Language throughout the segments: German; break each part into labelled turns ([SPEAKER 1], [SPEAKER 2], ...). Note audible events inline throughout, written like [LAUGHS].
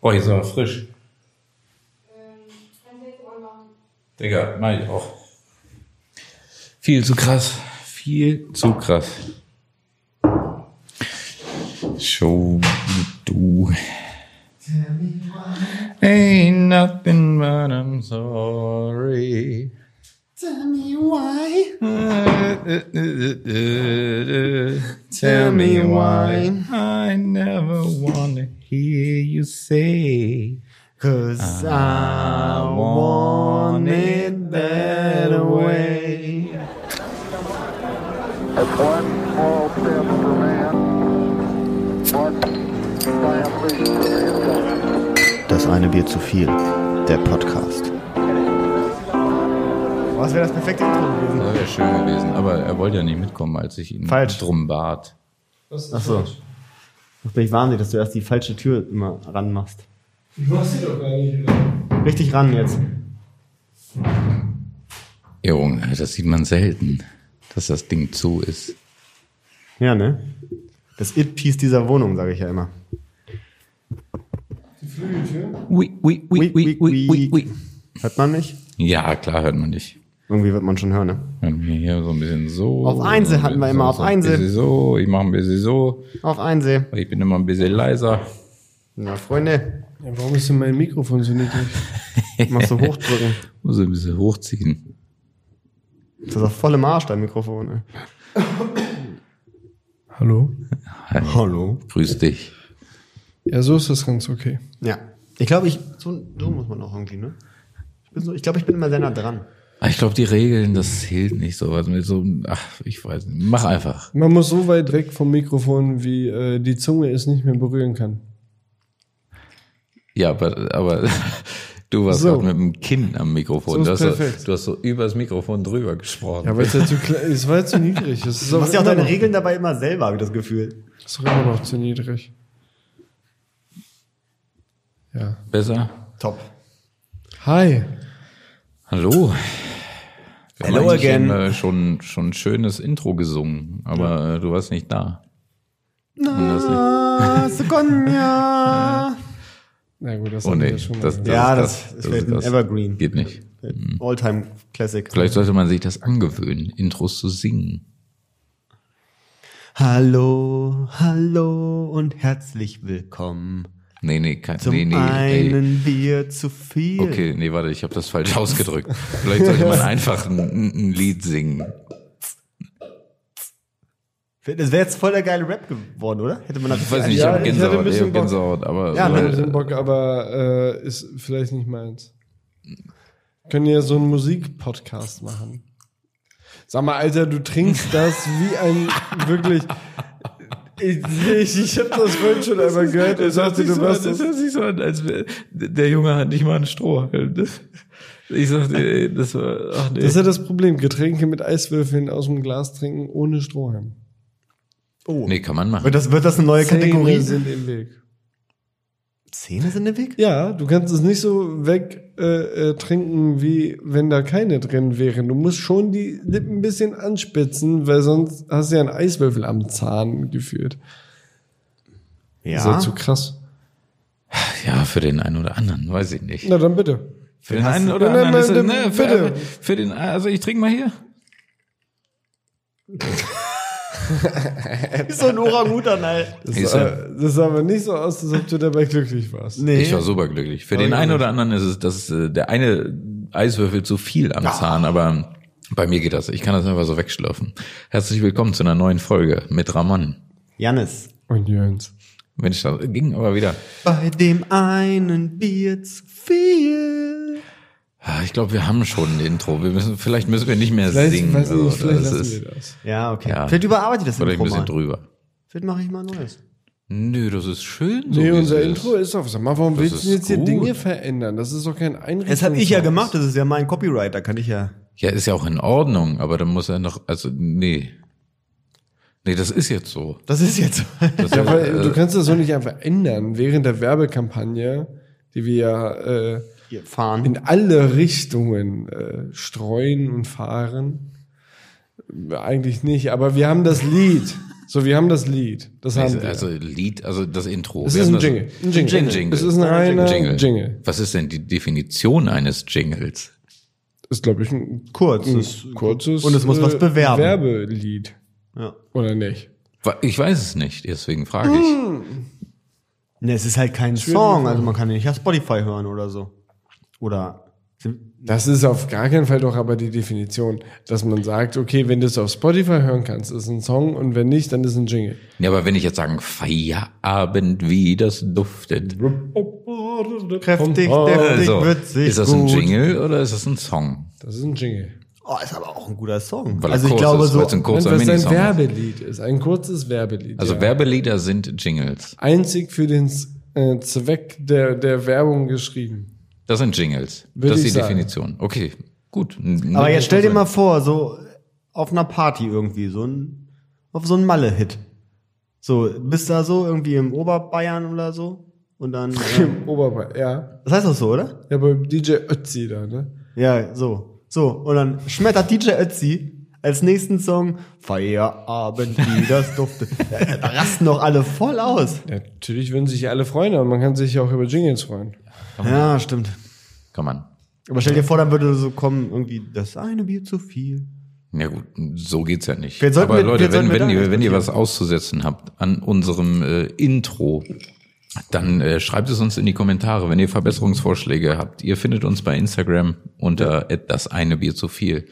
[SPEAKER 1] Oh, hier ist aber frisch.
[SPEAKER 2] Kannst du jetzt mal machen.
[SPEAKER 1] Digga, mach ich auch. Viel zu krass. Viel zu krass. Show me do. Ain't nothing but I'm sorry.
[SPEAKER 3] Tell me why.
[SPEAKER 1] Tell me why I never wanna hear you say
[SPEAKER 3] Cause I want it that way.
[SPEAKER 4] That's one small step for man, one giant leap for mankind.
[SPEAKER 5] Das eine Bier zu viel. Der Podcast.
[SPEAKER 3] Was wäre Oh, das perfekte Intro gewesen?
[SPEAKER 1] Das wäre schön gewesen, aber er wollte ja nicht mitkommen, als ich ihn
[SPEAKER 3] Falsch.
[SPEAKER 1] drum bat.
[SPEAKER 3] Achso. Doch bin ich wahnsinnig, dass du erst die falsche Tür immer ranmachst.
[SPEAKER 6] Du hast sie doch gar nicht. oder?
[SPEAKER 3] Richtig ran jetzt.
[SPEAKER 1] Junge, das sieht man selten, dass das Ding zu ist.
[SPEAKER 3] Ja, ne? Das It-Piece dieser Wohnung, sage ich ja immer.
[SPEAKER 6] Die Flügeltür?
[SPEAKER 1] Ui, ui,
[SPEAKER 3] Weak, weak, weak. Hört man mich?
[SPEAKER 1] Ja, klar hört man dich.
[SPEAKER 3] Irgendwie wird man schon hören, ne?
[SPEAKER 1] Wir haben Hier so ein bisschen so.
[SPEAKER 3] Auf Einse hatten wir immer, auf
[SPEAKER 1] so ein
[SPEAKER 3] Einse.
[SPEAKER 1] bisschen So, ich mache ein bisschen so.
[SPEAKER 3] Auf Einsee.
[SPEAKER 1] Ich bin immer ein bisschen leiser.
[SPEAKER 3] Na, Freunde,
[SPEAKER 6] Ja, warum ist denn mein Mikrofon so niedrig?
[SPEAKER 3] machst du hochdrücken.
[SPEAKER 1] Muss ein bisschen hochziehen.
[SPEAKER 3] Das ist auf vollem Arsch, dein Mikrofon, ne?
[SPEAKER 6] Hallo?
[SPEAKER 3] Hallo?
[SPEAKER 1] Grüß dich.
[SPEAKER 6] Ja, so ist das ganz okay.
[SPEAKER 3] Ja. Ich glaube, ich, so, so muss man auch irgendwie, ne? Ich, bin so, ich glaube, ich bin immer sehr nah dran.
[SPEAKER 1] Ah, Ich glaube, die Regeln, das zählt nicht so. Was mit so ach, ich weiß nicht. Mach einfach.
[SPEAKER 6] Man muss so weit weg vom Mikrofon, wie äh, die Zunge es nicht mehr berühren kann.
[SPEAKER 1] Ja, aber, aber [LAUGHS] du warst
[SPEAKER 6] So.
[SPEAKER 1] auch mit dem Kinn am Mikrofon. du,
[SPEAKER 6] So ist
[SPEAKER 1] hast so,
[SPEAKER 6] perfekt.
[SPEAKER 1] du hast so übers Mikrofon drüber gesprochen.
[SPEAKER 6] Ja, weil es ja zu klein Es war ja zu niedrig. Das ist
[SPEAKER 3] Du machst ja auch
[SPEAKER 6] immer
[SPEAKER 3] deine
[SPEAKER 6] noch-
[SPEAKER 3] Regeln dabei immer selber, habe ich das Gefühl.
[SPEAKER 6] Ist doch immer noch zu niedrig. Ja.
[SPEAKER 1] Besser?
[SPEAKER 3] Top.
[SPEAKER 6] Hi.
[SPEAKER 1] Hallo. Wir
[SPEAKER 3] Hello
[SPEAKER 1] eigentlich
[SPEAKER 3] again.
[SPEAKER 1] Ein, äh, schon, schon ein schönes Intro gesungen, aber äh, du warst nicht da. Und das nicht.
[SPEAKER 3] Ah, Seconda.
[SPEAKER 6] Na gut, das
[SPEAKER 1] Oh
[SPEAKER 6] haben wir
[SPEAKER 1] nee,
[SPEAKER 6] ja schon mal
[SPEAKER 1] das, das,
[SPEAKER 6] gesagt.
[SPEAKER 3] Ja,
[SPEAKER 1] das,
[SPEAKER 3] das ist vielleicht ein Evergreen.
[SPEAKER 1] Geht nicht.
[SPEAKER 3] Alltime Classic.
[SPEAKER 1] Vielleicht sollte man sich das angewöhnen, Intros zu singen.
[SPEAKER 3] Hallo, hallo und herzlich willkommen.
[SPEAKER 1] Nee, nee, kein,
[SPEAKER 3] Zum
[SPEAKER 1] nee, nee. Ey.
[SPEAKER 3] einen Bier zu viel.
[SPEAKER 1] Okay, nee, warte, ich habe das falsch ausgedrückt. Vielleicht sollte
[SPEAKER 6] [LAUGHS]
[SPEAKER 1] man einfach ein, ein ein Lied singen.
[SPEAKER 3] Das wäre jetzt voll der geile Rap geworden, oder? Hätte man das
[SPEAKER 1] Ich weiß nicht, ich
[SPEAKER 6] Ja,
[SPEAKER 1] habe
[SPEAKER 6] ich hätte
[SPEAKER 1] Gänsehaut,
[SPEAKER 6] ein
[SPEAKER 1] ich
[SPEAKER 6] bisschen
[SPEAKER 1] hab
[SPEAKER 6] Bock.
[SPEAKER 1] Gänsehaut, aber äh,
[SPEAKER 3] Ja,
[SPEAKER 6] Ich
[SPEAKER 1] weil,
[SPEAKER 6] hab den Bock, aber äh, ist vielleicht nicht meins. Können ja so einen Musikpodcast machen. Sag mal, Alter, du trinkst das wie ein wirklich. Ich, ich, ich hab das vorhin schon einmal gehört und dachte, du machst das.
[SPEAKER 1] hört sich so an, als wär- der Junge hat nicht mal einen Strohhalm. Ich sagte, ey, das war, ach nee.
[SPEAKER 6] Das ist ja das Problem. Getränke mit Eiswürfeln aus dem Glas trinken ohne Strohhalm.
[SPEAKER 3] Oh.
[SPEAKER 1] nee, kann man machen.
[SPEAKER 3] Wird, das, wird das eine neue Kategorie?
[SPEAKER 6] Zähne sind im Weg.
[SPEAKER 3] Zähne sind im Weg?
[SPEAKER 6] Ja, du kannst es nicht so weg äh, äh, trinken, wie wenn da keine drin wären. Du musst schon die Lippen ein bisschen anspitzen, weil sonst hast du ja einen Eiswürfel am Zahn geführt. Ist ja zu krass.
[SPEAKER 1] Ja, für den einen oder anderen, weiß ich nicht.
[SPEAKER 6] Na dann bitte.
[SPEAKER 1] Für den einen oder
[SPEAKER 6] Nein, nein,
[SPEAKER 1] anderen ist es,
[SPEAKER 6] nein,
[SPEAKER 1] ne, für,
[SPEAKER 6] bitte.
[SPEAKER 1] für den, also ich trinke mal hier.
[SPEAKER 3] [LAUGHS] Ist so ein Orang-Utan, halt.
[SPEAKER 6] Das,
[SPEAKER 1] Ist
[SPEAKER 6] sah,
[SPEAKER 1] er.
[SPEAKER 6] das sah aber nicht so aus, als ob du dabei glücklich warst.
[SPEAKER 3] Nee.
[SPEAKER 1] Ich war superglücklich.
[SPEAKER 6] Oh,
[SPEAKER 1] Für den einen oder anderen ist es, dass äh, der eine Eiswürfel zu viel am Zahn, aber bei mir geht das. Ich kann das einfach so wegschlürfen. Herzlich willkommen zu einer neuen Folge mit Ramon.
[SPEAKER 3] Jannis.
[SPEAKER 6] Und Jörns.
[SPEAKER 1] Mensch, das ging aber wieder.
[SPEAKER 3] Bei dem einen Bier zu viel.
[SPEAKER 1] Ah, Ich glaube, wir haben schon ein Intro. Wir müssen, vielleicht müssen wir nicht mehr
[SPEAKER 6] Vielleicht,
[SPEAKER 1] singen.
[SPEAKER 6] weiß ich nicht, vielleicht
[SPEAKER 1] das
[SPEAKER 6] lassen
[SPEAKER 1] ist
[SPEAKER 6] wir das.
[SPEAKER 3] Ja, okay.
[SPEAKER 1] Ja.
[SPEAKER 3] Vielleicht überarbeite ich das
[SPEAKER 1] vielleicht ein
[SPEAKER 3] Intro
[SPEAKER 1] bisschen
[SPEAKER 3] mal.
[SPEAKER 1] drüber.
[SPEAKER 3] Vielleicht mache ich mal ein neues.
[SPEAKER 1] Nö, das ist schön. So
[SPEAKER 6] Nee,
[SPEAKER 1] wie
[SPEAKER 6] unser
[SPEAKER 1] es
[SPEAKER 6] Intro ist auf. Sag mal, warum
[SPEAKER 1] Das
[SPEAKER 6] willst du
[SPEAKER 1] ist
[SPEAKER 6] jetzt hier
[SPEAKER 1] gut.
[SPEAKER 6] Dinge verändern? Das ist doch kein Einrichtungs.
[SPEAKER 3] Das habe ich ja gemacht, das ist ja mein Copyright, da kann ich ja.
[SPEAKER 1] Ja, ist ja auch in Ordnung, aber dann muss er noch, also, nee. Nee, das ist jetzt so.
[SPEAKER 3] Das ist jetzt.
[SPEAKER 1] Das
[SPEAKER 6] Ja, weil
[SPEAKER 1] äh,
[SPEAKER 6] du kannst das so nicht einfach ändern. Während der Werbekampagne, die wir ja äh,
[SPEAKER 3] [LAUGHS] Hier, fahren.
[SPEAKER 6] in alle Richtungen äh, streuen und fahren, eigentlich nicht, aber wir haben das Lied. So, wir haben das Lied. Das haben
[SPEAKER 1] Also,
[SPEAKER 6] wir.
[SPEAKER 1] also Lied, also das Intro.
[SPEAKER 6] Es
[SPEAKER 1] Wir
[SPEAKER 6] ist
[SPEAKER 1] haben
[SPEAKER 6] ein
[SPEAKER 1] das-
[SPEAKER 6] Jingle. Ein Jingle.
[SPEAKER 1] Ein Jingle.
[SPEAKER 6] Es ist ein reiner Jingle.
[SPEAKER 1] Was ist denn die Definition eines Jingles?
[SPEAKER 6] Ist, glaube ich, ein
[SPEAKER 3] Kurzes.
[SPEAKER 6] ein kurzes
[SPEAKER 3] Und es muss was
[SPEAKER 6] äh,
[SPEAKER 3] bewerben.
[SPEAKER 6] Werbelied.
[SPEAKER 3] Ja.
[SPEAKER 6] Oder nicht?
[SPEAKER 1] Wa- Ich weiß es nicht, deswegen frage
[SPEAKER 6] Mm.
[SPEAKER 1] ich.
[SPEAKER 3] Ne, es ist halt kein Song, also man kann den nicht auf Spotify hören oder so. Oder
[SPEAKER 6] Das ist auf gar keinen Fall doch aber die Definition, dass man sagt, okay, wenn du es auf Spotify hören kannst, ist ein Song und wenn nicht, dann ist ein Jingle.
[SPEAKER 1] Ja, aber wenn ich jetzt sagen, Feierabend, wie das duftet,
[SPEAKER 3] kräftig,
[SPEAKER 6] Oh,
[SPEAKER 3] deftig,
[SPEAKER 1] so, Also,
[SPEAKER 3] witzig.
[SPEAKER 1] ist das ein
[SPEAKER 3] gut.
[SPEAKER 1] Jingle oder ist das ein Song?
[SPEAKER 6] Das ist ein Jingle.
[SPEAKER 3] Oh, ist aber auch ein guter Song.
[SPEAKER 1] Weil er
[SPEAKER 3] also ich
[SPEAKER 1] kurz
[SPEAKER 3] glaube
[SPEAKER 1] ist,
[SPEAKER 3] so.
[SPEAKER 1] weil es ein kurzer
[SPEAKER 6] Nein, was ein
[SPEAKER 1] Minisong ist.
[SPEAKER 6] Werbelied ist, ein kurzes Werbelied.
[SPEAKER 1] Also
[SPEAKER 6] ja.
[SPEAKER 1] Werbelieder sind Jingles.
[SPEAKER 6] Einzig für den äh, Zweck der, der Werbung geschrieben.
[SPEAKER 1] Das sind Jingles.
[SPEAKER 6] Würde
[SPEAKER 1] das ist
[SPEAKER 6] ich
[SPEAKER 1] die
[SPEAKER 6] sagen.
[SPEAKER 1] Definition. Okay, gut. N-
[SPEAKER 3] aber
[SPEAKER 1] n-
[SPEAKER 3] jetzt stell dir mal vor, so auf einer Party irgendwie, so ein, auf so ein Malle-Hit. So, bist da so irgendwie im Oberbayern oder so? Und dann. Äh,
[SPEAKER 6] Im Oberball, ja.
[SPEAKER 3] das heißt doch so, oder?
[SPEAKER 6] Ja, bei DJ Ötzi da, ne?
[SPEAKER 3] Ja, so. So, und dann schmettert DJ Ötzi als nächsten Song Feierabend, wie das duftet. Da rasten doch alle voll aus.
[SPEAKER 6] Natürlich würden sich alle freuen, aber man kann sich ja auch über Jingles freuen.
[SPEAKER 3] Ja, stimmt.
[SPEAKER 1] Kann man.
[SPEAKER 3] Aber stell dir vor, dann würde so kommen, irgendwie, das eine Bier zu viel.
[SPEAKER 1] Ja gut, so geht's ja nicht.
[SPEAKER 3] Vielleicht sollten
[SPEAKER 1] Aber
[SPEAKER 3] wir-
[SPEAKER 1] Leute,
[SPEAKER 3] vielleicht
[SPEAKER 1] wenn,
[SPEAKER 3] sollten wir
[SPEAKER 1] wenn,
[SPEAKER 3] da
[SPEAKER 1] ihr, wenn ihr was
[SPEAKER 3] diskutieren.
[SPEAKER 1] auszusetzen habt an unserem äh, Intro, dann äh, schreibt es uns in die Kommentare, wenn ihr Verbesserungsvorschläge habt. Ihr findet uns bei Instagram unter das eine Bier zu viel.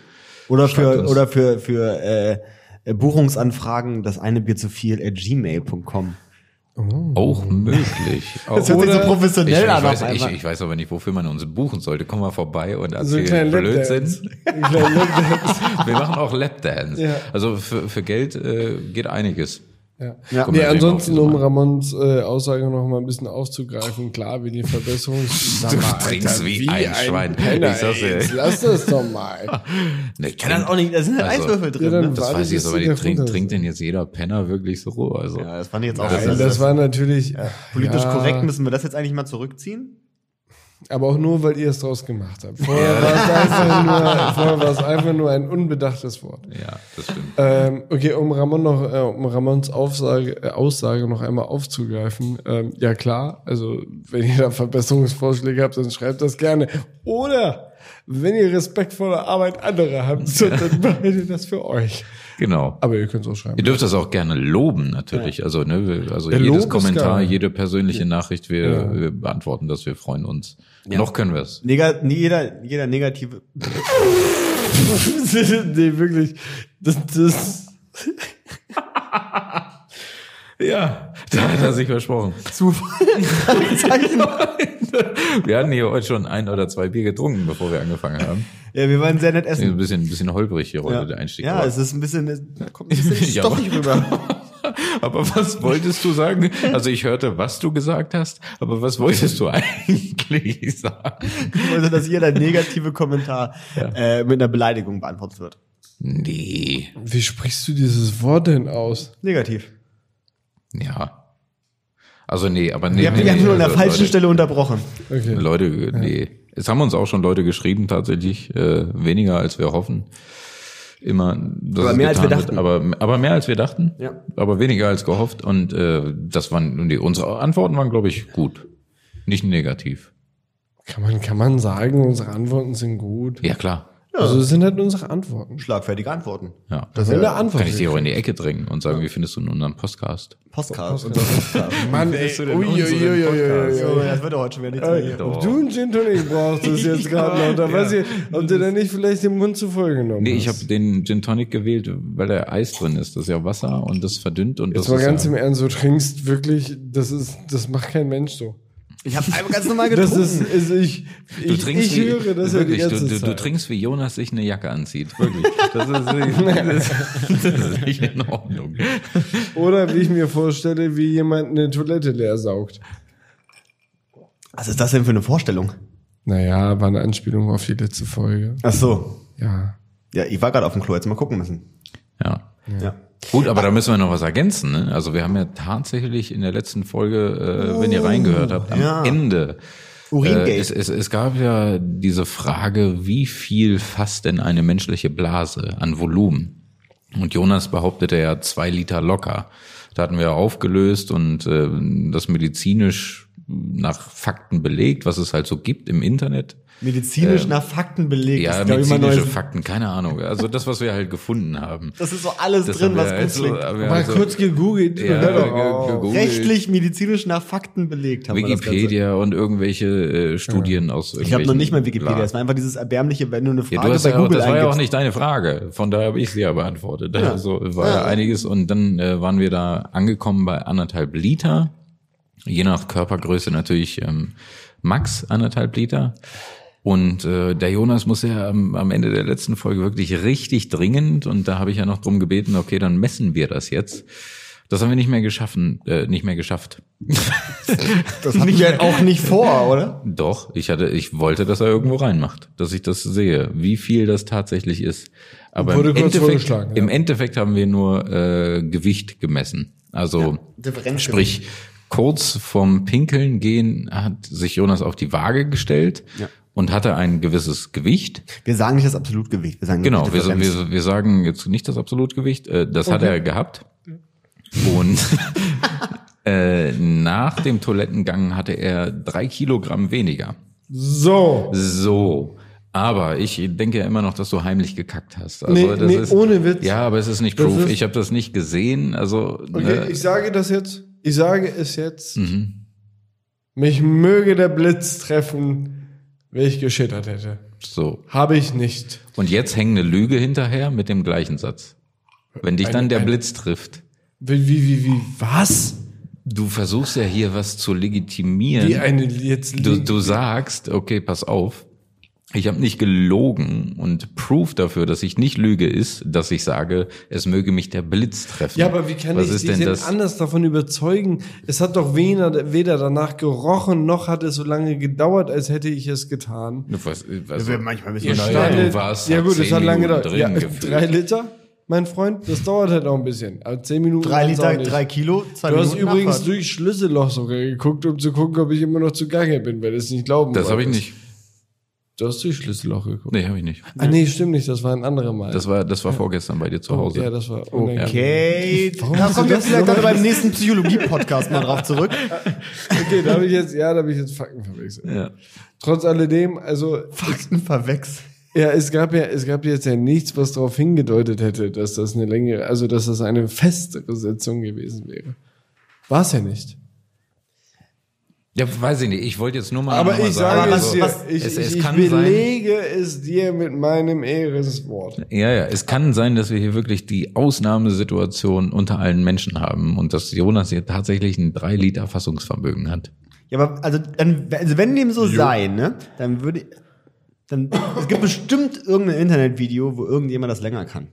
[SPEAKER 3] Oder
[SPEAKER 1] Schreibt
[SPEAKER 3] für,
[SPEAKER 1] uns.
[SPEAKER 3] oder für, für äh, äh, Buchungsanfragen, das eine Bier zu viel at gmail.com.
[SPEAKER 1] Auch möglich.
[SPEAKER 3] [LAUGHS] Das hört sich so professionell
[SPEAKER 1] ich, ich
[SPEAKER 3] an auf
[SPEAKER 1] Weiß, ich,
[SPEAKER 3] einmal.
[SPEAKER 1] ich weiß aber nicht, wofür man uns buchen sollte. Komm mal vorbei und
[SPEAKER 6] So
[SPEAKER 1] erzähl
[SPEAKER 6] ein kleiner Lapdance. [LAUGHS]
[SPEAKER 1] Blödsinn.
[SPEAKER 6] Ein kleiner Lapdance.
[SPEAKER 1] [LAUGHS] Wir machen auch Lapdance.
[SPEAKER 6] Ja.
[SPEAKER 1] Also für, für Geld äh, geht einiges.
[SPEAKER 6] [LAUGHS] Ja.
[SPEAKER 3] Ja.
[SPEAKER 1] Kommen
[SPEAKER 6] Nee,
[SPEAKER 1] wir
[SPEAKER 6] ansonsten,
[SPEAKER 1] sehen,
[SPEAKER 6] um
[SPEAKER 1] auf
[SPEAKER 6] Ramons äh, Aussage noch mal ein bisschen aufzugreifen, klar, wir die Verbesserung. [LAUGHS]
[SPEAKER 1] Du trinkst wie ein Schwein.
[SPEAKER 6] Penner,
[SPEAKER 1] Ich sag's dir.
[SPEAKER 6] ey, jetzt lass das doch mal.
[SPEAKER 1] diese Mal- Nee,
[SPEAKER 3] Kann dann auch nicht, da sind halt
[SPEAKER 1] Also,
[SPEAKER 3] Eiswürfel drin.
[SPEAKER 6] ja, dann-
[SPEAKER 3] ne?
[SPEAKER 1] Das
[SPEAKER 6] Warte,
[SPEAKER 1] weiß ich jetzt
[SPEAKER 6] bis
[SPEAKER 1] aber
[SPEAKER 6] die
[SPEAKER 1] nicht.
[SPEAKER 6] da
[SPEAKER 1] Trink,
[SPEAKER 6] runter
[SPEAKER 1] trinkt denn jetzt jeder Penner wirklich so roh? Also.
[SPEAKER 3] Ja, das fand ich jetzt auch.
[SPEAKER 6] Nein, das war natürlich
[SPEAKER 3] politisch
[SPEAKER 6] ja,
[SPEAKER 3] korrekt. Müssen wir das jetzt eigentlich mal zurückziehen?
[SPEAKER 6] Aber auch nur, weil ihr es draus gemacht habt. Vorher war es einfach nur, vorher war es einfach nur ein unbedachtes Wort.
[SPEAKER 1] Ja, das stimmt.
[SPEAKER 6] Ähm, okay, um Ramon noch, äh, um Ramons Aufsage, äh, Aussage noch einmal aufzugreifen. Ähm, ja klar, also wenn ihr da Verbesserungsvorschläge habt, dann schreibt das gerne. Oder wenn ihr respektvolle Arbeit anderer
[SPEAKER 1] [LAUGHS]
[SPEAKER 6] habt, so, dann machen wir das für euch.
[SPEAKER 1] Genau.
[SPEAKER 6] Aber ihr könnt es auch
[SPEAKER 1] Ihr
[SPEAKER 6] schreiben.
[SPEAKER 1] dürft das auch gerne loben, natürlich. Also, ne, wir- also
[SPEAKER 6] Ja, Lob
[SPEAKER 1] jedes
[SPEAKER 6] ist
[SPEAKER 1] Kommentar,
[SPEAKER 6] geil.
[SPEAKER 1] jede persönliche Nachricht, wir, wir beantworten das, wir freuen uns. Noch können wir es.
[SPEAKER 3] Nega, nee, jeder, jeder [LAUGHS] negative.
[SPEAKER 6] nee, wirklich. Das, das,
[SPEAKER 1] Ja, [LAUGHS] da hat er sich versprochen.
[SPEAKER 3] Zufall.
[SPEAKER 1] Wir hatten hier heute schon ein oder zwei Bier getrunken, bevor wir angefangen haben.
[SPEAKER 3] ja, wir waren sehr nett
[SPEAKER 1] Ein
[SPEAKER 3] essen.
[SPEAKER 1] bisschen, ein bisschen holprig hier heute
[SPEAKER 3] Ja,
[SPEAKER 1] der Einstieg.
[SPEAKER 3] ja
[SPEAKER 1] Aber-
[SPEAKER 3] es ist ein bisschen, da kommt ein bisschen
[SPEAKER 1] Ja,
[SPEAKER 3] stoffig rüber.
[SPEAKER 1] [LAUGHS] Aber was wolltest du sagen? Also ich hörte, was du gesagt hast, aber was wolltest du eigentlich [LAUGHS] sagen?
[SPEAKER 3] Ich wollte, dass jeder negative Kommentar äh, mit einer Beleidigung beantwortet wird.
[SPEAKER 1] Nee.
[SPEAKER 6] wie sprichst du dieses Wort denn aus?
[SPEAKER 3] Negativ.
[SPEAKER 1] Ja. Also nee, aber nee.
[SPEAKER 3] Ihr habt
[SPEAKER 1] nee,
[SPEAKER 3] mich einfach
[SPEAKER 1] nee,
[SPEAKER 3] nur an der
[SPEAKER 1] also
[SPEAKER 3] falschen
[SPEAKER 1] Leute,
[SPEAKER 3] Stelle unterbrochen.
[SPEAKER 6] Okay.
[SPEAKER 1] Leute, äh, nee. Es haben uns auch schon Leute geschrieben, tatsächlich. Äh, weniger als wir hoffen. Immer. Dass
[SPEAKER 3] Aber
[SPEAKER 1] es
[SPEAKER 3] mehr als
[SPEAKER 1] getan
[SPEAKER 3] wir
[SPEAKER 1] wird.
[SPEAKER 3] dachten.
[SPEAKER 1] Aber, aber mehr als wir dachten.
[SPEAKER 3] Ja.
[SPEAKER 1] Aber weniger als gehofft. Und äh, das waren, nee, unsere Antworten waren, glaube ich, gut. Nicht negativ.
[SPEAKER 6] Kann man, kann man sagen, unsere Antworten sind gut.
[SPEAKER 1] Ja, klar.
[SPEAKER 6] Also es sind halt unsere Antworten.
[SPEAKER 3] Schlagfertige Antworten.
[SPEAKER 1] Ja.
[SPEAKER 6] Das sind ja Antworten.
[SPEAKER 1] Kann ich dich auch in die Ecke drängen und sagen, wie findest du nun unseren Podcast?
[SPEAKER 3] Postcards. Unser Postcard.
[SPEAKER 6] Mann, ey,
[SPEAKER 1] findest du denn
[SPEAKER 6] ui, ui,
[SPEAKER 1] unseren
[SPEAKER 6] ui, ui,
[SPEAKER 1] Podcast?
[SPEAKER 6] ui,
[SPEAKER 3] So,
[SPEAKER 6] ui.
[SPEAKER 3] das wird doch heute schon wieder nichts
[SPEAKER 6] Ey,
[SPEAKER 3] mehr.
[SPEAKER 1] doch.
[SPEAKER 6] Ob du einen Gin Tonic brauchst,
[SPEAKER 1] [LAUGHS]
[SPEAKER 6] ist jetzt gerade noch. Da weiß ich, ob du da nicht vielleicht den Mund zu voll genommen
[SPEAKER 1] Nee, ich habe
[SPEAKER 6] hast.
[SPEAKER 1] den Gin Tonic gewählt, weil da Eis drin ist. Das ist ja Wasser und das verdünnt und
[SPEAKER 6] Jetzt
[SPEAKER 1] das
[SPEAKER 6] mal
[SPEAKER 1] ist
[SPEAKER 6] ganz
[SPEAKER 1] ja,
[SPEAKER 6] im Ernst, du trinkst wirklich, das ist, das macht kein Mensch so.
[SPEAKER 3] Ich habe einfach ganz normal
[SPEAKER 6] [LAUGHS] Das
[SPEAKER 3] getrunken.
[SPEAKER 6] ist, ist ich,
[SPEAKER 1] Du
[SPEAKER 6] ich,
[SPEAKER 1] trinkst
[SPEAKER 6] ich
[SPEAKER 1] wie,
[SPEAKER 6] höre das ja die
[SPEAKER 1] wirklich,
[SPEAKER 6] ganze
[SPEAKER 1] du, du, du
[SPEAKER 6] Zeit.
[SPEAKER 1] trinkst wie Jonas sich eine Jacke anzieht.
[SPEAKER 6] [LAUGHS]
[SPEAKER 1] Wirklich. Das ist, [LAUGHS] das, das ist nicht in Ordnung.
[SPEAKER 6] Oder wie ich mir vorstelle, wie jemand eine Toilette leer saugt.
[SPEAKER 3] Was ist das denn für eine Vorstellung?
[SPEAKER 6] Naja, war eine Anspielung auf die letzte Folge.
[SPEAKER 3] Ach so.
[SPEAKER 6] Ja.
[SPEAKER 3] Ja, ich war gerade auf dem Klo, jetzt mal gucken müssen.
[SPEAKER 1] Ja.
[SPEAKER 3] Ja.
[SPEAKER 1] Gut, aber da müssen wir noch was ergänzen. Ne? Also wir haben ja tatsächlich in der letzten Folge, äh, wenn
[SPEAKER 6] Oh,
[SPEAKER 1] ihr reingehört habt, am
[SPEAKER 3] ja.
[SPEAKER 1] Ende.
[SPEAKER 3] Uringate.
[SPEAKER 1] Äh, es, es, es gab ja diese Frage, wie viel fasst denn eine menschliche Blase an Volumen? Und Jonas behauptete ja zwei Liter locker. Da hatten wir aufgelöst und äh, das medizinisch nach Fakten belegt, was es halt so gibt im Internet.
[SPEAKER 3] Medizinisch nach Fakten belegt.
[SPEAKER 1] Ja,
[SPEAKER 3] ist, glaub ich, mein
[SPEAKER 1] medizinische
[SPEAKER 3] neues-
[SPEAKER 1] Fakten, keine Ahnung. Also das, was wir halt gefunden haben.
[SPEAKER 3] Das ist so alles
[SPEAKER 1] Das
[SPEAKER 3] drin,
[SPEAKER 1] haben wir
[SPEAKER 3] was
[SPEAKER 1] halt
[SPEAKER 3] gut
[SPEAKER 1] so-
[SPEAKER 3] klingt.
[SPEAKER 1] haben wir
[SPEAKER 6] Mal
[SPEAKER 1] halt so-
[SPEAKER 6] kurz gegoogelt.
[SPEAKER 1] ja,
[SPEAKER 6] hör doch
[SPEAKER 1] ge-
[SPEAKER 6] auf.
[SPEAKER 1] gegoogelt.
[SPEAKER 3] ne? Oh. Rechtlich, medizinisch nach Fakten belegt haben wir das Ganze.
[SPEAKER 1] Wikipedia und irgendwelche äh, Studien aus
[SPEAKER 3] Ich habe noch nicht mal Wikipedia.
[SPEAKER 1] Bla.
[SPEAKER 3] Es war einfach dieses erbärmliche, wenn du eine Frage
[SPEAKER 1] Ja, du hast
[SPEAKER 3] bei
[SPEAKER 1] ja auch,
[SPEAKER 3] Google
[SPEAKER 1] das war ja auch
[SPEAKER 3] eingibst.
[SPEAKER 1] nicht deine Frage. Von daher habe ich sie ja beantwortet. Also war ja einiges. Und dann äh, waren wir da angekommen bei anderthalb Liter. Je nach Körpergröße natürlich ähm, Max anderthalb Liter. Und äh, der Jonas muss ja am, am Ende der letzten Folge wirklich richtig dringend. Und da habe ich ja noch drum gebeten, okay, dann messen wir das jetzt. Das haben wir nicht mehr geschaffen, äh, nicht mehr geschafft.
[SPEAKER 3] Das hatte ich halt auch nicht vor, oder?
[SPEAKER 1] Doch, ich hatte, ich wollte, dass er irgendwo reinmacht, dass ich das sehe, wie viel das tatsächlich ist. Aber
[SPEAKER 6] Wurde
[SPEAKER 1] im
[SPEAKER 6] kurz
[SPEAKER 1] Endeffekt,
[SPEAKER 6] vorgeschlagen, ja.
[SPEAKER 1] im Endeffekt haben wir nur äh, Gewicht gemessen. Also
[SPEAKER 3] Differenz-
[SPEAKER 1] sprich kurz vom Pinkeln gehen hat sich Jonas auf die Waage gestellt
[SPEAKER 3] Ja.
[SPEAKER 1] und hatte ein gewisses Gewicht.
[SPEAKER 3] Wir sagen nicht das Absolutgewicht. Wir sagen nur
[SPEAKER 1] Genau,
[SPEAKER 3] die
[SPEAKER 1] wir,
[SPEAKER 3] Differenz.
[SPEAKER 1] wir, wir sagen jetzt nicht das Absolutgewicht, äh, das hat er gehabt. Und [LAUGHS] äh, nach dem Toilettengang hatte er drei Kilogramm weniger.
[SPEAKER 6] So.
[SPEAKER 1] So. Aber ich denke ja immer noch, dass du heimlich gekackt hast. Also
[SPEAKER 6] Nee,
[SPEAKER 1] das
[SPEAKER 6] nee,
[SPEAKER 1] ist,
[SPEAKER 6] ohne Witz.
[SPEAKER 1] Ja, aber es ist nicht
[SPEAKER 6] Das
[SPEAKER 1] proof.
[SPEAKER 6] ist-
[SPEAKER 1] ich habe das nicht gesehen. Also
[SPEAKER 6] Okay,
[SPEAKER 1] ne, Mhm.
[SPEAKER 6] ich sage das jetzt. Ich sage es jetzt. Mich möge der Blitz treffen, wenn ich geschittert hätte.
[SPEAKER 1] so.
[SPEAKER 6] Habe ich nicht.
[SPEAKER 1] Und jetzt hängt eine Lüge hinterher mit dem gleichen Satz. Wenn dich dann
[SPEAKER 6] Eine-
[SPEAKER 1] der
[SPEAKER 6] eine-
[SPEAKER 1] Blitz trifft,
[SPEAKER 6] Wie, wie, wie, wie, was?
[SPEAKER 1] du versuchst ja hier was zu legitimieren.
[SPEAKER 6] Wie eine jetzt
[SPEAKER 1] du, du sagst, okay, pass auf, ich habe nicht gelogen und Proof dafür, dass ich nicht lüge, ist, dass ich sage, es möge mich der Blitz treffen.
[SPEAKER 6] Ja, aber wie kann
[SPEAKER 1] Was
[SPEAKER 6] ich
[SPEAKER 1] ist
[SPEAKER 6] dich
[SPEAKER 1] denn
[SPEAKER 6] denn
[SPEAKER 1] das?
[SPEAKER 6] anders davon überzeugen? Es hat doch weder, weder danach gerochen, noch hat es so lange gedauert, als hätte ich es getan.
[SPEAKER 1] Was, also,
[SPEAKER 3] wir manchmal müssen
[SPEAKER 1] ja,
[SPEAKER 3] wir
[SPEAKER 1] naja,
[SPEAKER 6] Standet-
[SPEAKER 1] du warst
[SPEAKER 6] ja
[SPEAKER 1] halt
[SPEAKER 6] gut, es
[SPEAKER 1] zehn
[SPEAKER 6] hat lange
[SPEAKER 1] Minuten
[SPEAKER 6] gedauert. Ja, [LAUGHS]
[SPEAKER 1] drin gefühlt.
[SPEAKER 6] drei Liter, mein Freund, das dauert halt auch ein bisschen. Also zehn Minuten.
[SPEAKER 3] Drei
[SPEAKER 6] sind's auch
[SPEAKER 3] Liter,
[SPEAKER 6] nicht.
[SPEAKER 3] drei Kilo, zwei
[SPEAKER 6] Du hast
[SPEAKER 3] Minuten
[SPEAKER 6] übrigens
[SPEAKER 3] Abfahrt.
[SPEAKER 6] durch Schlüsselloch sogar geguckt, um zu gucken, ob ich immer noch zugange bin, weil du es nicht glauben
[SPEAKER 1] Das habe ich
[SPEAKER 6] wolltest.
[SPEAKER 1] nicht.
[SPEAKER 6] Du hast durch Schlüsselloch geguckt.
[SPEAKER 1] Nee, habe ich nicht.
[SPEAKER 6] Ah, nee, stimmt nicht, das war ein anderer Mal.
[SPEAKER 1] Das war, das war vorgestern bei dir zu Hause.
[SPEAKER 6] Ja, das war
[SPEAKER 3] [LAUGHS]
[SPEAKER 6] unangenehm.
[SPEAKER 3] Okay, da
[SPEAKER 6] bist
[SPEAKER 3] kommen
[SPEAKER 6] du
[SPEAKER 3] wir
[SPEAKER 6] das
[SPEAKER 3] vielleicht
[SPEAKER 6] so
[SPEAKER 3] dann beim nächsten Psychologie-Podcast mal drauf zurück.
[SPEAKER 6] Okay, da habe ich jetzt, ja, da habe ich jetzt Fakten verwechselt.
[SPEAKER 1] Ja.
[SPEAKER 6] Trotz alledem, also
[SPEAKER 3] Fakten verwechseln.
[SPEAKER 6] ja, es gab ja, es gab jetzt ja nichts, was darauf hingedeutet hätte, dass das eine längere, also dass das eine festere Sitzung gewesen wäre. War es ja nicht.
[SPEAKER 1] ja, weiß ich nicht. Ich wollte jetzt nur mal noch
[SPEAKER 6] Aber
[SPEAKER 1] mal
[SPEAKER 6] ich sage es dir,
[SPEAKER 1] also,
[SPEAKER 6] ich,
[SPEAKER 1] es,
[SPEAKER 6] ich,
[SPEAKER 1] es
[SPEAKER 6] ich
[SPEAKER 1] kann sein.
[SPEAKER 6] belege es dir mit meinem Ehreswort.
[SPEAKER 1] Ja, ja, es kann sein, dass wir hier wirklich die Ausnahmesituation unter allen Menschen haben und dass Jonas hier tatsächlich ein 3 Liter Fassungsvermögen hat.
[SPEAKER 3] Ja, aber also, dann, also wenn dem so sei, ne, dann würde ich, dann, es gibt bestimmt irgendein Internetvideo, wo irgendjemand das länger kann.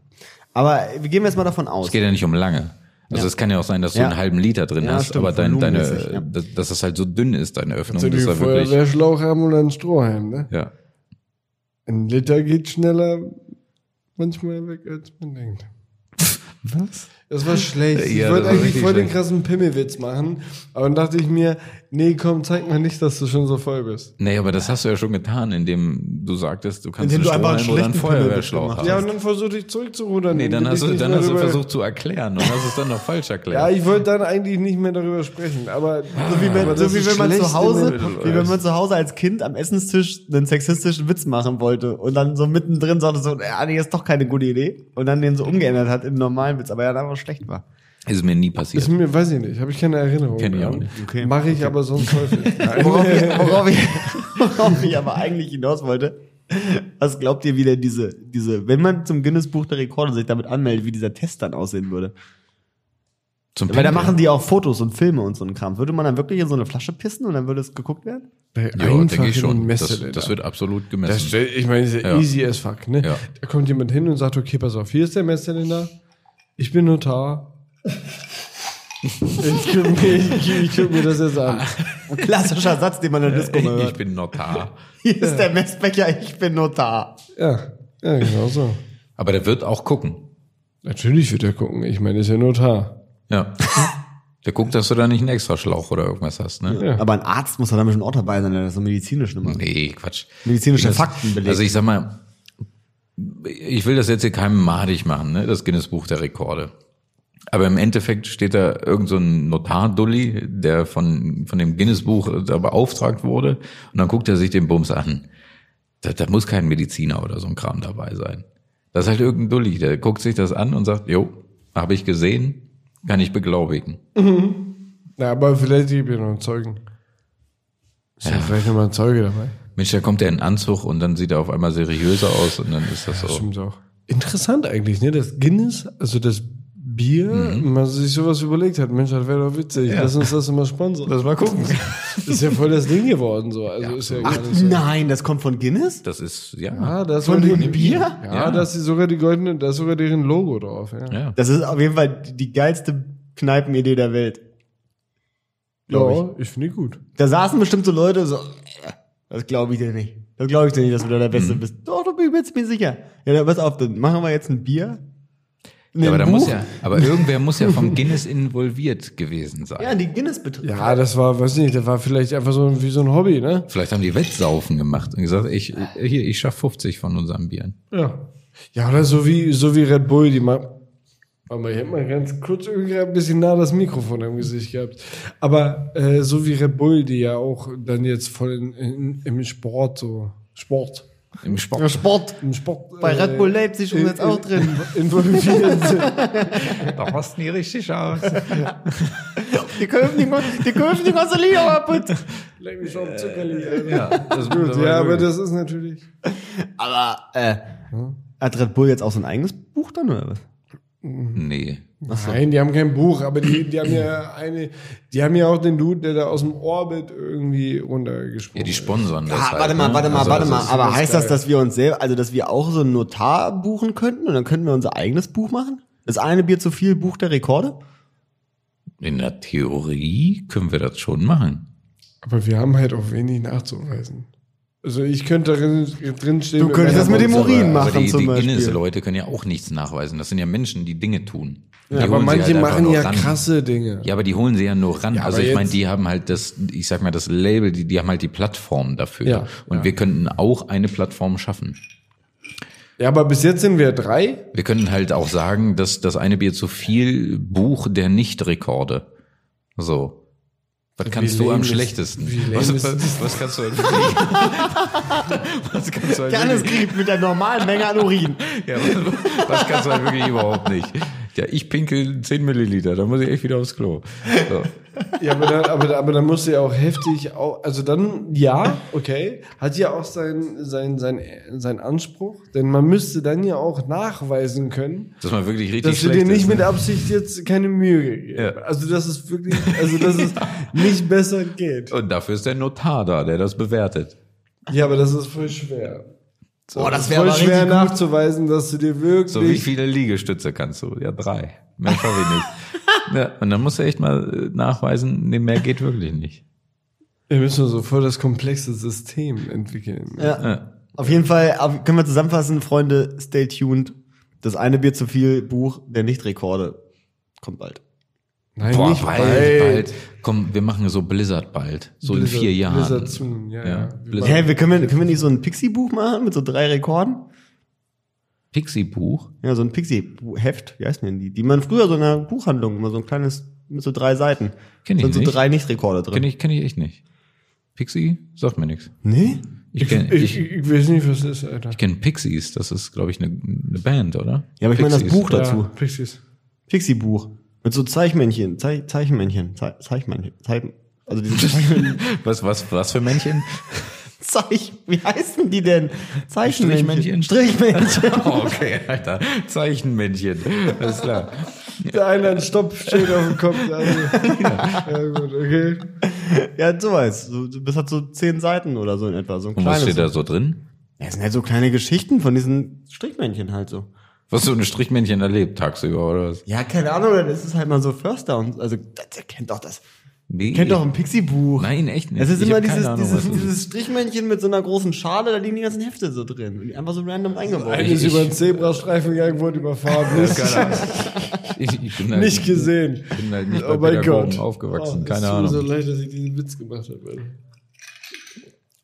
[SPEAKER 3] Aber wir gehen jetzt mal davon aus.
[SPEAKER 1] Es geht ja nicht um lange. Also es kann ja auch sein, dass du
[SPEAKER 3] Ja.
[SPEAKER 1] einen halben Liter drin
[SPEAKER 3] Ja,
[SPEAKER 1] hast,
[SPEAKER 3] stimmt,
[SPEAKER 1] aber dein,
[SPEAKER 3] volumenmäßig,
[SPEAKER 1] deine,
[SPEAKER 3] ja.
[SPEAKER 1] dass, dass das halt so dünn ist, deine Öffnung.
[SPEAKER 6] Soll
[SPEAKER 1] dass
[SPEAKER 6] ich
[SPEAKER 1] da
[SPEAKER 6] einen
[SPEAKER 1] wirklich-
[SPEAKER 6] Feuerwehrschlauch haben oder einen Strohhalm, ne?
[SPEAKER 1] Ja.
[SPEAKER 6] Ein Liter geht schneller manchmal weg, als man denkt.
[SPEAKER 1] Was?
[SPEAKER 6] Das war
[SPEAKER 1] Ja,
[SPEAKER 6] schlecht. ich wollte
[SPEAKER 1] das war
[SPEAKER 6] eigentlich
[SPEAKER 1] richtig
[SPEAKER 6] voll den
[SPEAKER 1] schlecht.
[SPEAKER 6] krassen Pimmelwitz machen, aber dann dachte ich mir, nee, komm, zeig mal nicht, dass du schon so voll bist.
[SPEAKER 1] Nee, aber das hast du ja schon getan, indem du sagtest, du kannst
[SPEAKER 3] Indem du einfach einen
[SPEAKER 1] Strohhalm oder einen
[SPEAKER 3] schlechten Pimmel
[SPEAKER 1] Feuerwehrschlauch
[SPEAKER 3] gemacht
[SPEAKER 1] haben.
[SPEAKER 6] Ja, und dann versuch dich zurückzurudern.
[SPEAKER 1] Nee, dann
[SPEAKER 6] Bin
[SPEAKER 1] hast
[SPEAKER 6] ich
[SPEAKER 1] du,
[SPEAKER 6] nicht
[SPEAKER 1] dann
[SPEAKER 6] mehr
[SPEAKER 1] hast du
[SPEAKER 6] darüber-
[SPEAKER 1] versucht zu erklären und hast es dann noch falsch
[SPEAKER 6] Ja,
[SPEAKER 1] erklärt.
[SPEAKER 6] ich wollte dann eigentlich nicht mehr darüber sprechen, aber
[SPEAKER 3] So wie, wenn,
[SPEAKER 1] Ah,
[SPEAKER 6] aber das
[SPEAKER 3] so wie
[SPEAKER 6] ist
[SPEAKER 3] wenn man
[SPEAKER 6] schlecht
[SPEAKER 3] zu Hause,
[SPEAKER 6] in der-
[SPEAKER 3] [LAUGHS] wie wenn man zu Hause als Kind am Essenstisch einen sexistischen Witz machen wollte und dann so mittendrin sagte so, ah nee, ist doch keine gute Idee und dann den so umgeändert hat in einen normalen Witz, aber ja, dann einfach schlecht war.
[SPEAKER 1] ist mir nie passiert.
[SPEAKER 6] Ist mir, weiß ich nicht, habe ich keine Erinnerung.
[SPEAKER 1] Kenn ich
[SPEAKER 6] dran.
[SPEAKER 1] auch nicht.
[SPEAKER 3] Okay.
[SPEAKER 6] Mache ich aber
[SPEAKER 1] [LAUGHS]
[SPEAKER 6] sonst häufig.
[SPEAKER 3] Worauf
[SPEAKER 6] [LAUGHS] Nein.
[SPEAKER 3] ich, worauf, ich, [LAUGHS] worauf ich aber eigentlich hinaus wollte. Was glaubt ihr, wie denn diese, diese, wenn man zum Guinness Buch der Rekorde sich damit anmeldet, wie dieser Test dann aussehen würde?
[SPEAKER 1] Zum
[SPEAKER 3] Weil da
[SPEAKER 1] Pinkeln.
[SPEAKER 3] machen die auch Fotos und Filme und so einen Kram. Würde man dann wirklich in so eine Flasche pissen und dann würde es geguckt
[SPEAKER 6] [LAUGHS]
[SPEAKER 3] werden?
[SPEAKER 6] Bei
[SPEAKER 1] ja, denke
[SPEAKER 6] einfachen
[SPEAKER 1] ich schon. Das,
[SPEAKER 6] Messer,
[SPEAKER 1] das wird absolut
[SPEAKER 6] Das
[SPEAKER 1] gemessen.
[SPEAKER 6] stell, ich meine, ist ja
[SPEAKER 1] Also, Ja.
[SPEAKER 6] easy as fuck, ne?
[SPEAKER 1] Ja.
[SPEAKER 6] Da kommt jemand hin und sagt, okay, pass auf, hier ist der Messzylinder, ich
[SPEAKER 1] [LAUGHS]
[SPEAKER 6] bin Notar. ich gucke mir, ich, ich guck mir das jetzt an.
[SPEAKER 3] Ein klassischer Satz, den man in der
[SPEAKER 6] Äh,
[SPEAKER 3] Disco mal
[SPEAKER 1] ich
[SPEAKER 3] hört.
[SPEAKER 1] bin Notar.
[SPEAKER 3] Hier [LAUGHS] ist der Messbecher, ich bin Notar.
[SPEAKER 6] Ja, ja, genau so.
[SPEAKER 1] Aber der wird auch gucken.
[SPEAKER 6] Natürlich wird er gucken, ich meine, ist ja Notar. [LAUGHS]
[SPEAKER 1] Ja. Der guckt, dass du da nicht einen extra Schlauch oder irgendwas hast, ne?
[SPEAKER 6] Ja.
[SPEAKER 3] Aber ein Arzt muss doch damit schon auch dabei sein, der das so medizinisch nimmt.
[SPEAKER 1] Nee, Quatsch.
[SPEAKER 3] Medizinische
[SPEAKER 1] Das-
[SPEAKER 3] Fakten belegt.
[SPEAKER 1] Also ich sag mal, ich will das jetzt hier keinem madig machen, ne? das Guinness-Buch der Rekorde. Aber im Endeffekt steht da irgend so ein Notar-Dulli, der von, von dem Guinness-Buch äh, da beauftragt wurde. Und dann guckt er sich den Bums an. Da, da muss kein Mediziner oder so ein Kram dabei sein. Das ist halt irgendein Dulli, der guckt sich das an und sagt, jo, habe ich gesehen, kann ich beglaubigen.
[SPEAKER 6] Na, aber vielleicht gibt es noch einen Zeugen. Ist ja. vielleicht noch mal ein Zeuge dabei.
[SPEAKER 1] Mensch, da kommt er in Anzug und dann sieht er auf einmal seriöser aus und dann ist das so.
[SPEAKER 6] Stimmt auch. Interessant eigentlich, ne? Das Guinness, also das Bier, man sich sowas überlegt hat. Mensch, das wäre doch witzig. Lass uns das immer sponsern. Lass mal gucken. ist ja voll das Ding geworden so. Also ist ja gar nicht so.
[SPEAKER 3] Nein, das kommt von Guinness?
[SPEAKER 1] Das ist, ja.
[SPEAKER 6] Ja, da ist
[SPEAKER 3] Von
[SPEAKER 6] sogar die-
[SPEAKER 3] dem Bier?
[SPEAKER 6] Ja, da ist die- sogar die goldene, da ist sogar deren Logo drauf. Ja.
[SPEAKER 1] ja.
[SPEAKER 3] Das ist auf jeden Fall die geilste Kneipenidee der Welt.
[SPEAKER 6] Ja, ich, finde die gut.
[SPEAKER 3] Da saßen bestimmt so Leute so, äh, das glaube ich dir nicht. Das glaube ich dir nicht, dass du da der Beste bist. Doch, du bist mir sicher. Ja, dann pass auf, dann machen wir jetzt ein Bier.
[SPEAKER 1] Ja, aber, da
[SPEAKER 3] Ein
[SPEAKER 1] muss
[SPEAKER 3] Buch.
[SPEAKER 1] ja, aber irgendwer muss ja vom Guinness involviert gewesen sein.
[SPEAKER 3] Ja, die Guinness-Betrieb.
[SPEAKER 6] Ja, das war, weiß nicht, das war vielleicht einfach so wie so ein Hobby, ne?
[SPEAKER 1] Vielleicht haben die Wettsaufen gemacht und gesagt, ich, hier, ich schaff 50 von unseren Bieren.
[SPEAKER 6] Ja. Ja, oder so wie, so wie Red Bull, die mal. Aber ich hätte mal ganz kurz irgendwie ein bisschen nah das Mikrofon am Gesicht gehabt. Aber äh, so wie Red Bull, die ja auch dann jetzt voll in, in, im Sport so. Sport.
[SPEAKER 1] Im Sport.
[SPEAKER 3] Sport.
[SPEAKER 6] Im Sport.
[SPEAKER 3] Bei Red Bull Leipzig und
[SPEAKER 6] in-
[SPEAKER 3] jetzt auch
[SPEAKER 6] in-
[SPEAKER 3] drin.
[SPEAKER 6] Involviert sind.
[SPEAKER 1] Da hast nie richtig aus.
[SPEAKER 3] Die Köpfen, die, die Köpfen, die Konsolidierung kaputt.
[SPEAKER 6] Leck mich auf Zuckerli, Alter.
[SPEAKER 1] Ja, das
[SPEAKER 6] Gut, Äh, ja, aber das ist natürlich.
[SPEAKER 3] Aber, äh, hat Red Bull jetzt auch so ein eigenes Buch dann oder was?
[SPEAKER 1] Nee.
[SPEAKER 6] Nein, die haben kein Buch, aber die, die haben ja eine, die haben ja auch den Dude, der da aus dem Orbit irgendwie runtergesprungen
[SPEAKER 1] Ja, die
[SPEAKER 6] ist.
[SPEAKER 1] sponsern das.
[SPEAKER 3] Ah,
[SPEAKER 1] halt,
[SPEAKER 3] warte mal,
[SPEAKER 1] ne?
[SPEAKER 3] warte mal,
[SPEAKER 1] Also,
[SPEAKER 3] warte
[SPEAKER 1] das
[SPEAKER 3] mal.
[SPEAKER 1] ist-
[SPEAKER 3] Aber
[SPEAKER 6] ganz
[SPEAKER 3] heißt das,
[SPEAKER 6] geil.
[SPEAKER 3] dass wir uns selber, also dass wir auch so einen Notar buchen könnten und dann könnten wir unser eigenes Buch machen? Das eine Bier zu viel, Buch der Rekorde?
[SPEAKER 1] In der Theorie können wir das schon machen.
[SPEAKER 6] Aber wir haben halt auch wenig nachzuweisen. Also ich könnte darin drin stehen.
[SPEAKER 3] Du könntest das mit dem
[SPEAKER 1] Aber-
[SPEAKER 3] Urin machen
[SPEAKER 1] aber also die,
[SPEAKER 3] zum
[SPEAKER 1] die
[SPEAKER 3] Beispiel.
[SPEAKER 1] Guinness-Leute können ja auch nichts nachweisen. Das sind ja Menschen, die Dinge tun. Die
[SPEAKER 6] Ja, aber
[SPEAKER 1] holen sie
[SPEAKER 6] manche
[SPEAKER 1] halt einfach
[SPEAKER 6] machen
[SPEAKER 1] nur
[SPEAKER 6] ja
[SPEAKER 1] ran.
[SPEAKER 6] krasse Dinge.
[SPEAKER 1] Ja, aber die holen sie ja nur ran.
[SPEAKER 6] Ja,
[SPEAKER 1] also
[SPEAKER 6] aber
[SPEAKER 1] ich meine,
[SPEAKER 6] jetzt-
[SPEAKER 1] die haben halt das, ich sag mal, das Label, die, die haben halt die Plattform dafür.
[SPEAKER 6] Ja,
[SPEAKER 1] Und
[SPEAKER 6] ja.
[SPEAKER 1] wir könnten auch eine Plattform schaffen.
[SPEAKER 6] Ja, aber bis jetzt sind wir drei.
[SPEAKER 1] Wir könnten halt auch sagen, dass das eine Bier zu viel Buch der Nicht-Rekorde. So. Was kannst du
[SPEAKER 6] lame
[SPEAKER 1] am
[SPEAKER 6] ist-
[SPEAKER 1] schlechtesten?
[SPEAKER 6] wie lame
[SPEAKER 1] Was,
[SPEAKER 6] ist
[SPEAKER 1] was, was kannst du halt wirklich? was kannst du halt
[SPEAKER 3] Johannes
[SPEAKER 1] wirklich?
[SPEAKER 3] kriegt mit der normalen Menge an Urin.
[SPEAKER 1] Ja, was, was kannst du halt wirklich überhaupt nicht? Ja, ich pinkel 10 Milliliter, da muss ich echt wieder aufs Klo. So.
[SPEAKER 6] Ja, aber dann, aber, dann- aber dann musst du ja auch heftig, au- also dann, ja, okay, hat ja auch sein, sein, sein, sein Anspruch, denn man müsste dann ja auch nachweisen können,
[SPEAKER 1] Dass man wirklich richtig
[SPEAKER 6] dass du
[SPEAKER 1] schlecht
[SPEAKER 6] dir nicht
[SPEAKER 1] ist,
[SPEAKER 6] mit
[SPEAKER 1] ne?
[SPEAKER 6] Absicht jetzt keine Mühe gegeben
[SPEAKER 1] Ja.
[SPEAKER 6] hast. Also dass es wirklich, also
[SPEAKER 1] [LAUGHS]
[SPEAKER 6] dass es nicht besser geht.
[SPEAKER 1] Und dafür ist der Notar da, der das bewertet.
[SPEAKER 6] Ja, aber das ist voll schwer. So,
[SPEAKER 3] Boah, das
[SPEAKER 6] ist
[SPEAKER 3] wär
[SPEAKER 6] voll
[SPEAKER 3] aber
[SPEAKER 6] schwer
[SPEAKER 3] richtig gut.
[SPEAKER 6] nachzuweisen, dass du dir wirklich.
[SPEAKER 1] So, wie viele Liegestütze kannst du? Ja, drei. Mehr schaffe ich [LAUGHS] nicht. Ja, und dann musst du echt mal äh, nachweisen, nee, mehr geht wirklich nicht.
[SPEAKER 6] wir müssen so voll das komplexe System entwickeln.
[SPEAKER 3] Ja. Auf jeden Fall auf, können wir zusammenfassen, Freunde, stay tuned. Das eine Bier zu viel, Buch der Nicht-Rekorde. Kommt bald.
[SPEAKER 6] Nein,
[SPEAKER 1] Boah,
[SPEAKER 6] nicht
[SPEAKER 1] bald, bald, Komm, wir machen so Blizzard bald. So in
[SPEAKER 6] Blizzard-
[SPEAKER 1] vier Jahren.
[SPEAKER 6] Blizzard Zoom, ja, ja.
[SPEAKER 1] Blizzard.
[SPEAKER 3] Hä, wir können, wir, können wir nicht so ein Pixie-Buch machen mit so drei Rekorden?
[SPEAKER 1] Pixie-Buch.
[SPEAKER 3] Ja, so ein Pixie-Heft, wie heißt denn die? Die man früher so in einer Buchhandlung immer so ein kleines, mit so drei Seiten.
[SPEAKER 1] Kenn ich
[SPEAKER 3] Sind so
[SPEAKER 1] nicht.
[SPEAKER 3] drei Nicht-Rekorde drin.
[SPEAKER 1] Kenne ich, kenn ich echt nicht. Pixie? Sagt mir nichts.
[SPEAKER 3] Nee?
[SPEAKER 1] Ich kenne
[SPEAKER 6] Ich,
[SPEAKER 1] ich, ich,
[SPEAKER 6] ich, ich weiß nicht, was das ist, Alter.
[SPEAKER 1] kenn Pixies. Das ist, glaube ich, eine eine Band, oder?
[SPEAKER 3] Ja, aber ich meine das Buch dazu.
[SPEAKER 6] Ja, Pixies.
[SPEAKER 3] Pixie-Buch. Mit so Zeichenmännchen, Zeich Zeichenmännchen, Ze Zeichenmännchen, Zeichen, also
[SPEAKER 1] [LAUGHS]
[SPEAKER 3] diese Zeichen,
[SPEAKER 1] [LAUGHS] Was, was, was für Männchen?
[SPEAKER 3] Zeich, wie heißen die denn? Zeichenmännchen.
[SPEAKER 1] Strichmännchen.
[SPEAKER 3] Strichmännchen.
[SPEAKER 1] [LAUGHS]
[SPEAKER 3] [LAUGHS]
[SPEAKER 1] Oh, okay, Alter. Zeichenmännchen. Alles klar.
[SPEAKER 6] Der eine hat ein Stoppschild auf dem Kopf. Der andere.
[SPEAKER 1] [LAUGHS]
[SPEAKER 6] ja, gut, okay.
[SPEAKER 3] ja, sowas. So, das hat so zehn Seiten oder so in etwa, so ein
[SPEAKER 1] Und was
[SPEAKER 3] kleines.
[SPEAKER 1] steht da so drin?
[SPEAKER 3] Ja, sind halt so kleine Geschichten von diesen Strichmännchen halt so.
[SPEAKER 1] Was so ein Strichmännchen erlebt tagsüber, oder was?
[SPEAKER 3] Ja, keine Ahnung, dann ist es halt mal so Förster und, also, das, der kennt doch das.
[SPEAKER 1] Nee.
[SPEAKER 3] Kennt doch ein Pixie-Buch.
[SPEAKER 1] Nein, echt nicht.
[SPEAKER 3] Es ist
[SPEAKER 1] Ich
[SPEAKER 3] immer
[SPEAKER 1] hab keine
[SPEAKER 3] dieses,
[SPEAKER 1] Ahnung, was
[SPEAKER 3] dieses,
[SPEAKER 1] das ist.
[SPEAKER 3] dieses Strichmännchen mit so einer großen Schale, da liegen die ganzen Hefte so drin. Und die einfach so random eingebaut.
[SPEAKER 6] Eine ist
[SPEAKER 1] ich-
[SPEAKER 6] über den Zebrastreifen gegangen, wurde überfahren. [LAUGHS]
[SPEAKER 1] Ich, ich bin halt
[SPEAKER 6] nicht gesehen.
[SPEAKER 1] bin halt nicht bei
[SPEAKER 6] oh mein
[SPEAKER 1] Pädagogen
[SPEAKER 6] Gott.
[SPEAKER 1] aufgewachsen,
[SPEAKER 6] es
[SPEAKER 1] keine
[SPEAKER 6] tut mir
[SPEAKER 1] Ahnung.
[SPEAKER 6] so leid, dass ich diesen Witz gemacht habe. Alter.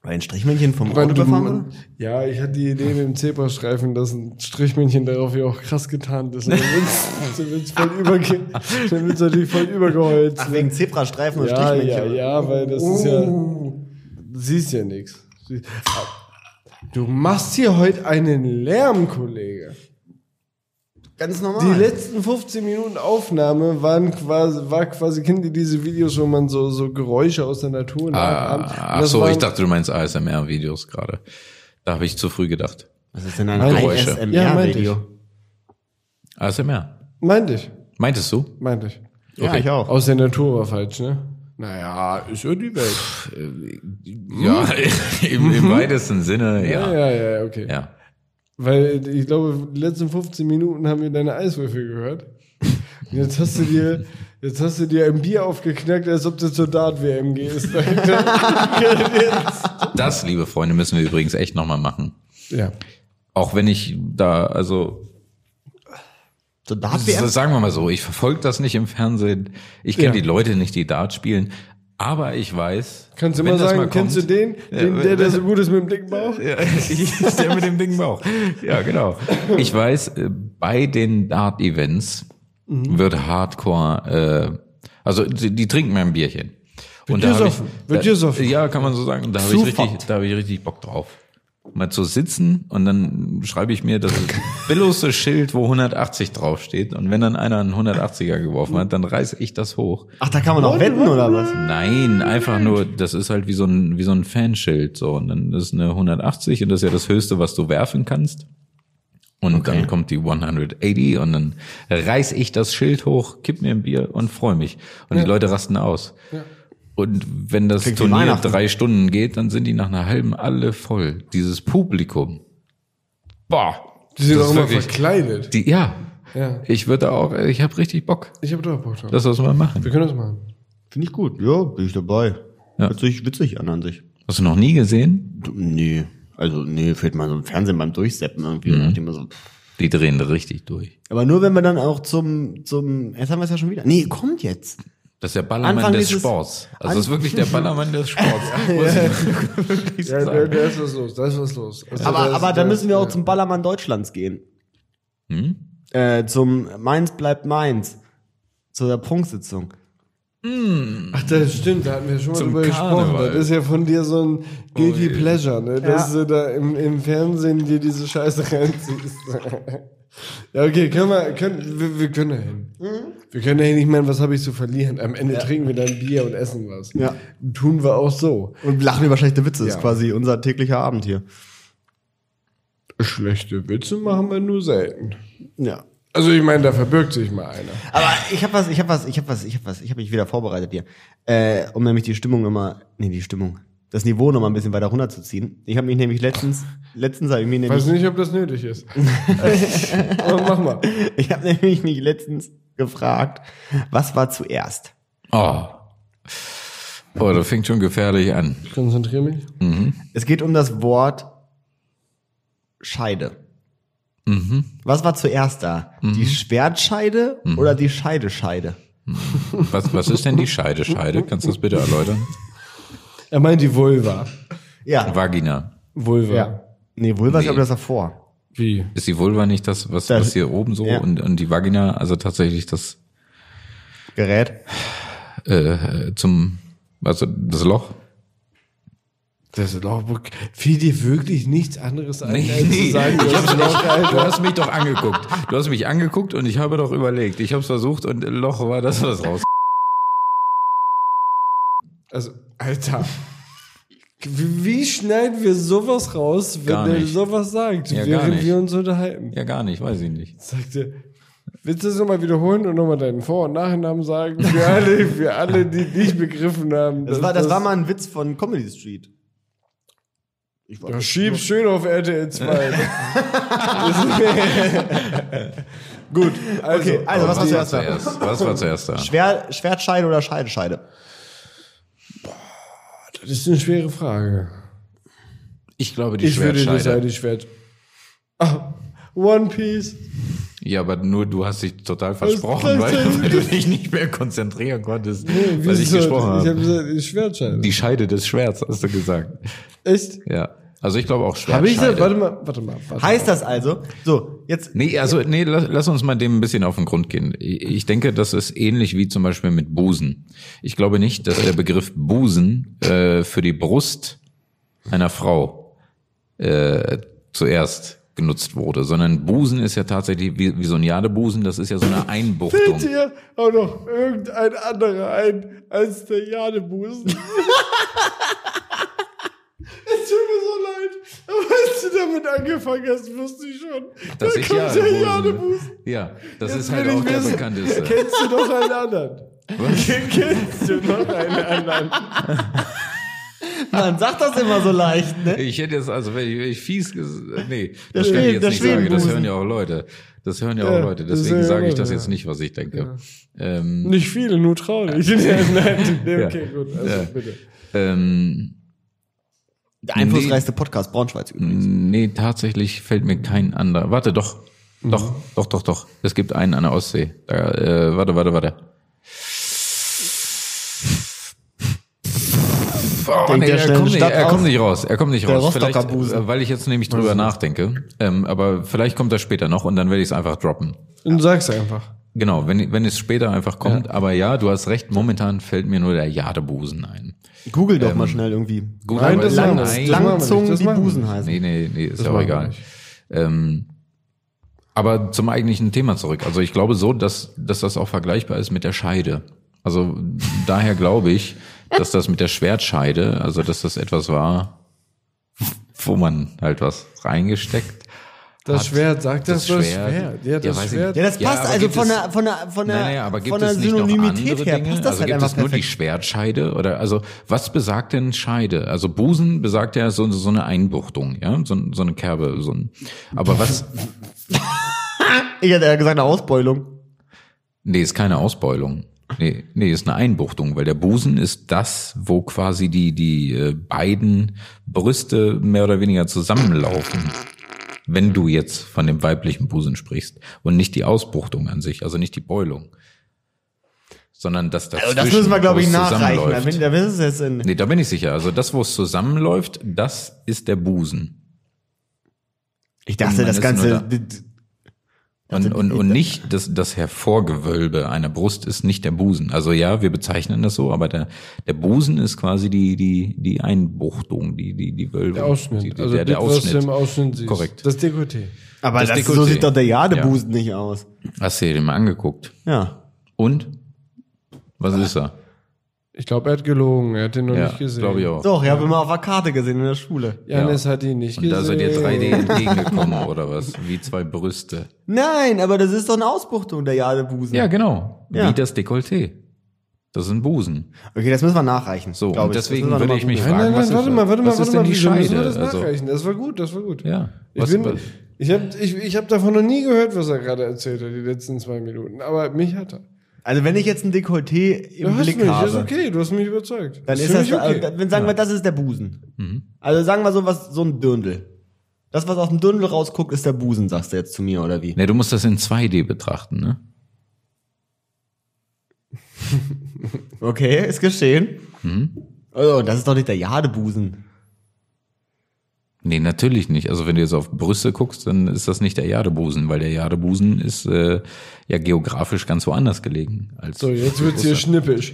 [SPEAKER 3] Ein Strichmännchen vom
[SPEAKER 6] Weil
[SPEAKER 3] Rot
[SPEAKER 6] du,
[SPEAKER 3] überfahren wurde?
[SPEAKER 6] ja, ich hatte die Idee mit dem Zebrastreifen, dass ein Strichmännchen darauf ja auch krass getarnt ist. Und Dann
[SPEAKER 1] [LAUGHS]
[SPEAKER 6] wird's- dann wird's voll überge- dann wird's natürlich voll übergeholzt.
[SPEAKER 3] Ach, wegen Zebrastreifen und
[SPEAKER 6] ja, ja,
[SPEAKER 3] Strichmännchen.
[SPEAKER 6] ja, weil das ist ja.
[SPEAKER 1] Oh.
[SPEAKER 6] Siehst ja nichts. Du machst hier heute einen Lärm, Kollege.
[SPEAKER 3] Ganz
[SPEAKER 6] Die
[SPEAKER 3] normal.
[SPEAKER 6] letzten 15 Minuten Aufnahme waren quasi, war quasi, kennt ihr diese Videos, wo man so, so Geräusche aus der Natur nachahmt?
[SPEAKER 1] Ah, ach
[SPEAKER 6] Das
[SPEAKER 1] so, ich
[SPEAKER 6] waren-
[SPEAKER 1] dachte, du meinst ASMR-Videos gerade. Da habe ich zu früh gedacht.
[SPEAKER 3] Was ist denn ein
[SPEAKER 6] Nein,
[SPEAKER 1] Geräusche.
[SPEAKER 6] Ja, meinte ich.
[SPEAKER 3] ASMR-Video?
[SPEAKER 1] ASMR.
[SPEAKER 6] Meinte ich,
[SPEAKER 1] Meintest du?
[SPEAKER 6] meinte ich.
[SPEAKER 3] Ja,
[SPEAKER 1] Okay.
[SPEAKER 3] ich auch.
[SPEAKER 6] Aus der Natur war falsch, ne? Naja, ist ja die Welt.
[SPEAKER 1] Ja, [LAUGHS] im, im weitesten Sinne,
[SPEAKER 6] Hm? Mhm. Ja,
[SPEAKER 1] ja.
[SPEAKER 6] ja, ja, okay.
[SPEAKER 1] Ja.
[SPEAKER 6] Weil ich glaube, die letzten 15 Minuten haben wir deine Eiswürfel gehört. Und jetzt hast du dir, jetzt hast du dir ein Bier aufgeknackt, als ob du zur
[SPEAKER 1] [LAUGHS]
[SPEAKER 6] Dart-WM gehst.
[SPEAKER 1] Das, liebe Freunde, müssen wir übrigens echt nochmal machen.
[SPEAKER 6] ja.
[SPEAKER 1] Auch wenn ich da, also
[SPEAKER 3] So, da habt
[SPEAKER 1] S-
[SPEAKER 3] ihr
[SPEAKER 1] Also Sagen wir mal so, ich verfolge das nicht im Fernsehen. Ich kenne
[SPEAKER 6] Ja.
[SPEAKER 1] die Leute nicht, die Dart spielen. Aber ich weiß.
[SPEAKER 6] Kannst du
[SPEAKER 1] wenn
[SPEAKER 6] immer
[SPEAKER 1] das
[SPEAKER 6] sagen,
[SPEAKER 1] mal
[SPEAKER 6] kennst du
[SPEAKER 1] kommt-
[SPEAKER 6] den, den
[SPEAKER 1] wenn-
[SPEAKER 6] der, der so gut ist mit dem dicken Bauch?
[SPEAKER 1] Ja, ist der mit dem dicken Bauch. Ja, genau. Ich weiß, äh, bei den Dart-Events wird Hardcore, äh, also die, die trinken mein Bierchen. Und da hab
[SPEAKER 6] gesoffen, wird
[SPEAKER 1] da,
[SPEAKER 6] gesoffen.
[SPEAKER 1] Ja, kann man so sagen. Und Da habe ich, richtig, da hab ich richtig Bock drauf. Mal zu sitzen und dann schreibe ich mir das billose Schild, wo 180 draufsteht. Und wenn dann einer einen 180er geworfen hat, dann reiß ich das hoch.
[SPEAKER 3] Ach, da kann man auch wetten, oder was?
[SPEAKER 1] Nein, einfach nur, das ist halt wie so ein, wie so ein Fanschild, so. Und dann ist eine 180 und das ist ja das Höchste, was du werfen kannst. Und dann kommt die 180 und dann reiß ich das Schild hoch, kipp mir ein Bier und freue mich. Und die Leute rasten aus. Und wenn das
[SPEAKER 3] Klingt wie
[SPEAKER 1] Turnier
[SPEAKER 3] Weihnachten.
[SPEAKER 1] drei Stunden geht, dann sind die nach einer halben alle voll. Dieses Publikum. Boah.
[SPEAKER 6] Die sind
[SPEAKER 1] das
[SPEAKER 6] auch
[SPEAKER 1] ist
[SPEAKER 6] immer
[SPEAKER 1] wirklich-
[SPEAKER 6] verkleidet.
[SPEAKER 1] Die, ja.
[SPEAKER 6] Ja.
[SPEAKER 1] Ich würde da auch, ich habe richtig Bock,
[SPEAKER 6] Ich habe doch Bock drauf.
[SPEAKER 1] dass wir das mal machen.
[SPEAKER 6] wir können das machen.
[SPEAKER 3] Finde ich gut. Ja, bin ich dabei.
[SPEAKER 1] Ja.
[SPEAKER 3] Hört sich witzig an an sich.
[SPEAKER 1] Hast du noch nie gesehen?
[SPEAKER 3] Du, nee. Also, nee, fehlt mal so im Fernsehen beim Durchseppen irgendwie. Mhm. Nachdem man so,
[SPEAKER 1] Die drehen richtig durch.
[SPEAKER 3] aber nur wenn wir dann auch zum, zum, jetzt haben wir es ja schon wieder. Nee, kommt jetzt.
[SPEAKER 1] Das ist der Ballermann
[SPEAKER 3] Anfang
[SPEAKER 1] des
[SPEAKER 3] dieses-
[SPEAKER 1] Sports. Also
[SPEAKER 3] An-
[SPEAKER 1] es ist wirklich der Ballermann des
[SPEAKER 3] [LAUGHS]
[SPEAKER 1] Sports. Muss ich wirklich
[SPEAKER 6] Ja, da,
[SPEAKER 1] sagen.
[SPEAKER 6] da ist was los, da ist was los. Also
[SPEAKER 3] Aber,
[SPEAKER 6] da ist-
[SPEAKER 3] aber
[SPEAKER 6] da
[SPEAKER 3] dann müssen wir auch
[SPEAKER 6] ja.
[SPEAKER 3] zum Ballermann Deutschlands gehen.
[SPEAKER 6] Hm?
[SPEAKER 3] Äh, zum Mainz bleibt Mainz. Zu der Prunksitzung.
[SPEAKER 6] Ach, das stimmt, da hatten wir schon mal
[SPEAKER 1] Zum
[SPEAKER 6] drüber gesprochen.
[SPEAKER 1] Karneval. Oh
[SPEAKER 6] Das ist ja von dir so ein Guilty
[SPEAKER 1] Ui.
[SPEAKER 6] Pleasure, ne? Dass
[SPEAKER 3] Ja.
[SPEAKER 6] du da im, im Fernsehen dir diese Scheiße reinziehst. [LAUGHS] ja, okay, können wir, können, wir, wir können da hin. Wir können da hin, ich meine, was habe ich zu verlieren? Am Ende trinken wir dann Bier und essen was.
[SPEAKER 3] Ja.
[SPEAKER 6] Tun wir auch so.
[SPEAKER 3] Und lachen über schlechte Witze.
[SPEAKER 6] Ja.
[SPEAKER 3] Ist quasi unser täglicher Abend hier.
[SPEAKER 6] Schlechte Witze machen wir nur selten.
[SPEAKER 3] Ja.
[SPEAKER 6] Also ich meine, da verbirgt sich mal einer.
[SPEAKER 3] Aber ich habe was, ich habe was, ich habe was, ich habe was, ich habe mich wieder vorbereitet hier. Äh, um nämlich die Stimmung immer, nee, die Stimmung, das Niveau nochmal ein bisschen weiter runterzuziehen. Ich habe mich nämlich letztens, letztens habe ich mich
[SPEAKER 6] Weiß
[SPEAKER 3] nämlich,
[SPEAKER 6] nicht, ob das nötig
[SPEAKER 1] [LAUGHS]
[SPEAKER 6] ist. Aber mach mal.
[SPEAKER 3] [LAUGHS] ich habe nämlich mich letztens gefragt, was war zuerst?
[SPEAKER 1] Oh. oh, das fängt schon gefährlich an.
[SPEAKER 6] Ich konzentriere mich.
[SPEAKER 3] Es geht um das Wort Scheide.
[SPEAKER 1] Mhm.
[SPEAKER 3] Was war zuerst da? Die Schwertscheide oder die Scheidescheide?
[SPEAKER 1] Was, was ist denn die Scheide? Scheide? Kannst du das bitte erläutern?
[SPEAKER 6] Er meint die Vulva.
[SPEAKER 3] Ja.
[SPEAKER 1] Vagina.
[SPEAKER 6] Vulva.
[SPEAKER 3] ja. Nee, wohl was,
[SPEAKER 1] Nee.
[SPEAKER 3] aber das davor.
[SPEAKER 6] Wie?
[SPEAKER 1] Ist die Vulva nicht das, was,
[SPEAKER 3] Das-
[SPEAKER 1] was hier oben so
[SPEAKER 3] ja.
[SPEAKER 1] und, und die Vagina, also tatsächlich das
[SPEAKER 3] Gerät.
[SPEAKER 1] äh, zum, also das Loch?
[SPEAKER 6] Das Logbuch fiel dir wirklich nichts anderes ein, als zu sagen,
[SPEAKER 1] Ich
[SPEAKER 6] das
[SPEAKER 1] hab's
[SPEAKER 6] Log,
[SPEAKER 1] nicht. Du
[SPEAKER 6] Alter.
[SPEAKER 1] hast mich doch angeguckt. Du hast mich angeguckt und ich habe doch überlegt. Ich habe es versucht und Loch war das, was raus.
[SPEAKER 6] Also, Alter. Wie wie schneiden wir sowas raus, wenn
[SPEAKER 1] Gar
[SPEAKER 6] der
[SPEAKER 1] nicht.
[SPEAKER 6] sowas sagt,
[SPEAKER 1] Ja, gar
[SPEAKER 6] während
[SPEAKER 1] nicht.
[SPEAKER 6] wir uns unterhalten?
[SPEAKER 1] Ja, gar nicht, weiß ich nicht.
[SPEAKER 6] Sagte, willst du das nochmal wiederholen und nochmal deinen Vor- und Nachnamen sagen? Für alle, für alle, die nicht begriffen haben.
[SPEAKER 3] Das
[SPEAKER 6] dass
[SPEAKER 3] war, das war mal ein Witz von Comedy Street. Ich
[SPEAKER 6] Ja, schieb schön auf
[SPEAKER 1] [LAUGHS]
[SPEAKER 6] RTL 2. Gut, also.
[SPEAKER 3] Okay, also was war
[SPEAKER 1] war
[SPEAKER 3] zuerst da?
[SPEAKER 1] zuerst? Was war zuerst da?
[SPEAKER 3] Schwer, Schwertscheide oder Scheidescheide?
[SPEAKER 6] Das ist eine schwere Frage.
[SPEAKER 1] Ich glaube, die
[SPEAKER 6] Ich würde die
[SPEAKER 1] Schwertscheide.
[SPEAKER 6] Seite schwert. Ah, One Piece.
[SPEAKER 1] Ja, aber nur du hast dich total versprochen,
[SPEAKER 6] Was
[SPEAKER 1] weil,
[SPEAKER 6] ist das
[SPEAKER 1] [LAUGHS]
[SPEAKER 6] denn?
[SPEAKER 1] weil du dich nicht mehr konzentrieren konntest,
[SPEAKER 6] Wie
[SPEAKER 1] weil
[SPEAKER 6] ist
[SPEAKER 1] ich
[SPEAKER 6] das?
[SPEAKER 1] gesprochen
[SPEAKER 6] Ich habe
[SPEAKER 1] habe.
[SPEAKER 6] gesagt, Schwertscheide.
[SPEAKER 1] Die Scheide des Schwerts, hast du gesagt.
[SPEAKER 6] Echt?
[SPEAKER 1] Ja. Also ich glaube auch
[SPEAKER 6] Habe ich
[SPEAKER 1] Schwertscheide.
[SPEAKER 6] gesagt? Warte mal, warte mal. Warte
[SPEAKER 3] Heißt das also? So, jetzt. [LAUGHS]
[SPEAKER 1] Nee, also nee, lass, lass uns mal dem ein bisschen auf den Grund gehen. Ich ich denke, das ist ähnlich wie zum Beispiel mit Busen. Ich glaube nicht, dass der Begriff Busen äh, für die Brust einer Frau äh, zuerst genutzt wurde, sondern Busen ist ja tatsächlich wie, wie so ein Jadebusen, das ist ja so eine
[SPEAKER 6] Fällt
[SPEAKER 1] Einbuchtung.
[SPEAKER 6] dir auch noch irgendein anderer ein als der
[SPEAKER 1] [LAUGHS]
[SPEAKER 6] Jadebusen? es tut mir so leid, aber als du damit angefangen hast, wusste ich schon.
[SPEAKER 1] Das
[SPEAKER 6] da
[SPEAKER 1] ist
[SPEAKER 6] kommt der
[SPEAKER 1] Jadebusen.
[SPEAKER 6] Jadebusen.
[SPEAKER 1] Ja, das
[SPEAKER 6] Jetzt
[SPEAKER 1] ist halt
[SPEAKER 6] will ich
[SPEAKER 1] auch der
[SPEAKER 6] wissen,
[SPEAKER 1] bekannteste.
[SPEAKER 6] Kennst du noch einen anderen? [LAUGHS] Kennst du noch einen anderen?
[SPEAKER 3] Man sagt das immer so leicht, ne?
[SPEAKER 1] Ich hätte jetzt, also wenn ich, wenn ich fies ges Nee, das kann ich
[SPEAKER 3] Der
[SPEAKER 1] jetzt
[SPEAKER 3] Schweden- der
[SPEAKER 1] nicht sagen. Das
[SPEAKER 3] Schwedenbusen.
[SPEAKER 1] hören ja auch Leute. Das hören ja
[SPEAKER 6] Ja,
[SPEAKER 1] auch Leute.
[SPEAKER 6] das
[SPEAKER 1] Deswegen
[SPEAKER 6] hören
[SPEAKER 1] sage ich
[SPEAKER 6] Leute,
[SPEAKER 1] das
[SPEAKER 6] ja.
[SPEAKER 1] jetzt nicht, was ich denke. Ähm,
[SPEAKER 6] Nicht viele, nur
[SPEAKER 1] [LAUGHS]
[SPEAKER 6] traurig. [LAUGHS] Nein, nein, nee, okay, gut. Also
[SPEAKER 1] Ja.
[SPEAKER 6] bitte.
[SPEAKER 1] ähm,
[SPEAKER 3] Der einflussreichste Podcast Braunschweiz übrigens.
[SPEAKER 1] nee, tatsächlich fällt mir kein anderer. Warte, doch.
[SPEAKER 3] Mhm.
[SPEAKER 1] Doch, doch, doch, doch. Es gibt einen an der Ostsee. Da, äh, warte, warte, warte. Oh,
[SPEAKER 3] Denkt
[SPEAKER 1] nee,
[SPEAKER 3] der
[SPEAKER 1] er
[SPEAKER 3] schnell
[SPEAKER 1] kommt,
[SPEAKER 3] eine
[SPEAKER 1] nicht,
[SPEAKER 3] Stadt
[SPEAKER 1] er kommt
[SPEAKER 3] aus?
[SPEAKER 1] nicht raus. Er kommt nicht
[SPEAKER 3] Der
[SPEAKER 1] raus.
[SPEAKER 3] Rostocker
[SPEAKER 1] Vielleicht,
[SPEAKER 3] Busen.
[SPEAKER 1] äh, weil ich jetzt nämlich drüber nachdenke. Ähm, aber vielleicht kommt das später noch und dann werde ich es einfach droppen.
[SPEAKER 6] Und sag's einfach.
[SPEAKER 1] Genau, wenn, wenn es später einfach kommt. Aber ja, du hast recht, momentan fällt mir nur der Jadebusen ein.
[SPEAKER 3] Google doch mal schnell irgendwie.
[SPEAKER 1] Gut,
[SPEAKER 6] Nein,
[SPEAKER 1] aber
[SPEAKER 6] das
[SPEAKER 1] lang-
[SPEAKER 6] machen wir
[SPEAKER 1] Ähm, nein,
[SPEAKER 6] nicht.
[SPEAKER 1] lang-
[SPEAKER 6] machen wir
[SPEAKER 3] Langzungen,
[SPEAKER 6] nicht, das
[SPEAKER 3] die
[SPEAKER 6] machen wir
[SPEAKER 3] Busen
[SPEAKER 6] nicht.
[SPEAKER 3] heißen.
[SPEAKER 1] Nee, nee, nee, ist ja auch
[SPEAKER 6] machen wir
[SPEAKER 1] egal.
[SPEAKER 6] nicht.
[SPEAKER 1] Ähm, aber zum eigentlichen Thema zurück. Also ich glaube so, dass, dass das auch vergleichbar ist mit der Scheide. Also daher glaube ich, dass das mit der Schwertscheide, also dass das etwas war, wo man halt was reingesteckt.
[SPEAKER 6] Das
[SPEAKER 1] Hat
[SPEAKER 6] Schwert, sagt das, das Schwert. Ja, das
[SPEAKER 1] weiß ich
[SPEAKER 6] Schwert.
[SPEAKER 1] nicht.
[SPEAKER 3] Ja, das
[SPEAKER 1] Ja,
[SPEAKER 3] passt
[SPEAKER 1] aber
[SPEAKER 3] also
[SPEAKER 1] gibt
[SPEAKER 3] von
[SPEAKER 1] es-
[SPEAKER 3] der, von der, von der,
[SPEAKER 1] Nein, naja, aber gibt
[SPEAKER 3] von der
[SPEAKER 1] es nicht noch andere
[SPEAKER 3] Synonymität her
[SPEAKER 1] Dinge?
[SPEAKER 3] passt das
[SPEAKER 1] also
[SPEAKER 3] halt
[SPEAKER 1] gibt
[SPEAKER 3] einfach
[SPEAKER 1] es nur die
[SPEAKER 3] perfekt.
[SPEAKER 1] Schwertscheide oder also was besagt denn Scheide? Also Busen besagt ja so, so eine Einbuchtung, ja, so, so eine Kerbe, so ein. Aber was?
[SPEAKER 3] Ich hätte ja gesagt, eine Ausbeulung.
[SPEAKER 1] Nee, ist keine Ausbeulung. Nee, nee, ist eine Einbuchtung, weil der Busen ist das, wo quasi die die äh, beiden Brüste mehr oder weniger zusammenlaufen. Wenn du jetzt von dem weiblichen Busen sprichst und nicht die Ausbuchtung an sich, also nicht die Beulung, sondern dass das
[SPEAKER 3] Also das müssen wir, glaube ich, nachreichen. Da bin,
[SPEAKER 1] Zusammenläuft.
[SPEAKER 3] da bin ich jetzt in.
[SPEAKER 1] Nee, da bin ich sicher. Also das, wo es zusammenläuft, das ist der Busen.
[SPEAKER 3] Ich
[SPEAKER 1] Und
[SPEAKER 3] dachte,
[SPEAKER 1] man
[SPEAKER 3] das
[SPEAKER 1] ist
[SPEAKER 3] Ganze.
[SPEAKER 1] nur da. Und, und, und nicht das, das Hervorgewölbe einer Brust ist nicht der Busen. Also ja, wir bezeichnen das so, aber der, der Busen ist quasi die, die, die Einbuchtung, die, die, die Wölbung.
[SPEAKER 6] Der Ausschnitt.
[SPEAKER 1] Die, die,
[SPEAKER 6] also
[SPEAKER 1] der, der
[SPEAKER 6] das, was du
[SPEAKER 1] Ausschnitt.
[SPEAKER 6] im Ausschnitt siehst.
[SPEAKER 1] Korrekt.
[SPEAKER 6] Das Dekolleté.
[SPEAKER 3] Aber
[SPEAKER 1] das
[SPEAKER 3] das so
[SPEAKER 1] Dekolleté.
[SPEAKER 3] sieht doch der Jadebusen nicht aus.
[SPEAKER 1] Hast du dir den mal angeguckt?
[SPEAKER 3] Ja.
[SPEAKER 1] Und? Was ist er?
[SPEAKER 6] Ich glaube, er hat gelogen. Er hat den noch
[SPEAKER 1] Ja,
[SPEAKER 6] nicht gesehen.
[SPEAKER 1] glaube ich auch.
[SPEAKER 3] Doch, ich habe immer auf der Karte gesehen in der Schule.
[SPEAKER 6] Janis hat ihn nicht
[SPEAKER 1] Und
[SPEAKER 6] gesehen.
[SPEAKER 1] da seid ihr 3D entgegengekommen oder was? Wie zwei Brüste.
[SPEAKER 3] Nein, aber das ist doch eine Ausbuchtung der Jadebusen.
[SPEAKER 1] Ja, genau.
[SPEAKER 3] Ja.
[SPEAKER 1] Wie das Dekolleté. Das sind Busen.
[SPEAKER 3] Okay, das müssen wir nachreichen.
[SPEAKER 1] So,
[SPEAKER 3] glaub
[SPEAKER 1] und
[SPEAKER 3] ich. Das
[SPEAKER 1] deswegen
[SPEAKER 3] müssen wir
[SPEAKER 1] würde
[SPEAKER 3] noch
[SPEAKER 1] ich
[SPEAKER 3] mal
[SPEAKER 1] mich
[SPEAKER 3] googeln.
[SPEAKER 6] Nein, nein,
[SPEAKER 1] fragen, was
[SPEAKER 6] nein,
[SPEAKER 1] ist,
[SPEAKER 6] warte mal, warte mal,
[SPEAKER 1] was
[SPEAKER 6] warte
[SPEAKER 1] ist
[SPEAKER 6] mal.
[SPEAKER 1] denn die
[SPEAKER 6] wieso müssen wir
[SPEAKER 1] Scheide?
[SPEAKER 6] das
[SPEAKER 1] Also,
[SPEAKER 6] nachreichen? Das war gut, das war gut.
[SPEAKER 1] ja.
[SPEAKER 6] Ich,
[SPEAKER 1] Was,
[SPEAKER 6] bin, ich habe ich, ich hab davon noch nie gehört, was er gerade erzählt hat, die letzten zwei Minuten. Aber mich hat er.
[SPEAKER 3] Also wenn ich jetzt ein Dekolleté im
[SPEAKER 6] Du hast
[SPEAKER 3] Blick
[SPEAKER 6] mich,
[SPEAKER 3] habe,
[SPEAKER 6] ist okay, du hast mich überzeugt.
[SPEAKER 3] dann ist
[SPEAKER 6] für
[SPEAKER 3] das,
[SPEAKER 6] mich
[SPEAKER 3] also, dann sagen wir, das ist der Busen.
[SPEAKER 1] Mhm.
[SPEAKER 3] Also sagen wir so was, so ein Dirndl. Das, was aus dem Dirndl rausguckt, ist der Busen, sagst du jetzt zu mir, oder wie?
[SPEAKER 1] Ne, du musst das in 2D betrachten, ne?
[SPEAKER 3] Okay, ist geschehen.
[SPEAKER 1] Mhm.
[SPEAKER 3] Oh, und das ist doch nicht der Jadebusen.
[SPEAKER 1] Nee, natürlich nicht. Also wenn du jetzt auf Brüste guckst, dann ist das nicht der Jadebusen, weil der Jadebusen ist äh, ja geografisch ganz woanders gelegen. Als
[SPEAKER 6] So, jetzt wird's hier schnippisch.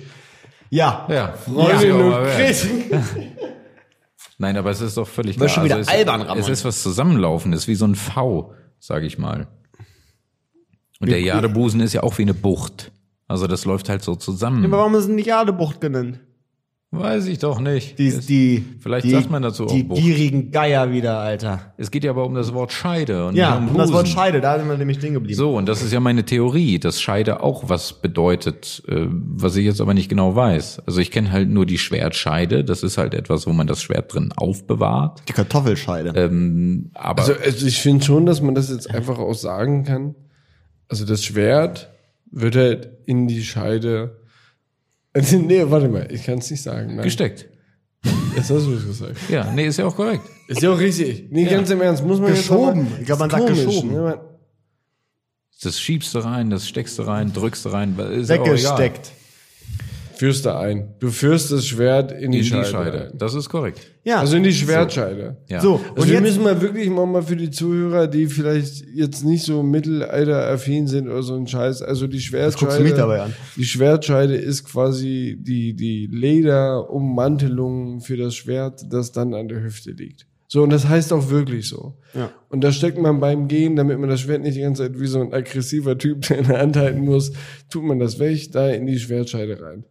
[SPEAKER 3] Ja.
[SPEAKER 1] ja.
[SPEAKER 6] Freundin
[SPEAKER 1] Ja,
[SPEAKER 6] und
[SPEAKER 1] aber-
[SPEAKER 6] Chris.
[SPEAKER 1] Nein, aber es ist doch völlig Also
[SPEAKER 3] War schon wieder
[SPEAKER 1] es,
[SPEAKER 3] albern, Ramon.
[SPEAKER 1] es ist was Zusammenlaufendes, wie so ein V, sage ich mal. Und der Jadebusen ist ja auch wie eine Bucht. Also das läuft halt so zusammen.
[SPEAKER 3] Aber warum ist es nicht Jadebucht genannt?
[SPEAKER 1] Weiß ich doch nicht.
[SPEAKER 3] Die,
[SPEAKER 1] es,
[SPEAKER 3] die,
[SPEAKER 1] vielleicht
[SPEAKER 3] die,
[SPEAKER 1] sagt man dazu auch
[SPEAKER 3] die
[SPEAKER 1] Bucht.
[SPEAKER 3] gierigen Geier wieder, Alter.
[SPEAKER 1] es geht ja aber um das Wort Scheide und
[SPEAKER 3] Ja,
[SPEAKER 1] nicht um
[SPEAKER 3] und das Wort
[SPEAKER 1] Busen.
[SPEAKER 3] Scheide, da sind wir nämlich stehen geblieben.
[SPEAKER 1] So, und das ist ja meine Theorie, dass Scheide auch was bedeutet, äh, was ich jetzt aber nicht genau weiß. Also ich kenne halt nur die Schwertscheide, das ist halt etwas, wo man das Schwert drin aufbewahrt. Ähm,
[SPEAKER 3] Die Kartoffelscheide.
[SPEAKER 1] Äh, Aber
[SPEAKER 6] Also, also ich finde schon, dass man das jetzt einfach auch sagen kann. Also das Schwert wird halt in die Scheide. Also, Nee, warte mal, ich kann es nicht sagen. Nein.
[SPEAKER 1] gesteckt.
[SPEAKER 6] Jetzt hast du es gesagt.
[SPEAKER 1] Ja, nee, ist ja auch korrekt.
[SPEAKER 6] Ist ne? ja auch richtig. Nee, ganz im Ernst, muss man jetzt
[SPEAKER 3] Geschoben.
[SPEAKER 6] auch mal-
[SPEAKER 3] Ich glaub, man
[SPEAKER 6] Ist
[SPEAKER 3] sagt geschoben.
[SPEAKER 6] ne? Man-
[SPEAKER 1] Das schiebst du rein, das steckst du rein, drückst du rein. Ist oh, ja auch egal.
[SPEAKER 3] Weggesteckt.
[SPEAKER 6] Führst du ein. Du führst das Schwert in die,
[SPEAKER 1] Die
[SPEAKER 6] Scheide.
[SPEAKER 1] Scheide. Das ist korrekt.
[SPEAKER 3] Ja.
[SPEAKER 6] Also in die Schwertscheide.
[SPEAKER 1] Ja.
[SPEAKER 3] So,
[SPEAKER 6] Also
[SPEAKER 3] und
[SPEAKER 6] wir
[SPEAKER 3] jetzt,
[SPEAKER 6] müssen mal wirklich mal, mal für die Zuhörer, die vielleicht jetzt nicht so mittelalteraffin sind oder so ein Scheiß, also die Schwertscheide.
[SPEAKER 3] guckst du mich dabei an?
[SPEAKER 6] Die Schwertscheide ist quasi die, die Lederummantelung für das Schwert, das dann an der Hüfte liegt. So, und das heißt auch wirklich so.
[SPEAKER 3] Ja.
[SPEAKER 6] Und da steckt man beim Gehen, damit man das Schwert nicht die ganze Zeit wie so ein aggressiver Typ, [LAUGHS] der in der Hand halten muss, tut man das weg, da in die Schwertscheide rein.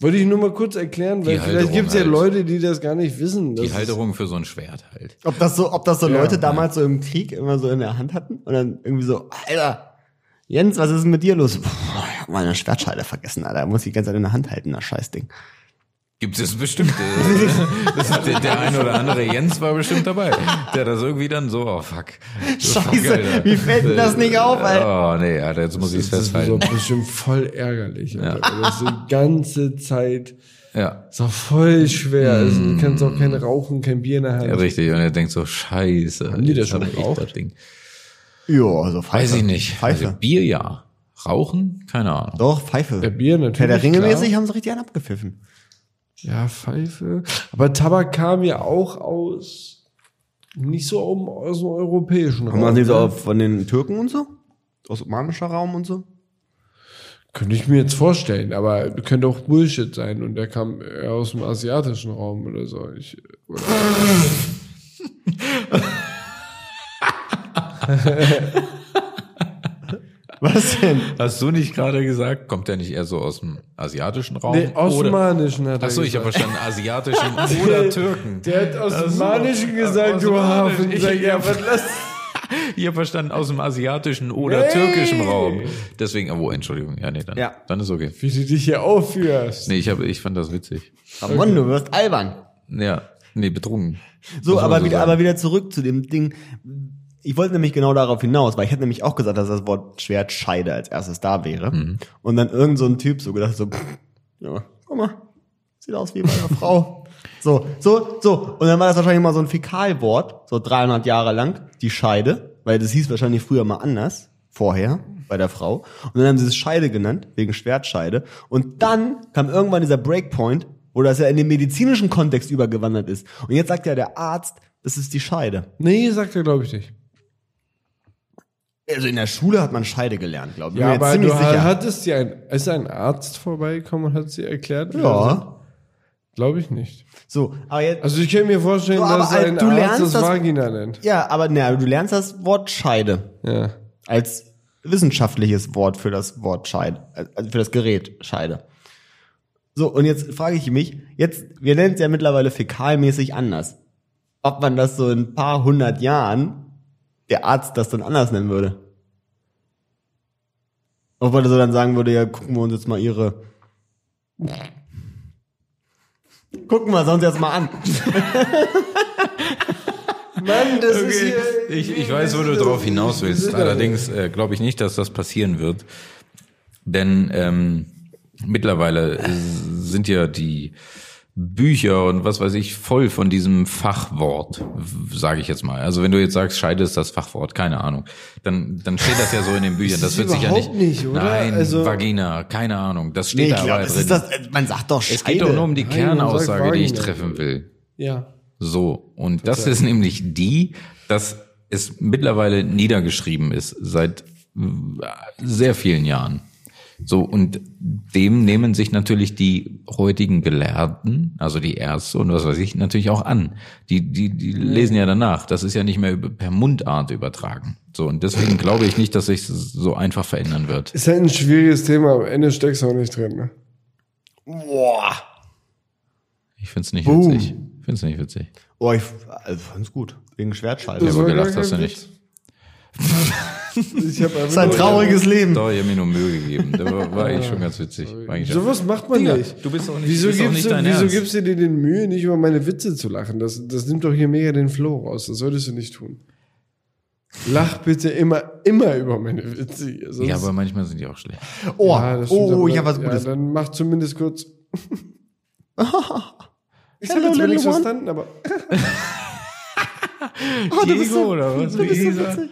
[SPEAKER 6] Wollte ich nur mal kurz erklären, weil
[SPEAKER 1] Die
[SPEAKER 6] vielleicht
[SPEAKER 1] Halterung
[SPEAKER 6] gibt es ja
[SPEAKER 1] halt.
[SPEAKER 6] Leute, die das gar nicht wissen. dass
[SPEAKER 1] Die
[SPEAKER 6] es-
[SPEAKER 1] Halterung für so ein Schwert halt.
[SPEAKER 3] ob das so, ob das so Leute
[SPEAKER 6] Ja.
[SPEAKER 3] damals so im Krieg immer so in der Hand hatten und dann irgendwie so, Alter, Jens, was ist denn mit dir los? Puh, ich hab meine Schwertscheide vergessen, Alter. Muss ich die ganze Zeit in der Hand halten, das Scheißding.
[SPEAKER 1] Gibt es bestimmt. äh, das ist der, der ein oder andere Jens war bestimmt dabei, der das irgendwie dann so, oh fuck.
[SPEAKER 3] Scheiße, wie fällt denn das nicht auf,
[SPEAKER 1] Alter? Oh nee, Alter, jetzt muss ich es
[SPEAKER 6] Das ist so
[SPEAKER 1] festhalten.
[SPEAKER 6] bestimmt voll ärgerlich. Alter. Weil Das ist die ganze Zeit
[SPEAKER 1] Ja.
[SPEAKER 6] ist auch voll schwer. Also,
[SPEAKER 3] Mm.
[SPEAKER 6] du kannst auch kein Rauchen, kein Bier in der Hand.
[SPEAKER 1] ja, richtig. Und er denkt so, scheiße. Haben
[SPEAKER 6] die das schon gebraucht?
[SPEAKER 1] das Ding.
[SPEAKER 3] Ja, also Pfeife.
[SPEAKER 1] Weiß ich nicht.
[SPEAKER 3] Pfeife.
[SPEAKER 1] Also Bier ja. Rauchen? Keine Ahnung.
[SPEAKER 3] Doch, Pfeife.
[SPEAKER 6] Ja, Bier natürlich.
[SPEAKER 3] Herr der Ringe
[SPEAKER 6] klar.
[SPEAKER 3] mäßig haben sie richtig einen abgepfiffen.
[SPEAKER 6] Ja, Pfeife. Aber Tabak kam ja auch aus, nicht so oben aus dem europäischen
[SPEAKER 3] Haben man die so
[SPEAKER 6] ne?
[SPEAKER 3] auf- von den Türken und so? Aus osmanischer Raum und so?
[SPEAKER 6] Könnte ich mir jetzt vorstellen, aber könnte auch Bullshit sein. Und der kam eher aus dem asiatischen Raum oder so. Ich, oder
[SPEAKER 3] Was denn?
[SPEAKER 1] Hast du nicht gerade gesagt, kommt der nicht eher so aus dem asiatischen Raum?
[SPEAKER 6] nee, osmanischen hat er
[SPEAKER 1] Achso, ich
[SPEAKER 6] gesagt.
[SPEAKER 1] habe verstanden, [LAUGHS] asiatischen oder Türken.
[SPEAKER 6] Der hat osmanischen gesagt, du
[SPEAKER 1] Osmanisch.
[SPEAKER 6] Hafen.
[SPEAKER 1] Ich-
[SPEAKER 6] Sag, ja, was lass
[SPEAKER 1] Ihr verstanden aus dem asiatischen oder
[SPEAKER 6] Nee.
[SPEAKER 1] türkischen Raum. Deswegen, oh, Entschuldigung. Ja, nee, dann,
[SPEAKER 3] Ja.
[SPEAKER 1] dann ist okay.
[SPEAKER 6] wie du dich hier aufführst.
[SPEAKER 1] Nee, ich, hab, ich fand das witzig.
[SPEAKER 3] Ramon, du wirst albern.
[SPEAKER 1] Ja, nee, betrunken.
[SPEAKER 3] So,
[SPEAKER 1] Muss man
[SPEAKER 3] aber,
[SPEAKER 1] so
[SPEAKER 3] wieder,
[SPEAKER 1] sagen.
[SPEAKER 3] aber wieder zurück zu dem Ding. Ich wollte nämlich genau darauf hinaus, weil ich hätte nämlich auch gesagt, dass das Wort Schwertscheide als erstes da wäre.
[SPEAKER 1] Mhm.
[SPEAKER 3] Und dann irgend so ein Typ so gedacht, so, pff, ja, guck mal, sieht aus wie bei einer
[SPEAKER 6] [LAUGHS]
[SPEAKER 3] Frau. So, so, so. Und dann war das wahrscheinlich mal so ein Fäkalwort, so 300 Jahre lang, die Scheide, weil das hieß wahrscheinlich früher mal anders, vorher, bei der Frau. Und dann haben sie es Scheide genannt, wegen Schwertscheide. Und dann kam irgendwann dieser Breakpoint, wo das ja in den medizinischen Kontext übergewandert ist. Und jetzt sagt ja der Arzt, das ist die Scheide.
[SPEAKER 6] Nee, sagt er, glaube ich, nicht.
[SPEAKER 3] Also in der Schule hat man Scheide gelernt, glaube ich.
[SPEAKER 6] Ja,
[SPEAKER 3] Bin mir
[SPEAKER 6] aber
[SPEAKER 3] jetzt
[SPEAKER 6] du
[SPEAKER 3] ziemlich sicher.
[SPEAKER 6] hattest dir ein, ist ein Arzt vorbeigekommen und hat sie erklärt?
[SPEAKER 3] ja.
[SPEAKER 6] Glaube ich nicht.
[SPEAKER 3] So, aber jetzt,
[SPEAKER 6] Also ich kann mir vorstellen,
[SPEAKER 3] So, aber
[SPEAKER 6] dass
[SPEAKER 3] Alter,
[SPEAKER 6] ein
[SPEAKER 3] du
[SPEAKER 6] Arzt
[SPEAKER 3] lernst
[SPEAKER 6] das
[SPEAKER 3] das-
[SPEAKER 6] Vagina nennt.
[SPEAKER 3] ja, aber, ne, aber du lernst das Wort Scheide.
[SPEAKER 6] Ja.
[SPEAKER 3] als wissenschaftliches Wort für das Wort Scheide, also für das Gerät Scheide. So, und jetzt frage ich mich, jetzt, wir nennen es ja mittlerweile fäkalmäßig anders. Ob man das so in ein paar hundert Jahren der Arzt das dann anders nennen würde. Ob man so dann sagen würde, ja, gucken wir uns jetzt mal ihre. Gucken wir es uns jetzt mal an.
[SPEAKER 6] [LAUGHS] Mann, das
[SPEAKER 1] Okay. Ich, ich weiß, wo du drauf hinaus willst.
[SPEAKER 6] sind da-
[SPEAKER 1] Allerdings äh, glaube ich nicht, dass das passieren wird. Denn ähm, mittlerweile äh, sind ja die Bücher und was weiß ich voll von diesem Fachwort, sage ich jetzt mal. Also wenn du jetzt sagst, Scheide ist das Fachwort, keine Ahnung, dann dann steht das ja so in den Büchern.
[SPEAKER 6] [LAUGHS]
[SPEAKER 1] Das,
[SPEAKER 6] Das ist
[SPEAKER 1] wird sich ja nicht.
[SPEAKER 6] überhaupt nicht, oder?
[SPEAKER 1] Nein,
[SPEAKER 6] Also-
[SPEAKER 1] Vagina, keine Ahnung. Das steht
[SPEAKER 3] Nee,
[SPEAKER 1] da
[SPEAKER 3] ich glaube,
[SPEAKER 1] aber
[SPEAKER 3] das
[SPEAKER 1] drin.
[SPEAKER 3] ist das, äh, man sagt doch Scheide.
[SPEAKER 1] es geht doch nur um die
[SPEAKER 6] Nein, man sagt
[SPEAKER 1] Kernaussage, die ich
[SPEAKER 6] Vagina.
[SPEAKER 1] treffen will.
[SPEAKER 6] Ja.
[SPEAKER 1] So, und das ist nämlich die, dass es mittlerweile niedergeschrieben ist seit äh, sehr vielen Jahren. So, und dem nehmen sich natürlich die heutigen Gelehrten, also die Ärzte und was weiß ich, natürlich auch an. Die, die, die lesen ja danach. Das ist ja nicht mehr über- per Mundart übertragen. So, und deswegen glaube ich nicht, dass sich so einfach verändern wird.
[SPEAKER 6] Ist halt ein schwieriges Thema, am Ende steckst du auch nicht drin. Ne?
[SPEAKER 3] Boah.
[SPEAKER 1] Ich find's nicht
[SPEAKER 3] Boom.
[SPEAKER 1] witzig. Ich find's nicht witzig.
[SPEAKER 3] Oh, ich also, fand's gut. Wegen Schwertscheide.
[SPEAKER 1] aber
[SPEAKER 6] war
[SPEAKER 1] gelacht
[SPEAKER 6] gar
[SPEAKER 1] hast du
[SPEAKER 6] kein
[SPEAKER 1] nicht.
[SPEAKER 6] Witz. [LAUGHS] ich hab
[SPEAKER 3] Das ist ein trauriges Leben.
[SPEAKER 1] Doch, ich hab mir nur Mühe gegeben. Da war, war eigentlich schon ganz witzig. War eigentlich
[SPEAKER 6] Sowas macht man
[SPEAKER 1] Digga,
[SPEAKER 6] nicht.
[SPEAKER 1] du bist doch nicht- du
[SPEAKER 6] Wieso
[SPEAKER 1] bist doch
[SPEAKER 6] gibst
[SPEAKER 1] nicht
[SPEAKER 6] du,
[SPEAKER 1] dein
[SPEAKER 6] wieso
[SPEAKER 1] Ernst.
[SPEAKER 6] gibst du dir den Mühe, nicht über meine Witze zu lachen? Das, das nimmt doch hier mega den Flow raus. Das solltest du nicht tun. Lach bitte immer, immer über meine Witze. hier, Sonst,
[SPEAKER 1] Ja, aber manchmal sind die auch schlecht.
[SPEAKER 3] Oh,
[SPEAKER 6] Ja, das stimmt,
[SPEAKER 3] oh,
[SPEAKER 6] aber-
[SPEAKER 3] ich habe was Gutes.
[SPEAKER 6] Ja, dann mach zumindest kurz. ich habe
[SPEAKER 3] Hello,
[SPEAKER 6] jetzt
[SPEAKER 3] little
[SPEAKER 6] mal nichts
[SPEAKER 3] one.
[SPEAKER 6] verstanden, aber
[SPEAKER 1] Diego oder was? Wie hieß er?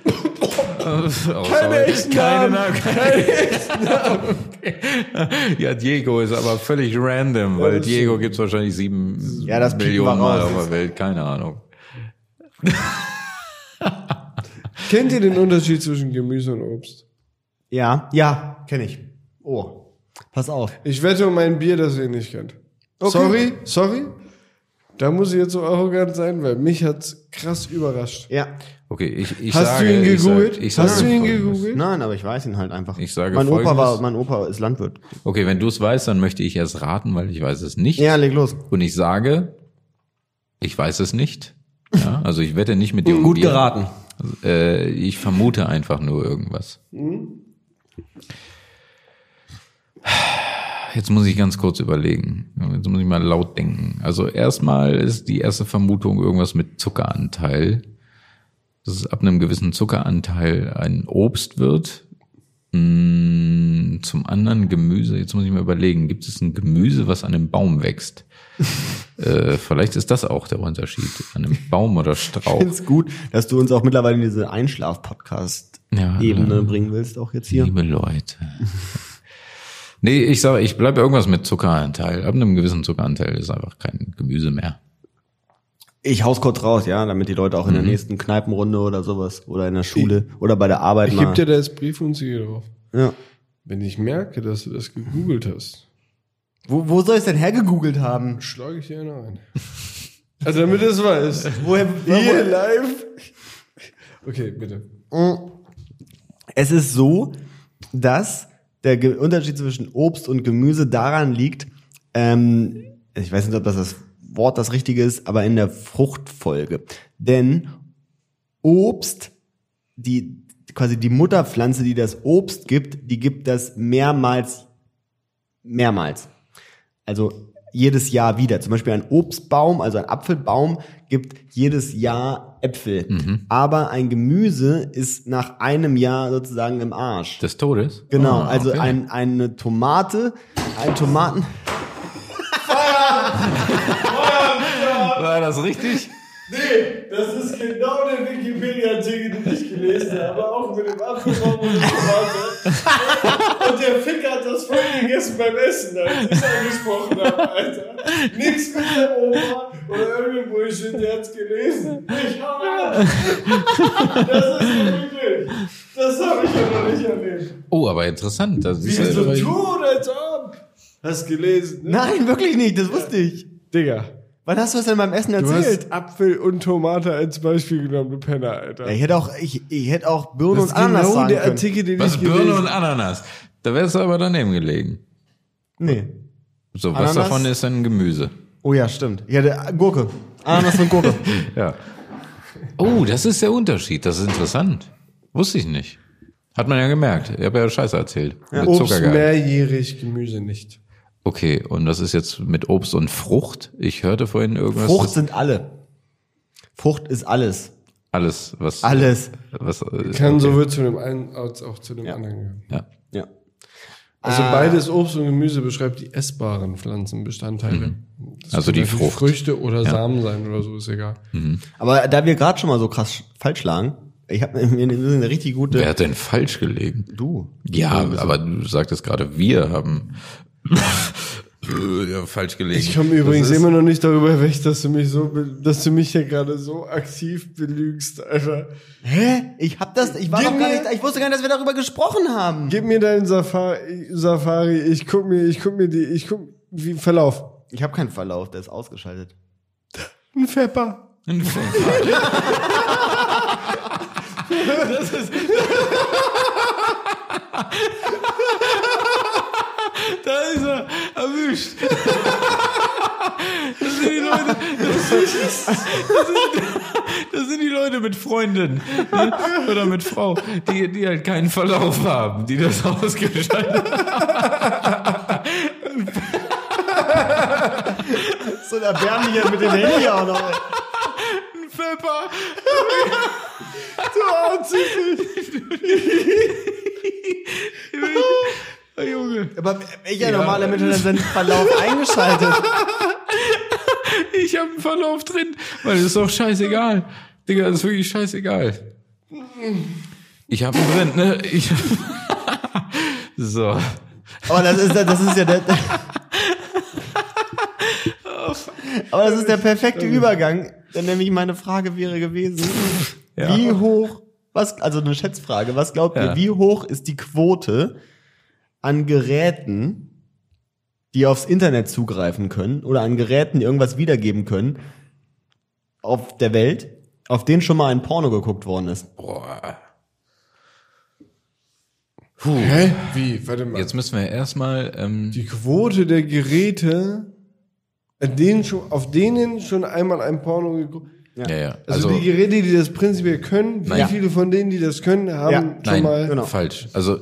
[SPEAKER 1] Keine
[SPEAKER 6] echten
[SPEAKER 1] Oh, Keine Namen.
[SPEAKER 6] Namen.
[SPEAKER 1] Keine [LAUGHS] echten Namen. ja, Diego ist aber völlig random, weil Diego gibt's wahrscheinlich sieben
[SPEAKER 3] Ja, das piepen
[SPEAKER 1] Millionen
[SPEAKER 3] wir
[SPEAKER 1] Mal
[SPEAKER 3] raus.
[SPEAKER 1] auf der Welt. Keine Ahnung.
[SPEAKER 6] Kennt ihr den Unterschied zwischen Gemüse und Obst?
[SPEAKER 3] Ja, ja, kenne ich. Oh, pass auf.
[SPEAKER 6] Ich wette um ein Bier, das ihr nicht kennt. Sorry, sorry. Da muss ich jetzt so arrogant sein, weil mich hat's krass überrascht.
[SPEAKER 3] Ja.
[SPEAKER 1] Okay, ich, ich
[SPEAKER 6] Hast
[SPEAKER 1] sage,
[SPEAKER 6] du ihn gegoogelt?
[SPEAKER 1] Ich sage, ich
[SPEAKER 6] Hast
[SPEAKER 1] sage
[SPEAKER 6] du ihn
[SPEAKER 1] Folgendes.
[SPEAKER 6] gegoogelt?
[SPEAKER 3] Nein, aber ich weiß ihn halt einfach.
[SPEAKER 1] Ich sage
[SPEAKER 3] mein Opa
[SPEAKER 1] Folgendes.
[SPEAKER 3] war, mein Opa ist Landwirt.
[SPEAKER 1] Okay, wenn du es weißt, dann möchte ich erst raten, weil ich weiß es nicht.
[SPEAKER 3] Ja, leg los.
[SPEAKER 1] Und ich sage, ich weiß es nicht. Ja, also ich wette nicht mit dir. um Bier. Äh, ich vermute einfach nur irgendwas. Jetzt muss ich ganz kurz überlegen. Jetzt muss ich mal laut denken. Also erstmal ist die erste Vermutung irgendwas mit Zuckeranteil. Dass es ab einem gewissen Zuckeranteil ein Obst wird. Mm, Zum anderen Gemüse. Jetzt muss ich mal überlegen. Gibt es ein Gemüse, was an einem Baum wächst? äh, vielleicht ist das auch der Unterschied. An einem Baum oder
[SPEAKER 3] Ich
[SPEAKER 1] Strauch.
[SPEAKER 3] finde es gut, dass du uns auch mittlerweile in diese
[SPEAKER 1] Ja,
[SPEAKER 3] Einschlaf-Podcast-Ebene bringen willst, auch jetzt hier.
[SPEAKER 1] Liebe Leute. [LAUGHS] Nee, ich sage, ich bleibe irgendwas mit Zuckeranteil. Ab einem gewissen Zuckeranteil ist einfach kein Gemüse mehr.
[SPEAKER 3] Ich hau's kurz raus, ja, damit die Leute auch
[SPEAKER 1] Mhm.
[SPEAKER 3] in der nächsten Kneipenrunde oder sowas oder in der Schule oder bei der Arbeit
[SPEAKER 6] Ich
[SPEAKER 3] mal.
[SPEAKER 6] gebe dir da jetzt Brief und Siegel drauf.
[SPEAKER 3] ja.
[SPEAKER 6] Wenn ich merke, dass du das gegoogelt hast,
[SPEAKER 3] wo, wo soll ich denn hergegoogelt haben?
[SPEAKER 6] schlage ich dir einen ein. Also damit du es weißt.
[SPEAKER 3] Woher?
[SPEAKER 6] Hier live. Okay, bitte.
[SPEAKER 3] Es ist so, dass der Ge Unterschied zwischen Obst und Gemüse daran liegt, ähm, ich weiß nicht, ob das das Wort das richtige ist, aber in der Fruchtfolge. Denn Obst, die quasi die Mutterpflanze, die das Obst gibt, die gibt das mehrmals, mehrmals. Also jedes Jahr wieder. Zum Beispiel ein Obstbaum, also ein Apfelbaum, gibt jedes Jahr Äpfel. Aber ein Gemüse ist nach einem Jahr sozusagen im Arsch.
[SPEAKER 1] Des Todes?
[SPEAKER 3] Genau,
[SPEAKER 1] Ah,
[SPEAKER 3] also
[SPEAKER 1] okay.
[SPEAKER 3] ein, eine Tomate, ein Tomaten.
[SPEAKER 1] [LAUGHS]
[SPEAKER 3] [LAUGHS]
[SPEAKER 1] War das richtig?
[SPEAKER 6] Das ist genau der Wikipedia-Artikel, den ich gelesen habe, auch mit dem Apfelbaum und der Tomate. Und der Fick hat das voll gegessen beim Essen, als ich es angesprochen habe, Alter. Nix mit der Oma oder irgendein Bullshit, der hat's gelesen. Ich habe Das ist wirklich. Das habe ich ja noch nicht erlebt.
[SPEAKER 1] Oh, aber interessant. Das
[SPEAKER 6] Wie
[SPEAKER 1] ist
[SPEAKER 6] du so
[SPEAKER 1] aber-
[SPEAKER 6] tun, als ob. Hast gelesen, ne?
[SPEAKER 3] Nein, wirklich nicht, das wusste ich.
[SPEAKER 6] Digga.
[SPEAKER 3] Wann hast du das denn beim Essen erzählt?
[SPEAKER 6] Apfel und Tomate als Beispiel genommen, du Penner, Alter.
[SPEAKER 3] Ich hätte auch, ich, ich hätte auch Birne
[SPEAKER 6] Das
[SPEAKER 3] und
[SPEAKER 6] ist
[SPEAKER 3] Ananas
[SPEAKER 6] genau
[SPEAKER 3] sagen
[SPEAKER 6] der
[SPEAKER 3] können.
[SPEAKER 6] Artikel, den
[SPEAKER 1] was
[SPEAKER 6] ich
[SPEAKER 1] Birne
[SPEAKER 6] gelesen
[SPEAKER 1] und Ananas. Da wärst du aber daneben gelegen.
[SPEAKER 3] Nee.
[SPEAKER 1] So, was
[SPEAKER 3] Ananas?
[SPEAKER 1] davon ist denn Gemüse?
[SPEAKER 3] Oh ja, stimmt. Ich hätte Gurke. Ananas und Gurke.
[SPEAKER 1] Ja. Oh, das ist der Unterschied. Das ist interessant. Wusste ich nicht. Hat man ja gemerkt. Ich habe ja Scheiße erzählt. Mit
[SPEAKER 6] Obst
[SPEAKER 1] Zuckergehalt.
[SPEAKER 6] mehrjährig, Gemüse nicht.
[SPEAKER 1] Okay, und das ist jetzt mit Obst und Frucht. Ich hörte vorhin irgendwas.
[SPEAKER 3] Frucht
[SPEAKER 1] das-
[SPEAKER 3] sind alle. Frucht ist alles.
[SPEAKER 1] Alles, was.
[SPEAKER 3] Alles.
[SPEAKER 1] Was, äh,
[SPEAKER 6] Kann
[SPEAKER 1] okay.
[SPEAKER 6] sowohl zu dem einen als auch zu dem anderen gehören.
[SPEAKER 1] Ja.
[SPEAKER 3] Ja.
[SPEAKER 6] Also beides Obst und Gemüse beschreibt die essbaren Pflanzenbestandteile. Das
[SPEAKER 1] Also
[SPEAKER 6] können
[SPEAKER 1] die
[SPEAKER 6] natürlich
[SPEAKER 1] Frucht.
[SPEAKER 6] Früchte oder Samen sein oder so, ist egal.
[SPEAKER 3] Aber da wir gerade schon mal so krass falsch lagen, ich habe mir eine, eine richtig gute.
[SPEAKER 1] Wer hat denn falsch gelegen?
[SPEAKER 3] Du.
[SPEAKER 1] Ja,
[SPEAKER 6] also
[SPEAKER 1] aber du sagtest gerade, wir haben äh, ja, falsch gelegen.
[SPEAKER 6] Ich komme übrigens immer noch nicht darüber weg, dass du mich so, be- dass du mich hier gerade so aktiv belügst, Alter.
[SPEAKER 3] Hä? Ich hab das, ich war
[SPEAKER 6] Gib
[SPEAKER 3] doch gar
[SPEAKER 6] mir-
[SPEAKER 3] nicht, ich wusste gar nicht, dass wir darüber gesprochen haben.
[SPEAKER 6] Gib mir deinen Safari, Safari, ich guck mir, ich guck mir die, ich guck, wie, Verlauf.
[SPEAKER 3] Ich habe keinen Verlauf, der ist ausgeschaltet.
[SPEAKER 6] Ein Pfeffer.
[SPEAKER 1] Da ist er
[SPEAKER 6] [LAUGHS]
[SPEAKER 1] erwischt. Das sind die Leute, das ist, das sind, das sind die Leute mit Freundin ne? oder mit Frau, die, die halt keinen Verlauf haben, die das [LAUGHS] ausgeschaltet haben.
[SPEAKER 3] So der Bärmlicher mit dem Handy auch noch.
[SPEAKER 1] Pfeffer. Oh, Junge.
[SPEAKER 3] Aber welcher normale Mensch hat denn seinen Verlauf eingeschaltet?
[SPEAKER 1] Ich habe einen Verlauf drin, weil es ist doch scheißegal. Digga, das ist wirklich scheißegal. Ich habe ihn drin, ne? Ich [LAUGHS] so.
[SPEAKER 3] Aber das ist, das ist ja der. Aber das ist der perfekte Übergang, denn nämlich meine Frage wäre gewesen,
[SPEAKER 1] Ja.
[SPEAKER 3] wie hoch, was, also eine Schätzfrage, was glaubt
[SPEAKER 1] Ja.
[SPEAKER 3] ihr, wie hoch ist die Quote an Geräten, die aufs Internet zugreifen können oder an Geräten, die irgendwas wiedergeben können, auf der Welt, auf denen schon mal ein Porno geguckt worden ist?
[SPEAKER 1] Boah.
[SPEAKER 6] Hä? Wie? Warte mal.
[SPEAKER 1] Jetzt müssen wir erstmal ähm,
[SPEAKER 6] Die Quote der Geräte, an denen schon, auf denen schon einmal ein Porno geguckt.
[SPEAKER 1] ja, ja.
[SPEAKER 6] Also, die Geräte, die das prinzipiell können, wie
[SPEAKER 1] Nein.
[SPEAKER 6] viele von denen, die das können, haben
[SPEAKER 3] Ja.
[SPEAKER 6] schon
[SPEAKER 1] Nein,
[SPEAKER 6] mal.
[SPEAKER 3] Genau.
[SPEAKER 1] falsch. Also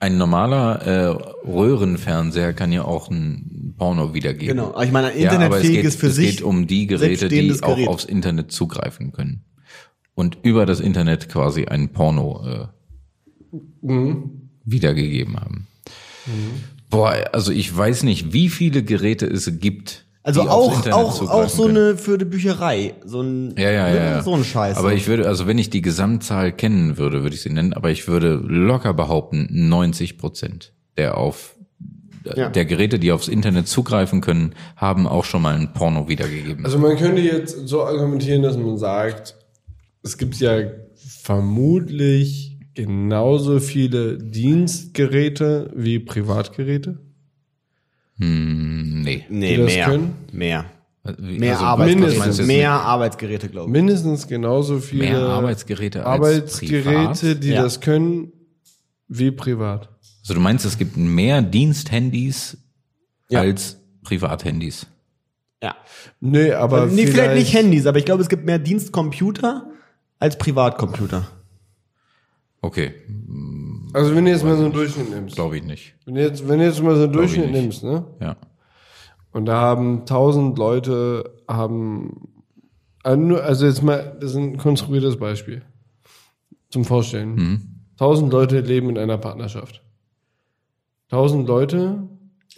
[SPEAKER 1] ein normaler äh, Röhrenfernseher kann ja auch ein Porno wiedergeben.
[SPEAKER 3] Genau, aber ich meine, ein
[SPEAKER 1] Ja, aber es geht,
[SPEAKER 3] internetfähiges für
[SPEAKER 1] es
[SPEAKER 3] sich.
[SPEAKER 1] geht um die Geräte, die
[SPEAKER 3] selbststehendes
[SPEAKER 1] auch
[SPEAKER 3] Gerät.
[SPEAKER 1] aufs Internet zugreifen können. Und über das Internet quasi ein Porno äh, wiedergegeben haben. Boah, also ich weiß nicht, wie viele Geräte es gibt.
[SPEAKER 3] Also
[SPEAKER 1] die aufs
[SPEAKER 3] auch,
[SPEAKER 1] Internet
[SPEAKER 3] auch, auch
[SPEAKER 1] zugreifen
[SPEAKER 3] so
[SPEAKER 1] können.
[SPEAKER 3] eine für die Bücherei. So ein,
[SPEAKER 1] Ja, ja, ja, ja.
[SPEAKER 3] so ein Scheiß.
[SPEAKER 1] Aber ich würde, also wenn ich die Gesamtzahl kennen würde, würde ich sie nennen, aber ich würde locker behaupten, 90 Prozent der auf
[SPEAKER 3] Ja.
[SPEAKER 1] der Geräte, die aufs Internet zugreifen können, haben auch schon mal ein Porno wiedergegeben.
[SPEAKER 6] Also man könnte jetzt so argumentieren, dass man sagt, es gibt ja vermutlich genauso viele Dienstgeräte wie Privatgeräte.
[SPEAKER 1] nee.
[SPEAKER 3] nee,
[SPEAKER 6] die das
[SPEAKER 3] mehr.
[SPEAKER 6] können?
[SPEAKER 3] Mehr.
[SPEAKER 1] Wie-
[SPEAKER 3] Mehr
[SPEAKER 1] also, was meinst du
[SPEAKER 3] Arbeitsgeräte.
[SPEAKER 1] jetzt
[SPEAKER 3] Mehr Arbeitsgeräte, glaube ich.
[SPEAKER 6] Mindestens genauso
[SPEAKER 1] mit
[SPEAKER 6] viele
[SPEAKER 1] mehr Arbeitsgeräte als
[SPEAKER 6] Arbeitsgeräte,
[SPEAKER 1] privat?
[SPEAKER 6] die
[SPEAKER 3] Ja.
[SPEAKER 6] das können, wie privat.
[SPEAKER 1] Also du meinst, es gibt mehr Diensthandys
[SPEAKER 6] Ja.
[SPEAKER 1] als Privathandys?
[SPEAKER 3] Ja. Äh,
[SPEAKER 6] Nee, aber
[SPEAKER 3] Also, Nee, vielleicht, nicht Handys, aber ich glaube, es gibt mehr Dienstcomputer als Privatcomputer.
[SPEAKER 1] Okay,
[SPEAKER 6] Also wenn du jetzt mal so einen Durchschnitt nimmst.
[SPEAKER 1] glaube ich nicht.
[SPEAKER 6] Wenn du jetzt, wenn du jetzt mal so einen
[SPEAKER 1] ich
[SPEAKER 6] Durchschnitt
[SPEAKER 1] nicht.
[SPEAKER 6] nimmst, ne?
[SPEAKER 1] Ja.
[SPEAKER 6] Und da haben 1000 Leute haben also nur- also jetzt mal das ist ein konstruiertes Beispiel zum Vorstellen. 1000 Leute leben in einer Partnerschaft. 1000 Leute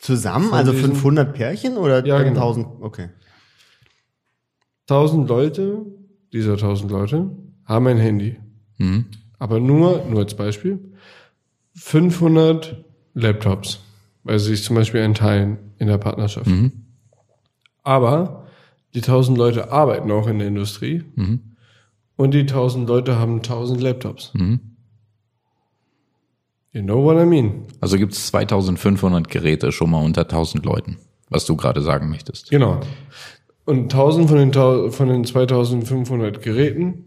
[SPEAKER 3] Zusammen? Also
[SPEAKER 6] diesen-
[SPEAKER 3] 500 Pärchen oder
[SPEAKER 6] Ja, genau.
[SPEAKER 3] 1000? Okay.
[SPEAKER 6] 1000 Leute, dieser 1000 Leute, haben ein Handy.
[SPEAKER 1] Mhm.
[SPEAKER 6] Aber nur, nur als Beispiel, 500 Laptops, weil sie sich zum Beispiel einteilen in der Partnerschaft. Aber die 1000 Leute arbeiten auch in der Industrie und die 1000 Leute haben 1000 Laptops. You know what I mean?
[SPEAKER 1] Also gibt es 2500 Geräte schon mal unter 1000 Leuten, was du gerade sagen möchtest.
[SPEAKER 6] Genau. Und 1000 von den, tau- von den 2500 Geräten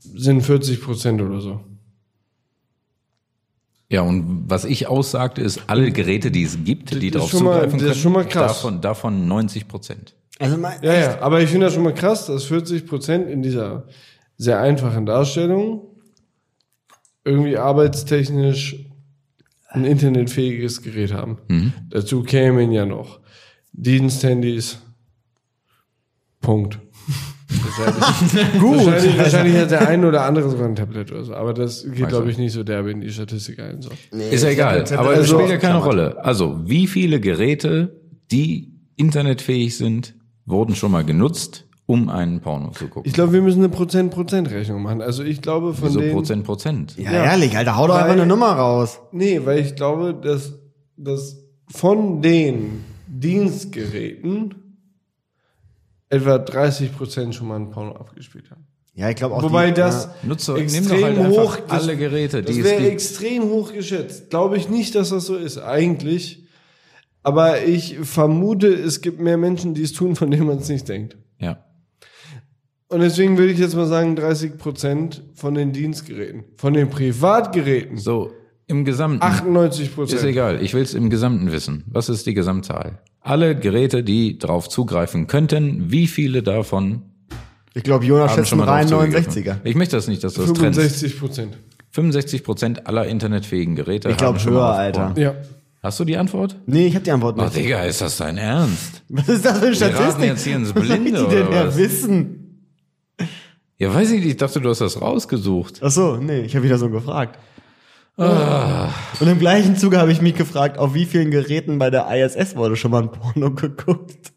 [SPEAKER 6] sind 40 Prozent oder so.
[SPEAKER 1] Ja, und was ich aussagte, ist, alle Geräte, die es gibt, die
[SPEAKER 6] ist
[SPEAKER 1] darauf
[SPEAKER 6] schon mal-
[SPEAKER 1] zugreifen
[SPEAKER 6] das ist
[SPEAKER 1] können,
[SPEAKER 6] schon mal krass.
[SPEAKER 1] Davon, davon 90 Prozent.
[SPEAKER 3] Also mal,
[SPEAKER 6] Ja, ja, aber ich finde das schon mal krass, dass 40 Prozent in dieser sehr einfachen Darstellung irgendwie arbeitstechnisch ein internetfähiges Gerät haben.
[SPEAKER 1] Mhm.
[SPEAKER 6] Dazu kämen ja noch Diensthandys.
[SPEAKER 1] [LAUGHS]
[SPEAKER 6] Punkt. Gut.
[SPEAKER 1] Also
[SPEAKER 6] Wahrscheinlich, wahrscheinlich hat der ein oder andere sogar ein Tablet oder so, aber das geht, glaube ich, nicht so derbe in die Statistik ein. So.
[SPEAKER 1] Äh, ist ja egal, aber das spielt ja keine Rolle. Also, wie viele Geräte, die internetfähig sind, wurden schon mal genutzt, um einen Porno zu gucken?
[SPEAKER 6] Ich glaube, wir müssen eine Prozent-Prozent-Rechnung machen. Also ich glaube, von
[SPEAKER 1] Wieso
[SPEAKER 6] den...
[SPEAKER 1] Prozent, Prozent?
[SPEAKER 3] ja,
[SPEAKER 6] Ja.
[SPEAKER 3] ehrlich, Alter, hau doch
[SPEAKER 6] Weil-
[SPEAKER 3] einfach eine Nummer raus.
[SPEAKER 6] Nee, weil ich glaube, dass, dass von den Dienstgeräten etwa 30% schon mal ein Porno abgespielt haben.
[SPEAKER 3] Ja, ich glaube auch.
[SPEAKER 6] Wobei
[SPEAKER 3] die,
[SPEAKER 6] das
[SPEAKER 3] Ja.
[SPEAKER 1] Nutze, nimm doch
[SPEAKER 6] extrem
[SPEAKER 1] halt einfach
[SPEAKER 6] hoch... das-
[SPEAKER 1] alle Geräte,
[SPEAKER 6] Das
[SPEAKER 1] die es
[SPEAKER 6] wäre
[SPEAKER 1] gibt.
[SPEAKER 6] extrem hoch geschätzt. Glaube ich nicht, dass das so ist, eigentlich. Aber ich vermute, es gibt mehr Menschen, die es tun, von denen man es nicht denkt.
[SPEAKER 1] Ja.
[SPEAKER 6] Und deswegen würde ich jetzt mal sagen, 30% von den Dienstgeräten. Von den Privatgeräten
[SPEAKER 1] So, im Gesamten.
[SPEAKER 6] 98%.
[SPEAKER 1] Ist egal, ich will es im Gesamten wissen. Was ist die Gesamtzahl? Alle Geräte, die drauf zugreifen könnten, wie viele davon
[SPEAKER 3] Ich glaube, Jonas
[SPEAKER 1] haben
[SPEAKER 3] schätzt
[SPEAKER 1] schon
[SPEAKER 3] einen
[SPEAKER 1] mal drauf
[SPEAKER 3] rein
[SPEAKER 1] zugegriffen?
[SPEAKER 3] 69er.
[SPEAKER 1] Ich möchte das nicht, dass du das trennst.
[SPEAKER 6] 65 Prozent.
[SPEAKER 1] 65 Prozent aller internetfähigen Geräte
[SPEAKER 3] Ich glaube
[SPEAKER 1] haben schon
[SPEAKER 3] höher,
[SPEAKER 1] mal auf
[SPEAKER 3] Alter.
[SPEAKER 1] Porn.
[SPEAKER 6] Ja.
[SPEAKER 1] Hast du die Antwort?
[SPEAKER 3] Nee, ich habe die Antwort
[SPEAKER 1] Oh,
[SPEAKER 3] nicht.
[SPEAKER 1] Digga, ist das dein Ernst?
[SPEAKER 3] Was ist das für eine
[SPEAKER 1] raten
[SPEAKER 3] Statistik?
[SPEAKER 1] jetzt hier ins
[SPEAKER 3] Was soll
[SPEAKER 1] Blinde,
[SPEAKER 3] ich die denn
[SPEAKER 1] oder was?
[SPEAKER 3] ja wissen?
[SPEAKER 1] Ja, weiß ich nicht, ich dachte, du hast das rausgesucht.
[SPEAKER 3] Ach so, nee, ich habe wieder so gefragt.
[SPEAKER 1] Ah.
[SPEAKER 3] Und im gleichen Zuge habe ich mich gefragt, auf wie vielen Geräten bei der ISS wurde schon mal ein Porno geguckt.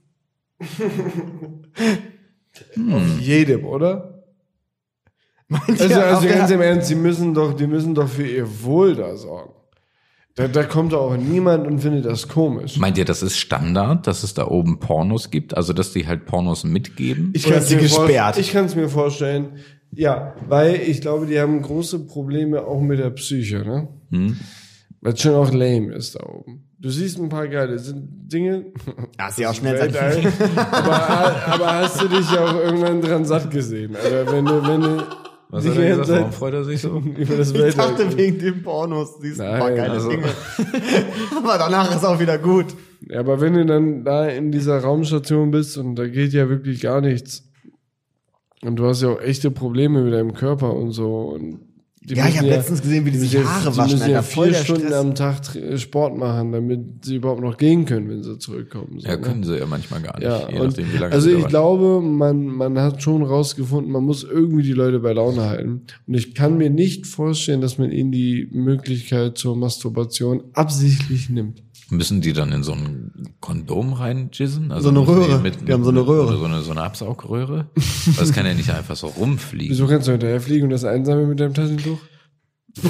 [SPEAKER 6] Jedem, oder? Also, also ganz im Ernst, die müssen doch, die müssen doch für ihr Wohl da sorgen. Da, da kommt doch auch niemand und findet das komisch.
[SPEAKER 1] Meint ihr, das ist Standard, dass es da oben Pornos gibt? Also, dass die halt Pornos mitgeben?
[SPEAKER 6] Ich
[SPEAKER 3] Oder
[SPEAKER 6] kann's
[SPEAKER 3] sie
[SPEAKER 6] mir vor-
[SPEAKER 3] gesperrt.
[SPEAKER 6] Ich kann es mir vorstellen. Ja, weil ich glaube, die haben große Probleme auch mit der Psyche, ne? Weil es schon auch lame ist da oben. Du siehst ein paar geile sind Dinge. [LAUGHS]
[SPEAKER 3] ja, ist ja auch schnell.
[SPEAKER 6] Weltall.
[SPEAKER 1] [LAUGHS]
[SPEAKER 6] aber, aber hast du dich ja auch irgendwann dran satt gesehen? Also wenn du, wenn du
[SPEAKER 1] Was
[SPEAKER 6] dich
[SPEAKER 1] hat er gesagt?
[SPEAKER 6] ganze
[SPEAKER 1] Warum freut er sich so?
[SPEAKER 6] Zeit [LAUGHS] über das
[SPEAKER 3] Ich
[SPEAKER 6] Weltall.
[SPEAKER 3] dachte wegen dem Pornos, siehst du ein paar
[SPEAKER 6] Nein,
[SPEAKER 3] geile
[SPEAKER 1] also-
[SPEAKER 3] Dinge. [LAUGHS] Aber danach ist auch wieder gut.
[SPEAKER 6] Ja, aber wenn du dann da in dieser Raumstation bist und da geht ja wirklich gar nichts. Und du hast ja auch echte Probleme mit deinem Körper und so. Und die
[SPEAKER 3] Ja, ich
[SPEAKER 6] müssen
[SPEAKER 3] hab letztens gesehen, wie die sich
[SPEAKER 6] müssen
[SPEAKER 3] Haare
[SPEAKER 6] die
[SPEAKER 3] waschen,
[SPEAKER 6] müssen ja
[SPEAKER 3] Alter, voll
[SPEAKER 6] vier
[SPEAKER 3] der
[SPEAKER 6] Stunden
[SPEAKER 3] Stress.
[SPEAKER 6] am Tag tr- Sport machen, damit sie überhaupt noch gehen können, wenn sie zurückkommen. So,
[SPEAKER 1] Ja,
[SPEAKER 6] ne?
[SPEAKER 1] können sie ja manchmal gar nicht.
[SPEAKER 6] Ja,
[SPEAKER 1] je
[SPEAKER 6] und
[SPEAKER 1] nachdem, wie lange
[SPEAKER 6] also
[SPEAKER 1] sie
[SPEAKER 6] ich
[SPEAKER 1] dabei-
[SPEAKER 6] glaube, man, man hat schon rausgefunden, man muss irgendwie die Leute bei Laune halten. Und ich kann mir nicht vorstellen, dass man ihnen die Möglichkeit zur Masturbation absichtlich nimmt.
[SPEAKER 1] Müssen die dann in so ein Kondom reinjissen? Also
[SPEAKER 3] So eine
[SPEAKER 1] müssen
[SPEAKER 3] Röhre. Die haben so eine Röhre.
[SPEAKER 1] Oder so eine, so eine Absaugröhre? das kann ja nicht einfach so rumfliegen.
[SPEAKER 6] Wieso kannst du hinterherfliegen und das einsammeln mit deinem Taschentuch?
[SPEAKER 3] Und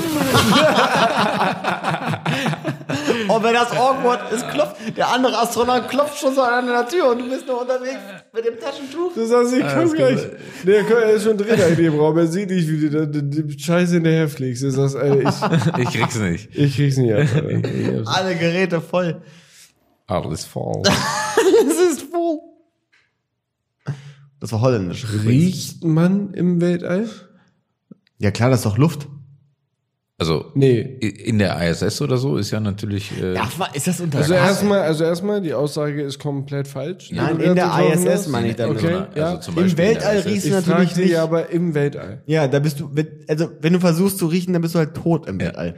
[SPEAKER 3] Oh, wenn das awkward ist, klopft der andere Astronaut klopft schon so an der Tür und du bist nur unterwegs mit dem Taschentuch.
[SPEAKER 6] Du sagst, ich komm gleich. Nee, komm, er ist schon drin eigentlich im Raum. Er sieht dich, wie du da die, die Scheiße hinterherfliegst. Er sagt, Alter,
[SPEAKER 1] [LAUGHS] Ich krieg's nicht.
[SPEAKER 6] ich, ich krieg's nicht ab. Alter.
[SPEAKER 3] [LAUGHS] Alle Geräte voll.
[SPEAKER 1] Alles voll.
[SPEAKER 3] Es ist voll. Das war holländisch.
[SPEAKER 6] Riecht man im Weltall?
[SPEAKER 3] Ja klar, das ist doch Luft.
[SPEAKER 1] Also
[SPEAKER 6] Nee.
[SPEAKER 1] in der ISS oder so ist ja natürlich. Äh,
[SPEAKER 3] Ach, wa- ist das unter
[SPEAKER 6] Also
[SPEAKER 3] Gas?
[SPEAKER 6] erstmal, also erstmal, die Aussage ist komplett falsch. die
[SPEAKER 3] Nein,
[SPEAKER 6] du
[SPEAKER 3] in der
[SPEAKER 6] gerade getroffen
[SPEAKER 3] ISS
[SPEAKER 6] hast.
[SPEAKER 3] meine ich damit.
[SPEAKER 6] Okay,
[SPEAKER 1] also
[SPEAKER 6] ja.
[SPEAKER 1] zum
[SPEAKER 3] Im
[SPEAKER 1] Beispiel in der
[SPEAKER 3] Weltall
[SPEAKER 1] ISS.
[SPEAKER 3] riechst du
[SPEAKER 6] Ich
[SPEAKER 3] natürlich
[SPEAKER 6] fragte
[SPEAKER 3] nicht.
[SPEAKER 6] ja aber im Weltall.
[SPEAKER 3] Ja, da bist du, mit- also wenn du versuchst zu riechen, dann bist du halt tot im Weltall.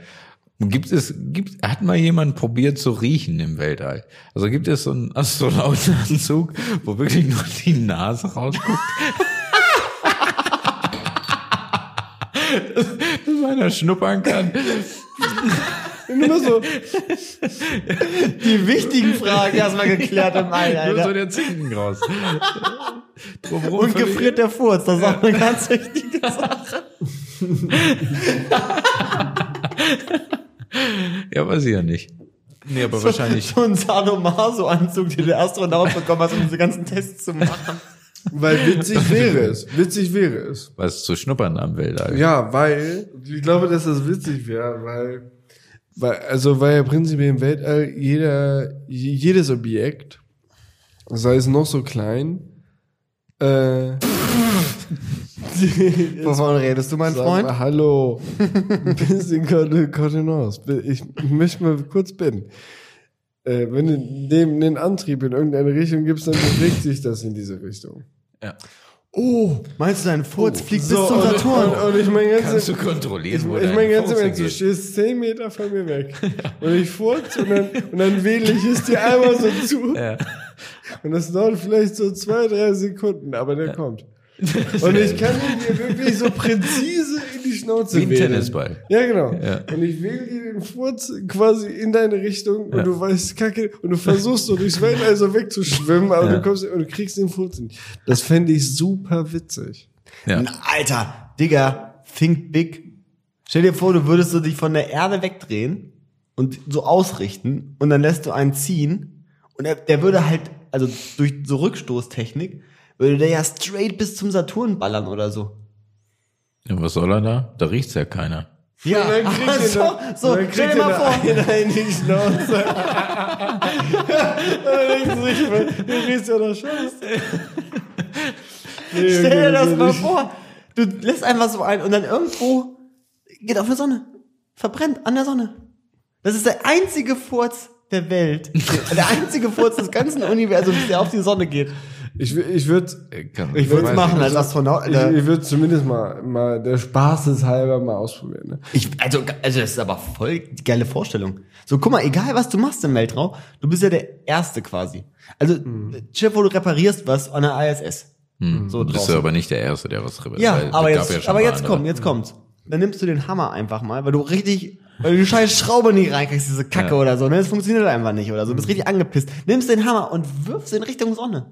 [SPEAKER 1] Gibt es, gibt, hat mal jemand probiert zu riechen im Weltall? Also gibt es so einen Astronautenanzug, wo wirklich nur die Nase rausguckt? [LAUGHS] dass, dass einer schnuppern kann.
[SPEAKER 6] Nur so,
[SPEAKER 3] Die wichtigen Fragen erstmal geklärt im All,
[SPEAKER 1] Nur so
[SPEAKER 3] Alter.
[SPEAKER 1] der Zinken raus. Drumherum
[SPEAKER 3] Und
[SPEAKER 1] völlig-
[SPEAKER 3] gefriert der Furz, das ist auch eine ganz wichtige Sache.
[SPEAKER 1] Ja, weiß ich ja nicht. Nee, aber wahrscheinlich.
[SPEAKER 3] So ein Sadomaso-Anzug, den der Astronaut bekommen hat, um diese ganzen Tests zu machen.
[SPEAKER 6] weil
[SPEAKER 3] [LAUGHS]
[SPEAKER 6] witzig wäre es. Witzig wäre es.
[SPEAKER 1] Was zu schnuppern am Weltall.
[SPEAKER 6] Ja, weil ich glaube, dass das witzig wäre, weil, weil also weil ja prinzipiell im Weltall jeder je- jedes Objekt, sei es noch so klein, äh,
[SPEAKER 3] Wovon redest du, mein
[SPEAKER 6] sag mal, hallo, ein bisschen Kon- Kontenance. Ich möchte mal kurz bitten. Äh, wenn du dem den Antrieb in irgendeine Richtung gibst, dann bewegt sich das in diese Richtung.
[SPEAKER 3] Oh, meinst du, dein Furz fliegt bis zum
[SPEAKER 6] und,
[SPEAKER 3] Saturn?
[SPEAKER 6] und, und ich mein ganz
[SPEAKER 1] Kannst du
[SPEAKER 6] im-
[SPEAKER 1] kontrollieren, wo
[SPEAKER 6] Ich
[SPEAKER 1] dein
[SPEAKER 6] meine ganz im
[SPEAKER 1] Fuß
[SPEAKER 6] Ernst, du
[SPEAKER 1] hingeht?
[SPEAKER 6] stehst 10 Meter von
[SPEAKER 1] [LAUGHS]
[SPEAKER 6] mir weg und ich furze und dann, und dann wähle ich es dir einmal so zu
[SPEAKER 1] Ja.
[SPEAKER 6] und das dauert vielleicht so zwei, drei Sekunden, aber der
[SPEAKER 1] [LAUGHS]
[SPEAKER 6] kommt. Und ich kann ihn dir wirklich so präzise in die Schnauze
[SPEAKER 1] Wie ein
[SPEAKER 6] wählen.
[SPEAKER 1] Tennisball.
[SPEAKER 6] Ja, genau.
[SPEAKER 1] Ja.
[SPEAKER 6] Und ich wähle dir den Furz quasi in deine Richtung und du weißt, kacke, und du versuchst so durchs Weltall so wegzuschwimmen, aber du kommst und du kriegst den Furz nicht. Das fände ich super witzig.
[SPEAKER 1] Ja.
[SPEAKER 3] Na, Alter, Digga, think big. Stell dir vor, du würdest so dich von der Erde wegdrehen und so ausrichten und dann lässt du einen ziehen und er, der würde halt, also durch so Rückstoßtechnik, würde der ja straight bis zum Saturn ballern oder so.
[SPEAKER 1] ja. Was soll er da? Da riecht's ja keiner.
[SPEAKER 3] Ja, [LAUGHS]
[SPEAKER 6] Und dann kriegt ihr
[SPEAKER 3] so,
[SPEAKER 6] da-
[SPEAKER 3] so,
[SPEAKER 6] und dann
[SPEAKER 3] stell dir
[SPEAKER 6] kriegt ihr
[SPEAKER 3] mal
[SPEAKER 6] da
[SPEAKER 3] vor.
[SPEAKER 6] einer in die [LAUGHS] Schnauze. Und dann denkst du dich, du riechst ja noch scheiße. Nee,
[SPEAKER 3] Stell dir
[SPEAKER 6] Junge,
[SPEAKER 3] das
[SPEAKER 6] so
[SPEAKER 3] mal
[SPEAKER 6] nicht.
[SPEAKER 3] vor. Du lässt einfach so ein und dann irgendwo geht auf eine Sonne. Verbrennt an der Sonne. Das ist der einzige Furz der [LAUGHS] Welt. der einzige Furz des ganzen Universums, der auf die Sonne geht.
[SPEAKER 6] Ich, wü- ich würde
[SPEAKER 1] Äh, Kann,
[SPEAKER 3] Ich würde
[SPEAKER 6] weiß
[SPEAKER 3] es machen
[SPEAKER 6] nicht,
[SPEAKER 3] als
[SPEAKER 6] also-
[SPEAKER 3] Astronaut. äh,
[SPEAKER 6] ich,
[SPEAKER 3] Alter.
[SPEAKER 6] ich würde zumindest mal, mal der Spaßeshalber mal ausprobieren. Ne?
[SPEAKER 3] Ich, also, also, das ist aber voll die geile Vorstellung. So, guck mal, egal was du machst im Weltraum, du bist ja der Erste quasi. Also, Chef, wo du reparierst was an der ISS. So
[SPEAKER 1] Hm. Du bist
[SPEAKER 3] draußen.
[SPEAKER 1] ja aber nicht der Erste, der was rebelliert.
[SPEAKER 3] Ja, aber jetzt, aber jetzt komm, jetzt kommt's. Dann nimmst du den Hammer einfach mal, weil du richtig, weil du die scheiß Schraube nicht reinkriegst, diese Kacke
[SPEAKER 1] Ja. Mhm.
[SPEAKER 3] oder so, ne? Das funktioniert einfach nicht oder so. Du bist richtig angepisst. Nimmst den Hammer und wirfst ihn Richtung Sonne.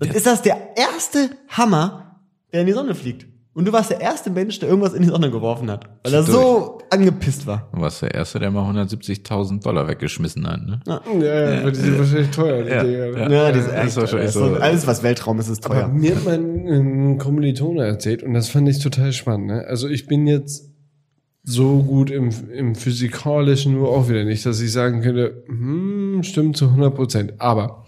[SPEAKER 3] Dann ist das der erste Hammer, der in die Sonne fliegt. Und du warst der erste Mensch, der irgendwas in die Sonne geworfen hat. Weil er
[SPEAKER 1] Durch.
[SPEAKER 3] so angepisst war.
[SPEAKER 1] Du warst der Erste, der mal 170.000 Dollar weggeschmissen hat, ne?
[SPEAKER 6] Ja, ja, weil die sind wahrscheinlich teuer, die
[SPEAKER 1] ja,
[SPEAKER 6] Dinger. ne?
[SPEAKER 1] ja.
[SPEAKER 3] Ja, das ist
[SPEAKER 1] das
[SPEAKER 3] echt,
[SPEAKER 1] war schon
[SPEAKER 3] Alter.
[SPEAKER 1] echt
[SPEAKER 3] so,
[SPEAKER 1] so.
[SPEAKER 3] alles, was Weltraum ist, ist
[SPEAKER 6] Aber
[SPEAKER 3] teuer.
[SPEAKER 6] mir hat mein ähm, Kommilitone erzählt und das fand ich total spannend. Ne? Also ich bin jetzt so gut im, im Physikalischen nur auch wieder nicht, dass ich sagen könnte, hm, stimmt zu 100 Prozent. Aber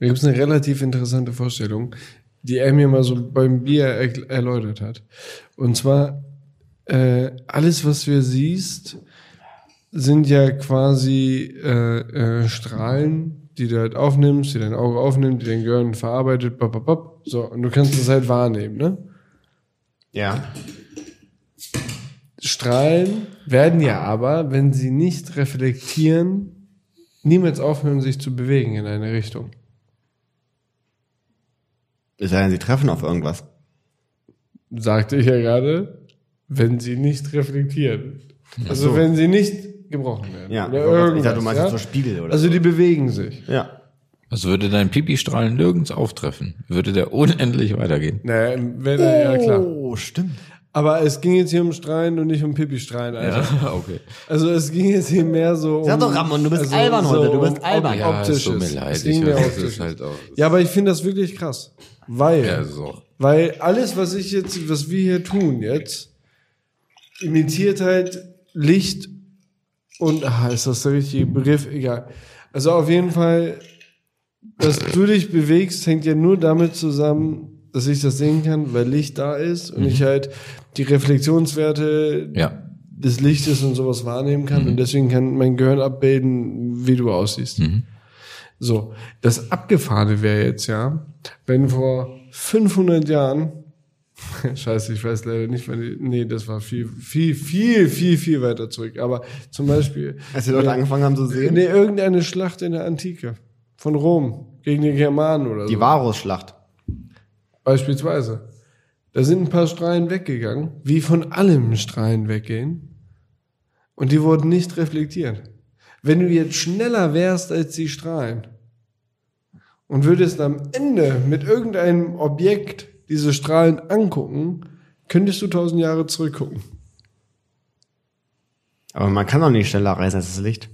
[SPEAKER 6] da gibt es eine relativ interessante Vorstellung, die er mir mal so beim Bier erkl- erläutert hat. Und zwar, äh, alles, was wir siehst, sind ja quasi äh, äh, Strahlen, die du halt aufnimmst, die dein Auge aufnimmt, die dein Gehirn verarbeitet, bop, bop, bop. So, und du kannst es halt wahrnehmen, ne?
[SPEAKER 3] Ja.
[SPEAKER 6] Strahlen werden ja aber, wenn sie nicht reflektieren, niemals aufhören, sich zu bewegen in eine Richtung.
[SPEAKER 3] Es sei denn, sie treffen auf irgendwas.
[SPEAKER 6] Sagte ich ja gerade, wenn sie nicht reflektieren. Also wenn sie nicht gebrochen werden.
[SPEAKER 3] Ja.
[SPEAKER 6] Oder
[SPEAKER 3] ich
[SPEAKER 6] irgendwas,
[SPEAKER 3] dachte, du meinst
[SPEAKER 6] ja?
[SPEAKER 3] jetzt so Spiegel oder
[SPEAKER 6] Also die bewegen sich.
[SPEAKER 3] so. Ja.
[SPEAKER 1] Also würde dein Pipi-Strahlen nirgends auftreffen, würde der unendlich weitergehen.
[SPEAKER 6] Naja, wenn, ja klar.
[SPEAKER 3] Oh, stimmt.
[SPEAKER 6] Aber es ging jetzt hier um Strahlen und nicht um Pipi-Strahlen,
[SPEAKER 1] [LAUGHS]
[SPEAKER 6] Alter.
[SPEAKER 1] okay.
[SPEAKER 6] Also es ging jetzt hier mehr so um...
[SPEAKER 3] Sag doch, Ramon, du bist albern heute, du bist albern.
[SPEAKER 1] Ja, es
[SPEAKER 6] optisch.
[SPEAKER 1] tut mir leid.
[SPEAKER 6] Es
[SPEAKER 1] Ich
[SPEAKER 6] ging mir
[SPEAKER 1] weiß, es
[SPEAKER 6] optisch.
[SPEAKER 1] ist halt auch.
[SPEAKER 6] Ja, aber ich finde das wirklich krass. Weil,
[SPEAKER 1] Ja, so.
[SPEAKER 6] weil alles, was ich jetzt, was wir hier tun jetzt, imitiert halt Licht und, ah, ist das der richtige Begriff? Egal. Also auf jeden Fall, dass du dich bewegst, hängt ja nur damit zusammen, dass ich das sehen kann, weil Licht da ist und ich halt die Reflexionswerte
[SPEAKER 1] Mhm. Ja.
[SPEAKER 6] des Lichtes und sowas wahrnehmen kann und deswegen kann mein Gehirn abbilden, wie du aussiehst. So, das Abgefahrene wäre jetzt ja, wenn vor 500 Jahren, [LAUGHS] scheiße, ich weiß leider nicht, wann die, nee, das war viel, viel, viel, viel, viel weiter zurück, aber zum Beispiel,
[SPEAKER 3] Als die Leute angefangen haben zu sehen.
[SPEAKER 6] nee, irgendeine Schlacht in der Antike von Rom gegen die Germanen oder
[SPEAKER 3] Die
[SPEAKER 6] so,
[SPEAKER 3] Varusschlacht.
[SPEAKER 6] beispielsweise. Da sind ein paar Strahlen weggegangen, wie von allem Strahlen weggehen. Und die wurden nicht reflektiert. Wenn du jetzt schneller wärst als die Strahlen und würdest am Ende mit irgendeinem Objekt diese Strahlen angucken, könntest du tausend Jahre zurückgucken.
[SPEAKER 3] Aber man kann doch nicht schneller reisen als das Licht.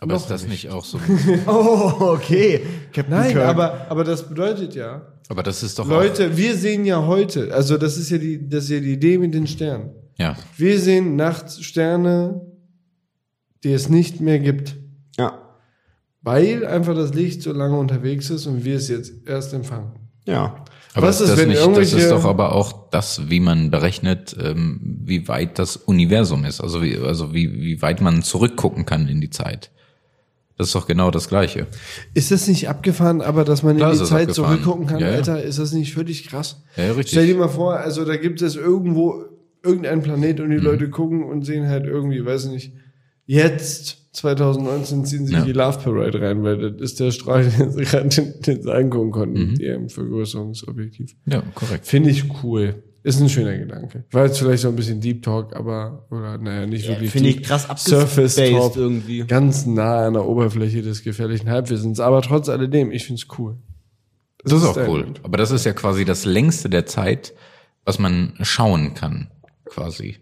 [SPEAKER 1] Aber ist das nicht auch [LAUGHS] so?
[SPEAKER 3] [LAUGHS] Oh, okay. Captain
[SPEAKER 6] Nein,
[SPEAKER 3] Kirk.
[SPEAKER 6] aber, aber das bedeutet ja,
[SPEAKER 1] Aber das ist doch
[SPEAKER 6] Leute, wir sehen ja heute, also das ist ja die, das ist ja die Idee mit den Sternen.
[SPEAKER 1] Auch, ja.
[SPEAKER 6] Wir sehen nachts Sterne, die es nicht mehr gibt,
[SPEAKER 3] Ja.
[SPEAKER 6] weil einfach das Licht so lange unterwegs ist und wir es jetzt erst empfangen.
[SPEAKER 3] Ja.
[SPEAKER 1] Aber
[SPEAKER 6] Was
[SPEAKER 1] ist
[SPEAKER 6] ist,
[SPEAKER 1] das
[SPEAKER 6] wenn
[SPEAKER 1] nicht? Das
[SPEAKER 6] irgendwelche-
[SPEAKER 1] ist doch aber auch das, wie man berechnet, ähm, wie weit das Universum ist. Also wie, also wie, wie weit man zurückgucken kann in die Zeit. Das ist doch genau das Gleiche.
[SPEAKER 6] Ist das nicht abgefahren, aber dass man
[SPEAKER 1] Klar
[SPEAKER 6] in
[SPEAKER 1] ist
[SPEAKER 6] die
[SPEAKER 1] das
[SPEAKER 6] Zeit
[SPEAKER 1] abgefahren.
[SPEAKER 6] zurückgucken kann,
[SPEAKER 1] Ja, ja.
[SPEAKER 6] Alter, ist das nicht völlig krass?
[SPEAKER 1] Ja, ja, richtig.
[SPEAKER 6] Stell dir mal vor, also da gibt es irgendwo irgendeinen Planet und die
[SPEAKER 1] Mhm.
[SPEAKER 6] Leute gucken und sehen halt irgendwie, weiß nicht, jetzt 2019 ziehen sie
[SPEAKER 1] Ja.
[SPEAKER 6] die Love Parade rein, weil das ist der Strahl, [LAUGHS] den sie gerade den, den sie angucken konnten
[SPEAKER 1] Mhm.
[SPEAKER 6] mit ihrem Vergrößerungsobjektiv.
[SPEAKER 1] Ja, korrekt.
[SPEAKER 6] Finde ich cool. Ist ein schöner Gedanke. War jetzt vielleicht so ein bisschen Deep Talk, aber, oder, naja, nicht wirklich.
[SPEAKER 3] finde ich
[SPEAKER 6] Deep.
[SPEAKER 3] krass
[SPEAKER 6] Surface
[SPEAKER 3] abgespaced
[SPEAKER 6] Talk.
[SPEAKER 3] irgendwie.
[SPEAKER 6] Ganz nah an der Oberfläche des gefährlichen Halbwissens. Aber trotz alledem, ich finde es cool.
[SPEAKER 1] Das ist
[SPEAKER 6] ist
[SPEAKER 1] auch
[SPEAKER 6] der
[SPEAKER 1] cool.
[SPEAKER 6] Grund.
[SPEAKER 1] Aber das ist ja quasi das längste der Zeit, was man schauen kann, quasi.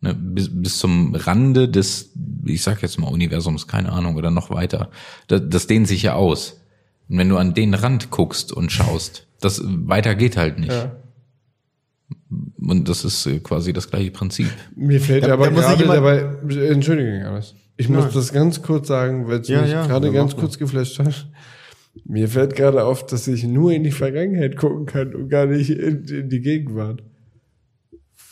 [SPEAKER 1] Ne, bis, bis zum Rande des, ich sag jetzt mal Universums, keine Ahnung, oder noch weiter. Das, das dehnt sich ja aus. Und wenn du an den Rand guckst und schaust, das weiter geht halt nicht.
[SPEAKER 6] Ja.
[SPEAKER 1] Und das ist äh, quasi das gleiche Prinzip.
[SPEAKER 6] Mir fällt
[SPEAKER 3] Da-
[SPEAKER 6] aber
[SPEAKER 3] da muss
[SPEAKER 6] gerade
[SPEAKER 3] sich jemand-
[SPEAKER 6] dabei, entschuldige, Johannes. Ich muss
[SPEAKER 3] Nein.
[SPEAKER 6] das ganz kurz sagen, weil es
[SPEAKER 3] Ja,
[SPEAKER 6] mich
[SPEAKER 3] ja,
[SPEAKER 6] gerade
[SPEAKER 3] dann
[SPEAKER 6] ganz
[SPEAKER 3] mach mal.
[SPEAKER 6] kurz geflasht hat. Mir fällt gerade auf, dass ich nur in die Vergangenheit gucken kann und gar nicht in, in die Gegenwart.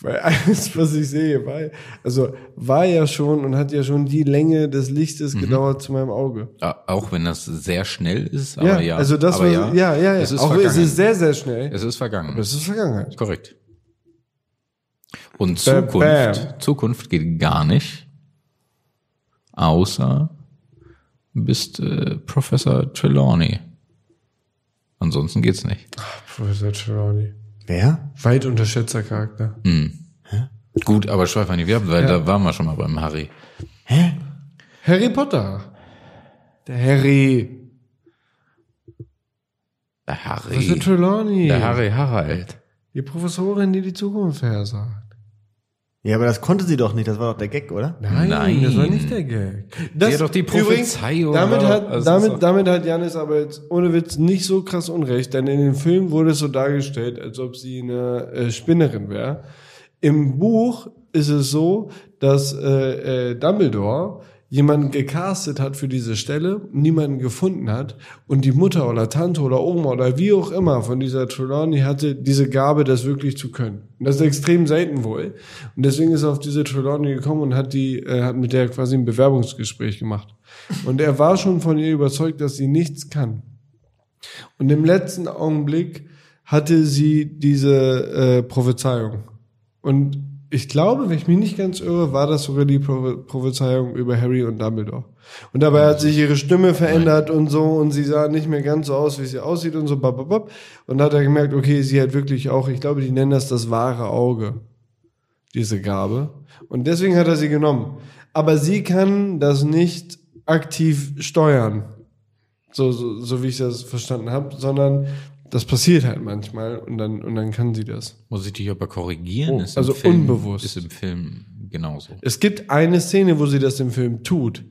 [SPEAKER 6] Weil alles, was ich sehe, war, also war ja schon und hat ja schon die Länge des
[SPEAKER 1] Mhm.
[SPEAKER 6] Lichtes gedauert zu meinem Auge.
[SPEAKER 1] A- Auch wenn das sehr schnell ist, aber ja.
[SPEAKER 6] also das
[SPEAKER 1] aber
[SPEAKER 6] war, ja, ja, ja.
[SPEAKER 1] Es ist
[SPEAKER 6] Auch
[SPEAKER 1] vergangen.
[SPEAKER 6] es ist sehr, sehr schnell.
[SPEAKER 1] es ist vergangen.
[SPEAKER 6] Das ist Vergangenheit.
[SPEAKER 1] Korrekt. Und
[SPEAKER 6] Bam,
[SPEAKER 1] Zukunft,
[SPEAKER 6] bam.
[SPEAKER 1] Zukunft geht gar nicht, außer du bist äh, Professor Trelawney. Ansonsten geht's nicht.
[SPEAKER 6] Professor Trelawney.
[SPEAKER 3] Wer?
[SPEAKER 6] Weit unterschätzter Charakter.
[SPEAKER 1] Hm. Gut, aber schweif an die Werbe, weil da waren wir schon mal beim Harry.
[SPEAKER 6] Harry Potter. Der Harry.
[SPEAKER 1] Der Harry.
[SPEAKER 6] Das ist Trelawney.
[SPEAKER 1] Der Harry Harald.
[SPEAKER 6] Die Professorin, die die Zukunft versagt.
[SPEAKER 3] Ja, aber das konnte sie doch nicht. Das war doch der Gag, oder?
[SPEAKER 6] Nein,
[SPEAKER 1] Nein.
[SPEAKER 6] das war nicht der Gag. Das
[SPEAKER 1] Ja, doch die Prophezeiung
[SPEAKER 6] Übrigens, damit,
[SPEAKER 1] war
[SPEAKER 6] hat,
[SPEAKER 1] doch- also das war-
[SPEAKER 6] damit, damit hat Janis aber jetzt ohne Witz nicht so krass Unrecht, denn in dem Film wurde es so dargestellt, als ob sie eine äh, Spinnerin wäre. Im Buch ist es so, dass äh, äh, Dumbledore jemanden gecastet hat für diese Stelle, niemanden gefunden hat und die Mutter oder Tante oder Oma oder wie auch immer von dieser Trelawney hatte diese Gabe, das wirklich zu können. Und das ist extrem selten wohl. Und deswegen ist er auf diese Trelawney gekommen und hat die, äh, hat mit der quasi ein Bewerbungsgespräch gemacht. Und er war schon von ihr überzeugt, dass sie nichts kann. Und im letzten Augenblick hatte sie diese äh, Prophezeiung. Und ich glaube, wenn ich mich nicht ganz irre, war das sogar die Pro Prophezeiung über Harry und Dumbledore. Und dabei hat sich ihre Stimme verändert und so und sie sah nicht mehr ganz so aus, wie sie aussieht und so bababab. Und da hat er gemerkt, okay, sie hat wirklich auch, ich glaube, die nennen das das wahre Auge diese Gabe. Und deswegen hat er sie genommen. Aber sie kann das nicht aktiv steuern, so, so, so wie ich das verstanden habe, sondern das passiert halt manchmal und dann, und dann kann sie das.
[SPEAKER 1] Muss ich dich aber korrigieren?
[SPEAKER 6] Oh,
[SPEAKER 1] Ist im
[SPEAKER 6] also
[SPEAKER 1] Film,
[SPEAKER 6] unbewusst.
[SPEAKER 1] Ist im Film genauso.
[SPEAKER 6] Es gibt eine Szene, wo sie das im Film tut,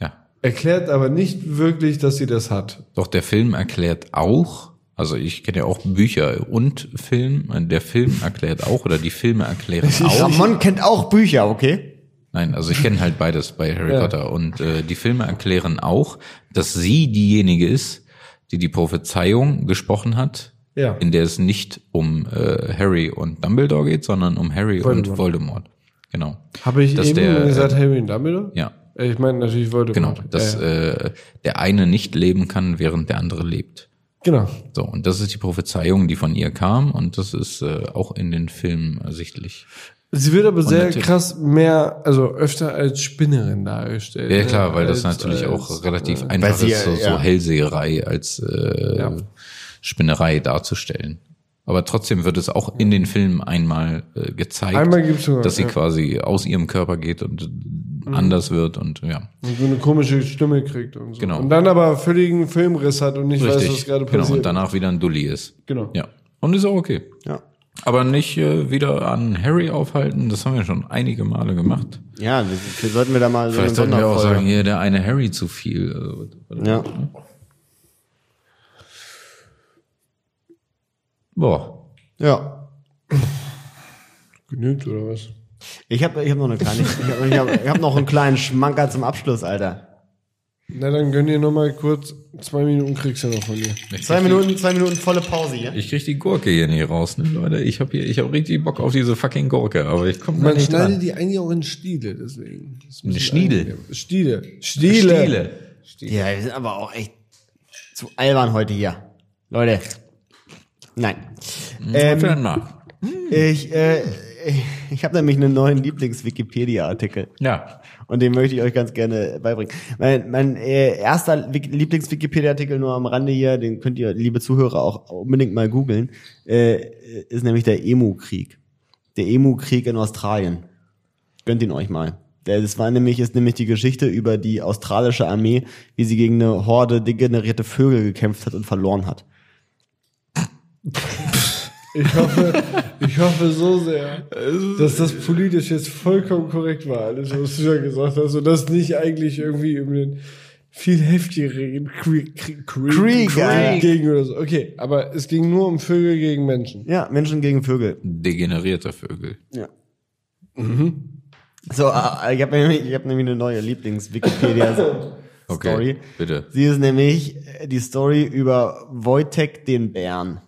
[SPEAKER 1] Ja.
[SPEAKER 6] erklärt aber nicht wirklich, dass sie das hat.
[SPEAKER 1] Doch der Film erklärt auch, also ich kenne ja auch Bücher und Film, äh, der Film erklärt auch oder die Filme erklären auch.
[SPEAKER 3] Ramon kennt auch Bücher, okay?
[SPEAKER 1] Nein, also ich kenne halt beides bei Harry Potter. Und äh, die Filme erklären auch, dass sie diejenige ist, die die Prophezeiung gesprochen hat,
[SPEAKER 6] Ja.
[SPEAKER 1] in der es nicht um äh, Harry und Dumbledore geht, sondern um Harry und
[SPEAKER 6] Voldemort.
[SPEAKER 1] Voldemort. Genau.
[SPEAKER 6] Habe ich
[SPEAKER 1] Dass
[SPEAKER 6] eben
[SPEAKER 1] der, äh,
[SPEAKER 6] gesagt, Harry und Dumbledore?
[SPEAKER 1] Ja.
[SPEAKER 6] Äh, Ich meine natürlich wollte
[SPEAKER 1] Genau, dass
[SPEAKER 6] äh,
[SPEAKER 1] äh, der eine nicht leben kann, während der andere lebt.
[SPEAKER 6] genau.
[SPEAKER 1] So, und das ist die Prophezeiung, die von ihr kam, und das ist äh, auch in den Filmen ersichtlich.
[SPEAKER 6] Sie wird aber sehr
[SPEAKER 1] natürlich-
[SPEAKER 6] krass mehr, also öfter als Spinnerin dargestellt.
[SPEAKER 1] Ja,
[SPEAKER 6] ne?
[SPEAKER 1] klar, weil das
[SPEAKER 6] Als-
[SPEAKER 1] natürlich auch
[SPEAKER 6] als,
[SPEAKER 1] relativ
[SPEAKER 6] äh,
[SPEAKER 1] einfach
[SPEAKER 3] sie
[SPEAKER 1] ist, so,
[SPEAKER 3] ja- ja.
[SPEAKER 1] so Hellseherei als äh,
[SPEAKER 6] Ja.
[SPEAKER 1] Spinnerei darzustellen. Aber trotzdem wird es auch in den Filmen einmal äh, gezeigt,
[SPEAKER 6] Einmal gibt's sogar,
[SPEAKER 1] dass sie
[SPEAKER 6] ja. Mhm.
[SPEAKER 1] quasi aus ihrem Körper geht und äh, anders wird und ja.
[SPEAKER 6] Und äh, so eine komische Stimme kriegt und so.
[SPEAKER 1] Genau.
[SPEAKER 6] Und dann aber völligen Filmriss hat und nicht weiß, was gerade passiert.
[SPEAKER 1] genau, und danach wieder ein Dulli ist.
[SPEAKER 6] Genau.
[SPEAKER 1] Ja. Und ist auch okay.
[SPEAKER 3] Ja.
[SPEAKER 1] Aber nicht äh, wieder an Harry aufhalten, das haben wir schon einige Male gemacht.
[SPEAKER 3] Ja, wir, wir sollten wir da mal so
[SPEAKER 1] Vielleicht sollten wir auch sagen,
[SPEAKER 3] Sonderfolge-
[SPEAKER 1] hier der eine Harry zu viel. Also,
[SPEAKER 3] Ja.
[SPEAKER 1] boah.
[SPEAKER 3] Ja.
[SPEAKER 6] Genügt oder was?
[SPEAKER 3] Ich habe ich hab noch eine kleine, ich habe ich hab, ich hab noch einen kleinen Schmanker zum Abschluss, Alter.
[SPEAKER 6] Na, dann gönn dir nochmal kurz. Zwei Minuten kriegst du noch von dir.
[SPEAKER 3] Zwei Minuten, zwei Minuten volle Pause hier.
[SPEAKER 1] Ich krieg die Gurke hier nicht raus, ne, Leute? Ich hab hier, ich hab richtig Bock auf diese fucking Gurke, aber ich komme
[SPEAKER 6] Man
[SPEAKER 1] nicht
[SPEAKER 3] ne,
[SPEAKER 6] schneidet
[SPEAKER 1] dran.
[SPEAKER 6] die eigentlich auch in Stiele, deswegen. Das ist ein
[SPEAKER 1] In
[SPEAKER 6] bisschen
[SPEAKER 1] Schniedel?
[SPEAKER 6] angenehm. Stiele. Stiele.
[SPEAKER 3] Ja, wir sind aber auch echt zu albern heute hier. Leute. Nein. Ähm,
[SPEAKER 1] Fern mal.
[SPEAKER 3] ich äh, ich habe nämlich einen neuen Lieblings-Wikipedia-Artikel.
[SPEAKER 1] Ja.
[SPEAKER 3] Und den möchte ich euch ganz gerne beibringen. Mein, mein äh, erster Wik- Lieblings-Wikipedia-Artikel nur am Rande hier, den könnt ihr, liebe Zuhörer, auch unbedingt mal googeln, äh, ist nämlich der Emu-Krieg. Der Emu-Krieg in Australien. Gönnt ihn euch mal. Der- Das war nämlich, ist nämlich die Geschichte über die australische Armee, wie sie gegen eine Horde degenerierte Vögel gekämpft hat und verloren hat.
[SPEAKER 6] Ich hoffe, ich hoffe so sehr, dass das politisch jetzt vollkommen korrekt war, alles, was du da gesagt hast, und das nicht eigentlich irgendwie um den viel heftigeren Krieg, Krieg,
[SPEAKER 3] Krieg,
[SPEAKER 6] Krieg,
[SPEAKER 3] ja.
[SPEAKER 6] Krieg gegen oder so. Okay, aber es ging nur um Vögel gegen Menschen.
[SPEAKER 3] Ja, Menschen gegen Vögel.
[SPEAKER 1] Degenerierter Vögel.
[SPEAKER 3] So, äh, ich habe nämlich, ich hab nämlich eine neue Lieblings-Wikipedia-Story.
[SPEAKER 1] Okay. Bitte.
[SPEAKER 3] Sie ist nämlich äh, die Story über Wojtek den Bären.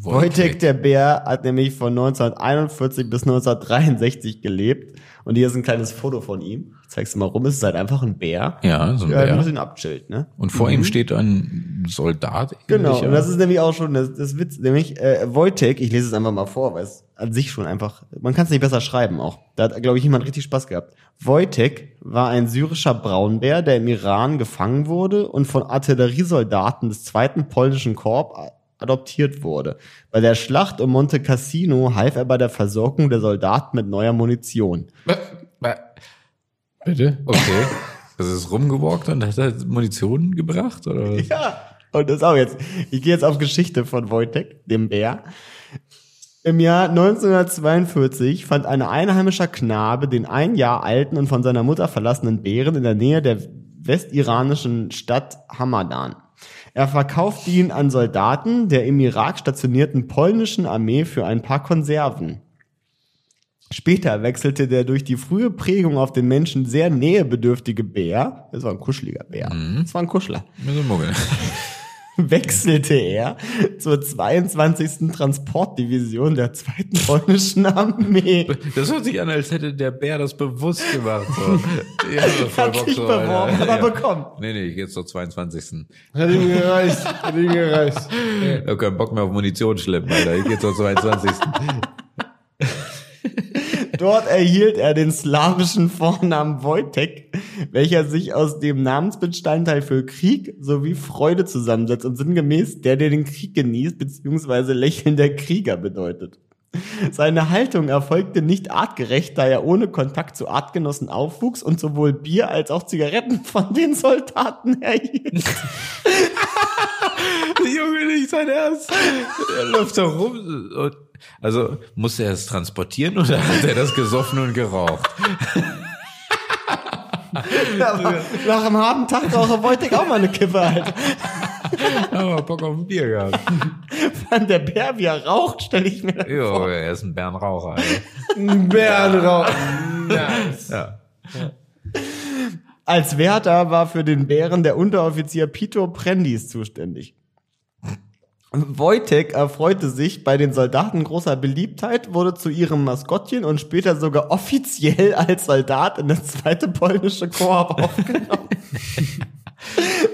[SPEAKER 3] Wojtek der Bär hat nämlich von 1941 bis 1963 gelebt. Und hier ist ein kleines Foto von ihm. Ich zeig's dir mal rum. Es ist halt einfach ein Bär.
[SPEAKER 1] Ja, so ein
[SPEAKER 3] Ja, du musst
[SPEAKER 1] Bär.
[SPEAKER 3] ihn abchillt, ne?
[SPEAKER 1] Und vor ihm steht ein Soldat.
[SPEAKER 3] Genau.
[SPEAKER 1] ähnlicher.
[SPEAKER 3] Und das ist nämlich auch schon das, das Witz. Nämlich, äh, Wojtek, ich lese es einfach mal vor, weil es an sich schon einfach, man kann es nicht besser schreiben auch. Da hat, glaube ich, jemand richtig Spaß gehabt. Wojtek war ein syrischer Braunbär, der im Iran gefangen wurde und von Artilleriesoldaten des zweiten polnischen Korps a- adoptiert wurde. Bei der Schlacht um Monte Cassino half er bei der Versorgung der Soldaten mit neuer Munition.
[SPEAKER 6] Bitte?
[SPEAKER 1] Okay. Das ist rumgewalkt und hat halt Munition gebracht, oder? was?
[SPEAKER 3] Ja, Und das auch jetzt. Ich gehe jetzt auf Geschichte von Wojtek, dem Bär. Im Jahr 1942 fand ein einheimischer Knabe den ein Jahr alten und von seiner Mutter verlassenen Bären in der Nähe der westiranischen Stadt Hamadan. Er verkaufte ihn an Soldaten der im Irak stationierten polnischen Armee für ein paar Konserven. Später wechselte der durch die frühe Prägung auf den Menschen sehr nähebedürftige Bär, das war ein kuscheliger Bär, das war ein Kuschler,
[SPEAKER 1] Mit so einem Muggel.
[SPEAKER 3] [LAUGHS] wechselte er zur 22. Transportdivision der zweiten
[SPEAKER 1] [LAUGHS]
[SPEAKER 3] polnischen Armee.
[SPEAKER 1] Das hört sich an, als hätte der Bär das bewusst gemacht. [LAUGHS] So. Ja, so voll
[SPEAKER 3] Hat
[SPEAKER 1] Bock
[SPEAKER 3] sich
[SPEAKER 1] so, Alter.
[SPEAKER 3] beworben, hat er bekommen.
[SPEAKER 1] Nee, nee, ich geh jetzt zur 22.
[SPEAKER 6] Hat ihm gereicht. Hat ihm gereicht.
[SPEAKER 1] Ich hab keinen Bock mehr auf Munition schleppen, Alter. Ich geh zur 22.
[SPEAKER 3] Dort erhielt er den slawischen Vornamen Wojtek, welcher sich aus dem Namensbestandteil für Krieg sowie Freude zusammensetzt und sinngemäß der, der den Krieg genießt, beziehungsweise lächelnder Krieger bedeutet. Seine Haltung erfolgte nicht artgerecht, da er ohne Kontakt zu Artgenossen aufwuchs und sowohl Bier als auch Zigaretten von den Soldaten [LAUGHS] erhielt.
[SPEAKER 1] [LAUGHS] Junge, nicht sein Ernst. Er läuft da rum. Und, also, musste er es transportieren oder hat er das gesoffen und geraucht? [LAUGHS]
[SPEAKER 3] Aber Nach einem harten Tag brauche Wojtek auch mal eine Kippe, Alter.
[SPEAKER 1] Aber Bock auf ein Bier gehabt.
[SPEAKER 3] Wenn der Bär, wie er raucht, stelle ich mir das
[SPEAKER 1] Jo, er ist ein Bärenraucher, Alter.
[SPEAKER 6] Ein Bärenrauch. Nice.
[SPEAKER 1] Ja.
[SPEAKER 3] Als Wärter war für den Bären der Unteroffizier Pito Prendis zuständig. Wojtek erfreute sich bei den Soldaten großer Beliebtheit, wurde zu ihrem Maskottchen und später sogar offiziell [LAUGHS] als Soldat in das zweite polnische Korps [LAUGHS] aufgenommen,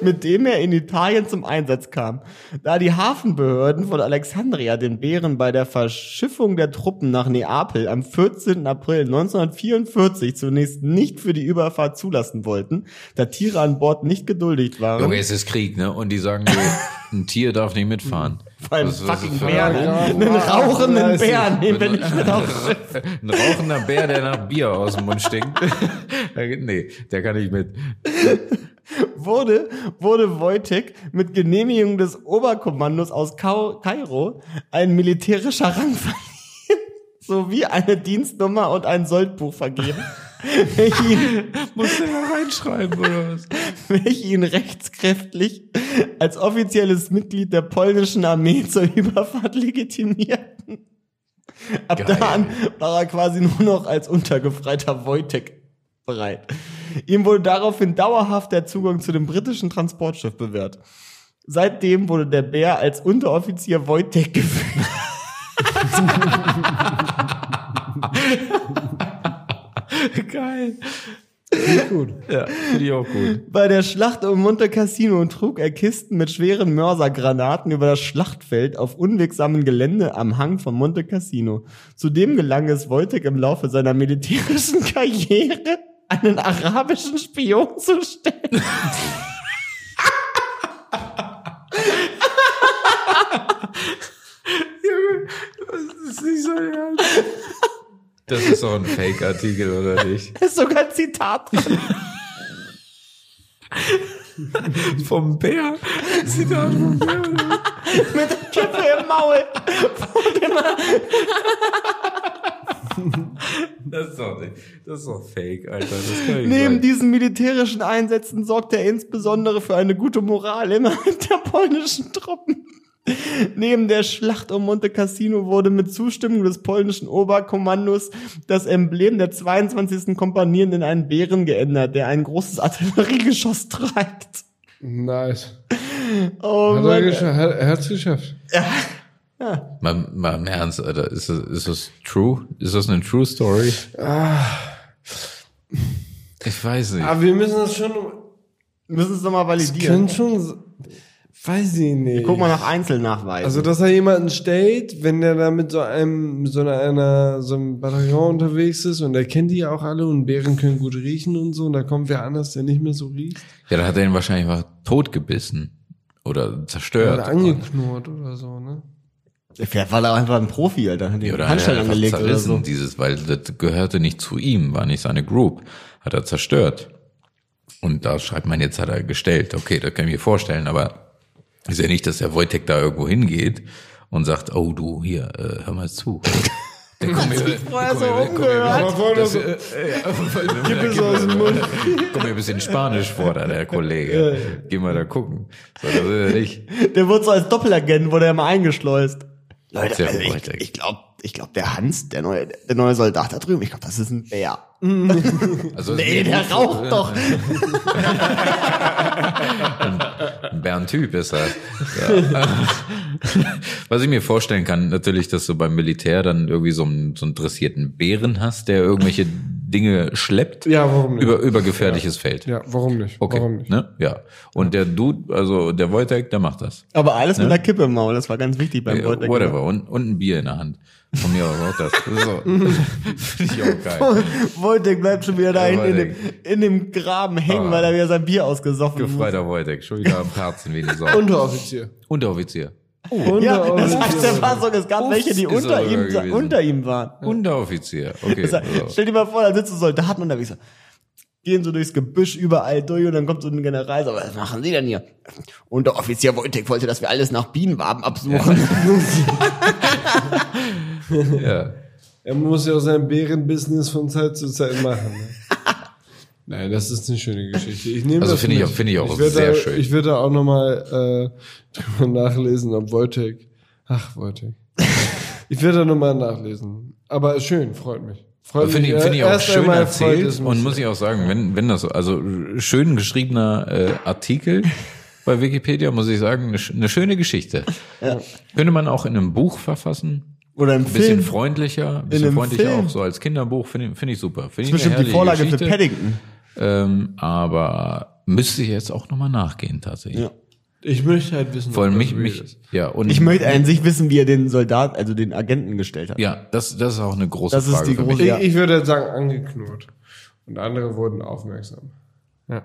[SPEAKER 3] mit dem er in Italien zum Einsatz kam. Da die Hafenbehörden von Alexandria den Bären bei der Verschiffung der Truppen nach Neapel am 14. April 1944 zunächst nicht für die Überfahrt zulassen wollten, da Tiere an Bord nicht geduldigt waren.
[SPEAKER 1] Junge, es ist Krieg, ne? Und die sagen, so, ein Tier darf nicht mitfahren.
[SPEAKER 3] Vor allem
[SPEAKER 1] Was- was-
[SPEAKER 3] fucking
[SPEAKER 1] was-
[SPEAKER 3] Bären.
[SPEAKER 6] Ja,
[SPEAKER 3] [LAUGHS] Einen
[SPEAKER 6] wow.
[SPEAKER 3] rauchenden
[SPEAKER 6] Nice.
[SPEAKER 3] Bären nehmen wir nicht mit auf.
[SPEAKER 1] [LAUGHS] Ein rauchender Bär, der nach Bier aus dem Mund stinkt. nee, der kann nicht mit.
[SPEAKER 3] Wurde, wurde Wojtek mit Genehmigung des Oberkommandos aus Kau Kairo ein militärischer Rang verliehen, sowie eine Dienstnummer und ein
[SPEAKER 1] [LAUGHS]
[SPEAKER 3] Soldbuch vergeben, welche ihn,
[SPEAKER 1] Muss der da reinschreiben oder
[SPEAKER 3] [LAUGHS]
[SPEAKER 1] was?
[SPEAKER 3] welche ihn rechtskräftig als offizielles Mitglied der polnischen Armee zur Überfahrt legitimierten. Ab
[SPEAKER 1] Geil.
[SPEAKER 3] da an war er quasi nur noch als untergefreiter Wojtek bereit. Ihm wurde daraufhin dauerhaft der Zugang zu dem britischen Transportschiff bewährt. Seitdem wurde der Bär als Unteroffizier Wojtek [LAUGHS] geführt.
[SPEAKER 1] Geil.
[SPEAKER 6] Gut.
[SPEAKER 1] Ja, finde ich auch gut.
[SPEAKER 3] Bei der Schlacht um Monte Cassino trug er Kisten mit schweren Mörsergranaten über das Schlachtfeld auf unwegsamen Gelände am Hang von Monte Cassino. Zudem gelang es Wojtek im Laufe seiner militärischen [LAUGHS] Karriere, einen arabischen Spion zu stellen.
[SPEAKER 1] Das ist nicht so ernst. Das ist doch ein Fake-Artikel, oder nicht?
[SPEAKER 3] Ist sogar ein Zitat drin.
[SPEAKER 1] Vom Bär. Sieht er vom Bär oder was?
[SPEAKER 3] mit der Kippe im Maul.
[SPEAKER 1] Das ist doch nicht. Das ist doch Fake, Alter. Das kann ich
[SPEAKER 3] Neben
[SPEAKER 1] nicht.
[SPEAKER 3] diesen militärischen Einsätzen sorgt er insbesondere für eine gute Moral innerhalb der polnischen Truppen. Neben der Schlacht um Monte Cassino wurde mit Zustimmung des polnischen Oberkommandos das Emblem der 22. Kompanien in einen Bären geändert, der ein großes Artilleriegeschoss trägt.
[SPEAKER 6] Nice.
[SPEAKER 3] Oh
[SPEAKER 6] Hat er,
[SPEAKER 3] Mann.
[SPEAKER 6] gesch- hat, er hat's geschafft.
[SPEAKER 1] Mal, mal im Ernst, Alter. Ist das, ist das true? Ist das eine true story? Ich weiß nicht.
[SPEAKER 6] Aber wir müssen das schon.
[SPEAKER 3] Wir müssen es nochmal validieren.
[SPEAKER 6] Können schon. Weiß ich nicht.
[SPEAKER 3] Guck mal nach Einzelnachweisen.
[SPEAKER 6] Also, dass er jemanden stellt, wenn der da mit so einem, mit so einer, einer, so einem Bataillon unterwegs ist und er kennt die ja auch alle und Bären können gut riechen und so und da kommt wer anders, der nicht mehr so riecht.
[SPEAKER 1] Ja, da hat er ihn wahrscheinlich mal totgebissen. Oder zerstört.
[SPEAKER 6] Oder angeknurrt oder so, ne?
[SPEAKER 3] Vielleicht war er auch einfach ein Profi, Alter. Hat die
[SPEAKER 1] Ja, oder hat er
[SPEAKER 3] Handschellen
[SPEAKER 1] einfach
[SPEAKER 3] angelegt oder
[SPEAKER 1] zerrissen,
[SPEAKER 3] so.
[SPEAKER 1] dieses, weil das gehörte nicht zu ihm, war nicht seine Group. Hat er zerstört. Und da schreibt man, jetzt hat er gestellt. Okay, das kann ich mir vorstellen, aber Ist ja nicht, dass der Wojtek da irgendwo hingeht und sagt, oh du, hier, äh, hör mal zu. Der kommt mir,
[SPEAKER 3] vorher so
[SPEAKER 6] Aber vorhin
[SPEAKER 1] das,
[SPEAKER 6] noch
[SPEAKER 1] äh, äh,
[SPEAKER 6] Gib es aus dem
[SPEAKER 3] genau.
[SPEAKER 6] Mund.
[SPEAKER 1] Komm mir ein bisschen Spanisch vor, da der Kollege. Geh mal da gucken. So, das ist ja nicht.
[SPEAKER 3] Der wurde so als Doppelagent, wurde er mal eingeschleust. Leute,
[SPEAKER 1] Sehr
[SPEAKER 3] also ich,
[SPEAKER 1] beruhigend.
[SPEAKER 3] ich glaube, ich glaub, der Hans, der neue, der neue Soldat da drüben, ich glaube, das ist ein Bär.
[SPEAKER 1] Also,
[SPEAKER 3] Nee, der raucht doch.
[SPEAKER 1] Ein Bärentyp ist er. Ja. [LAUGHS] Was ich mir vorstellen kann, natürlich, dass du beim Militär dann irgendwie so einen, so einen dressierten Bären hast, der irgendwelche Dinge schleppt
[SPEAKER 6] Ja, warum nicht?
[SPEAKER 1] über, über gefährliches Feld.
[SPEAKER 6] Ja, warum nicht?
[SPEAKER 1] Okay,
[SPEAKER 6] Warum nicht?
[SPEAKER 1] ne? Ja. Und der Dude, also der Wojtek, der macht das.
[SPEAKER 3] Aber alles mit einer Kippe im Maul, das war ganz wichtig beim
[SPEAKER 1] Äh,
[SPEAKER 3] Wojtek.
[SPEAKER 1] Whatever. Und, und ein Bier in der Hand. Von mir aus auch das. So. Finde ich auch geil.
[SPEAKER 3] [LAUGHS] Wojtek bleibt schon wieder da
[SPEAKER 1] Ja,
[SPEAKER 3] hinten in dem,
[SPEAKER 1] Wojtek.
[SPEAKER 3] in dem Graben hängen,
[SPEAKER 1] Ah.
[SPEAKER 3] weil er wieder sein Bier ausgesoffen hat.
[SPEAKER 1] Gefreiter Wojtek, schon wieder am Karzen wie die Sau.
[SPEAKER 6] Unteroffizier.
[SPEAKER 1] Unteroffizier.
[SPEAKER 3] Oh. Ja, das
[SPEAKER 6] Unteroffizier.
[SPEAKER 3] heißt, der war so, es gab
[SPEAKER 1] Ups,
[SPEAKER 3] welche, die
[SPEAKER 1] ist er
[SPEAKER 3] unter
[SPEAKER 1] sogar
[SPEAKER 3] ihm, sa-
[SPEAKER 1] gewesen.
[SPEAKER 3] unter ihm waren.
[SPEAKER 1] Unteroffizier.
[SPEAKER 3] [LAUGHS]
[SPEAKER 1] Okay. also,
[SPEAKER 3] Das heißt,
[SPEAKER 1] So.
[SPEAKER 3] Stell dir mal vor, da sitzen Soldaten unterwegs. so, Gehen so durchs Gebüsch überall durch und dann kommt so ein General. So, was machen Sie denn hier? Unteroffizier Wojtek wollte, dass wir alles nach Bienenwaben absuchen. [LAUGHS]
[SPEAKER 1] Ja.
[SPEAKER 6] Er muss ja auch sein Bärenbusiness von Zeit zu Zeit machen. Ne? [LAUGHS] Nein, das ist eine schöne Geschichte. Ich nehme
[SPEAKER 1] Also
[SPEAKER 6] das
[SPEAKER 1] finde ich
[SPEAKER 6] mit.
[SPEAKER 1] auch- finde ich auch
[SPEAKER 6] werd
[SPEAKER 1] sehr
[SPEAKER 6] da,
[SPEAKER 1] schön.
[SPEAKER 6] Ich würde da auch nochmal äh, [LAUGHS] drüber nachlesen, ob Wojtek. Ach, Wojtek. ich werde da nochmal nachlesen. Aber schön, freut mich. Freut
[SPEAKER 1] Finde ich,
[SPEAKER 6] mich.
[SPEAKER 1] finde ich auch
[SPEAKER 6] Erst
[SPEAKER 1] schön
[SPEAKER 6] einmal freut es
[SPEAKER 1] erzählt
[SPEAKER 6] mich
[SPEAKER 1] und
[SPEAKER 6] sehr.
[SPEAKER 1] muss ich auch sagen, wenn, wenn das so, also schön geschriebener äh,
[SPEAKER 3] [LAUGHS]
[SPEAKER 1] Artikel bei Wikipedia, muss ich sagen, eine, sch- eine schöne Geschichte. Könnte man auch in einem Buch verfassen,
[SPEAKER 3] Oder im
[SPEAKER 1] ein bisschen
[SPEAKER 3] Film.
[SPEAKER 1] freundlicher, ein bisschen
[SPEAKER 3] einem
[SPEAKER 1] freundlicher
[SPEAKER 3] Film.
[SPEAKER 1] auch, so als Kinderbuch, finde ich- finde ich super. Finde ich
[SPEAKER 3] Das ist
[SPEAKER 1] eine
[SPEAKER 3] bestimmt die
[SPEAKER 1] herrliche
[SPEAKER 3] Vorlage
[SPEAKER 1] Geschichte,
[SPEAKER 3] für Paddington.
[SPEAKER 1] Ähm, aber müsste ich jetzt auch nochmal nachgehen tatsächlich.
[SPEAKER 3] Ja.
[SPEAKER 6] ich möchte halt wissen,
[SPEAKER 1] Vor allem
[SPEAKER 6] ob
[SPEAKER 1] mich,
[SPEAKER 6] das real
[SPEAKER 1] mich,
[SPEAKER 6] ist.
[SPEAKER 1] ja, und
[SPEAKER 3] Ich möchte an sich wissen, wie er den Soldat, also den Agenten gestellt hat.
[SPEAKER 1] ja, das, das ist auch eine große
[SPEAKER 3] Das ist
[SPEAKER 1] Frage
[SPEAKER 3] die
[SPEAKER 1] für
[SPEAKER 3] große-
[SPEAKER 1] mich.
[SPEAKER 6] Ich,
[SPEAKER 3] Ja.
[SPEAKER 6] ich würde jetzt sagen, angeknurrt. Und andere wurden aufmerksam. Ja.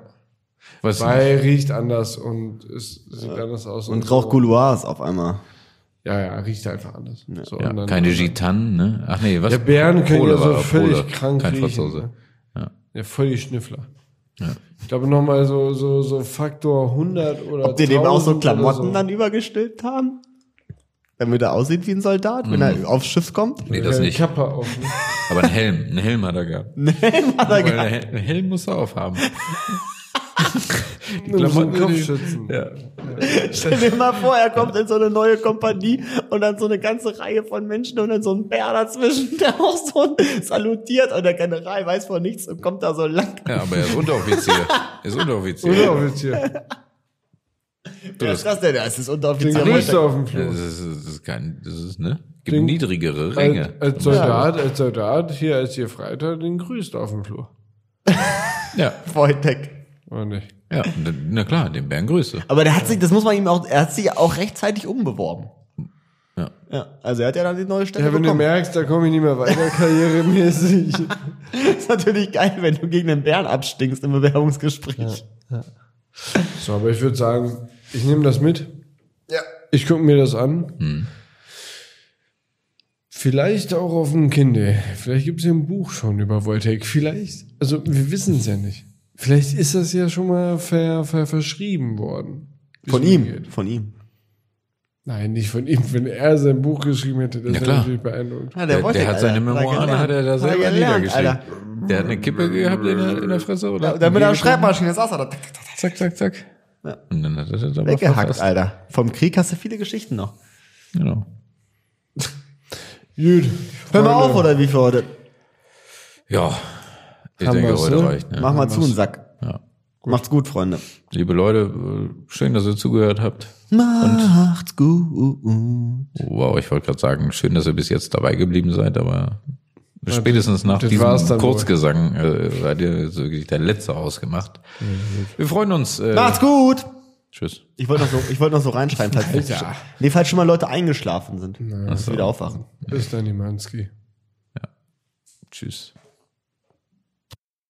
[SPEAKER 1] Was,
[SPEAKER 6] Weil riecht anders und es sieht anders aus.
[SPEAKER 3] Und raucht Couloirs auf einmal.
[SPEAKER 6] Ja, ja, riecht einfach anders. So, und
[SPEAKER 1] ja,
[SPEAKER 6] dann-
[SPEAKER 1] keine Gitanen, ne? Ach nee, was?
[SPEAKER 6] Ja, Bären können ja so
[SPEAKER 1] war-
[SPEAKER 6] völlig
[SPEAKER 1] Pole,
[SPEAKER 6] krank
[SPEAKER 1] Kein
[SPEAKER 6] riechen, ne?
[SPEAKER 1] Franzose.
[SPEAKER 6] Ja, voll die Schnüffler. Ich glaube nochmal so, so, so Faktor 100 oder
[SPEAKER 3] Ob die dem auch so
[SPEAKER 6] 1000 oder
[SPEAKER 3] Klamotten
[SPEAKER 6] so.
[SPEAKER 3] dann übergestülpt haben? Damit er aussieht wie ein Soldat, wenn
[SPEAKER 1] Mhm.
[SPEAKER 3] er aufs Schiff kommt?
[SPEAKER 1] Nee, das
[SPEAKER 6] Keine
[SPEAKER 1] nicht.
[SPEAKER 6] Kappe auf.
[SPEAKER 1] [LAUGHS]
[SPEAKER 6] Ne?
[SPEAKER 1] Aber ein Helm, ein Helm hat er gehabt.
[SPEAKER 3] Nee, hat er
[SPEAKER 1] Weil
[SPEAKER 3] gar-
[SPEAKER 1] ein Hel- ein Helm muss er aufhaben.
[SPEAKER 6] Die Klamotten
[SPEAKER 1] die-
[SPEAKER 6] Kopfschützen.
[SPEAKER 1] Ja.
[SPEAKER 3] Stell dir mal vor, er kommt in so eine neue Kompanie und dann so eine ganze Reihe von Menschen und dann so ein Bär dazwischen, [LAUGHS] der auch so salutiert und der General weiß von nichts und kommt da so lang.
[SPEAKER 1] ja, aber er ist Unteroffizier. Er ist Unteroffizier. [LAUGHS]
[SPEAKER 6] Unteroffizier.
[SPEAKER 3] Wer ist das denn? Das ist
[SPEAKER 6] Den
[SPEAKER 3] Unteroffizier.
[SPEAKER 6] kriegst du
[SPEAKER 3] Wojtek.
[SPEAKER 6] auf dem
[SPEAKER 1] Ja,
[SPEAKER 6] Flur.
[SPEAKER 1] Das ist, das ist kein, das ist, ne? Gibt
[SPEAKER 6] Ding.
[SPEAKER 1] niedrigere
[SPEAKER 6] Als,
[SPEAKER 1] Ränge.
[SPEAKER 6] als Soldat, als Soldat, hier als hier Freitag, den grüßt du auf dem Flur.
[SPEAKER 1] Ja,
[SPEAKER 3] Wojtek.
[SPEAKER 6] Oder nicht?
[SPEAKER 1] ja. n- Na klar, den Bären Größe.
[SPEAKER 3] Aber der hat sich, das muss man ihm auch, er hat sich ja auch rechtzeitig umbeworben.
[SPEAKER 1] Ja.
[SPEAKER 3] Ja, also er hat ja dann die neue Stelle
[SPEAKER 6] Ja, wenn du
[SPEAKER 3] bekommen.
[SPEAKER 6] merkst, da komme ich nicht mehr weiter [LAUGHS] karrieremäßig.
[SPEAKER 3] [LAUGHS] ist natürlich geil, wenn du gegen den Bären abstinkst im Bewerbungsgespräch.
[SPEAKER 6] So, aber ich würde sagen, ich nehme das mit. Ja. Ich gucke mir das an.
[SPEAKER 1] Hm.
[SPEAKER 6] Vielleicht auch auf dem Kindle. Vielleicht gibt es ja ein Buch schon über Wojtek. Vielleicht, also wir wissen es ja nicht. Vielleicht ist das ja schon mal ver, ver, verschrieben worden. Wie
[SPEAKER 3] Von
[SPEAKER 6] es
[SPEAKER 3] ihm.
[SPEAKER 6] geht.
[SPEAKER 3] Von ihm.
[SPEAKER 6] Nein, nicht von ihm. Wenn er sein Buch geschrieben hätte, das
[SPEAKER 1] Ja,
[SPEAKER 6] wäre
[SPEAKER 1] klar.
[SPEAKER 6] natürlich beeindruckt.
[SPEAKER 3] Ja,
[SPEAKER 1] Der, der,
[SPEAKER 3] Wojtek,
[SPEAKER 1] hat seine
[SPEAKER 3] Alter,
[SPEAKER 1] Memoiren,
[SPEAKER 3] gelernt.
[SPEAKER 1] hat er da
[SPEAKER 3] Hat
[SPEAKER 1] selber
[SPEAKER 3] gelernt,
[SPEAKER 1] niedergeschrieben.
[SPEAKER 3] Alter.
[SPEAKER 1] Der hat eine Kippe gehabt in der, in der Fresse, oder?
[SPEAKER 3] Da mit der Schreibmaschine saß er da.
[SPEAKER 1] Zack, zack, zack. Und dann hat er das aber
[SPEAKER 3] Weggehackt,
[SPEAKER 1] verfasst.
[SPEAKER 3] Alter. Vom Krieg hast du viele Geschichten noch.
[SPEAKER 1] Genau.
[SPEAKER 6] Gut.
[SPEAKER 3] Hör mal
[SPEAKER 6] Freunde.
[SPEAKER 3] auf, oder wie für heute?
[SPEAKER 1] Ja, ich
[SPEAKER 6] Haben
[SPEAKER 1] denke,
[SPEAKER 6] wir's,
[SPEAKER 1] heute
[SPEAKER 6] ne?
[SPEAKER 1] reicht. Ne?
[SPEAKER 3] Mach mal zu, einen Sack.
[SPEAKER 1] Ja.
[SPEAKER 3] Macht's gut, Freunde.
[SPEAKER 1] Liebe Leute, äh, schön, dass ihr zugehört habt.
[SPEAKER 3] Macht's gut.
[SPEAKER 1] Wow, ich wollte gerade sagen, schön, dass ihr bis jetzt dabei geblieben seid, aber spätestens nach
[SPEAKER 6] das
[SPEAKER 1] diesem
[SPEAKER 6] war's dann wohl.
[SPEAKER 1] Kurzgesang äh, seid ihr so wirklich der Letzte ausgemacht.
[SPEAKER 6] Mhm.
[SPEAKER 1] Wir freuen uns. Äh,
[SPEAKER 3] Macht's gut.
[SPEAKER 1] Tschüss.
[SPEAKER 3] Ich wollte noch, so, ich wollt noch so reinschreiben, [LAUGHS] falls,
[SPEAKER 6] Alter.
[SPEAKER 3] nee, falls schon mal Leute eingeschlafen sind. Dass sie wieder aufwachen.
[SPEAKER 6] Bis dann, Niemanski.
[SPEAKER 1] Tschüss.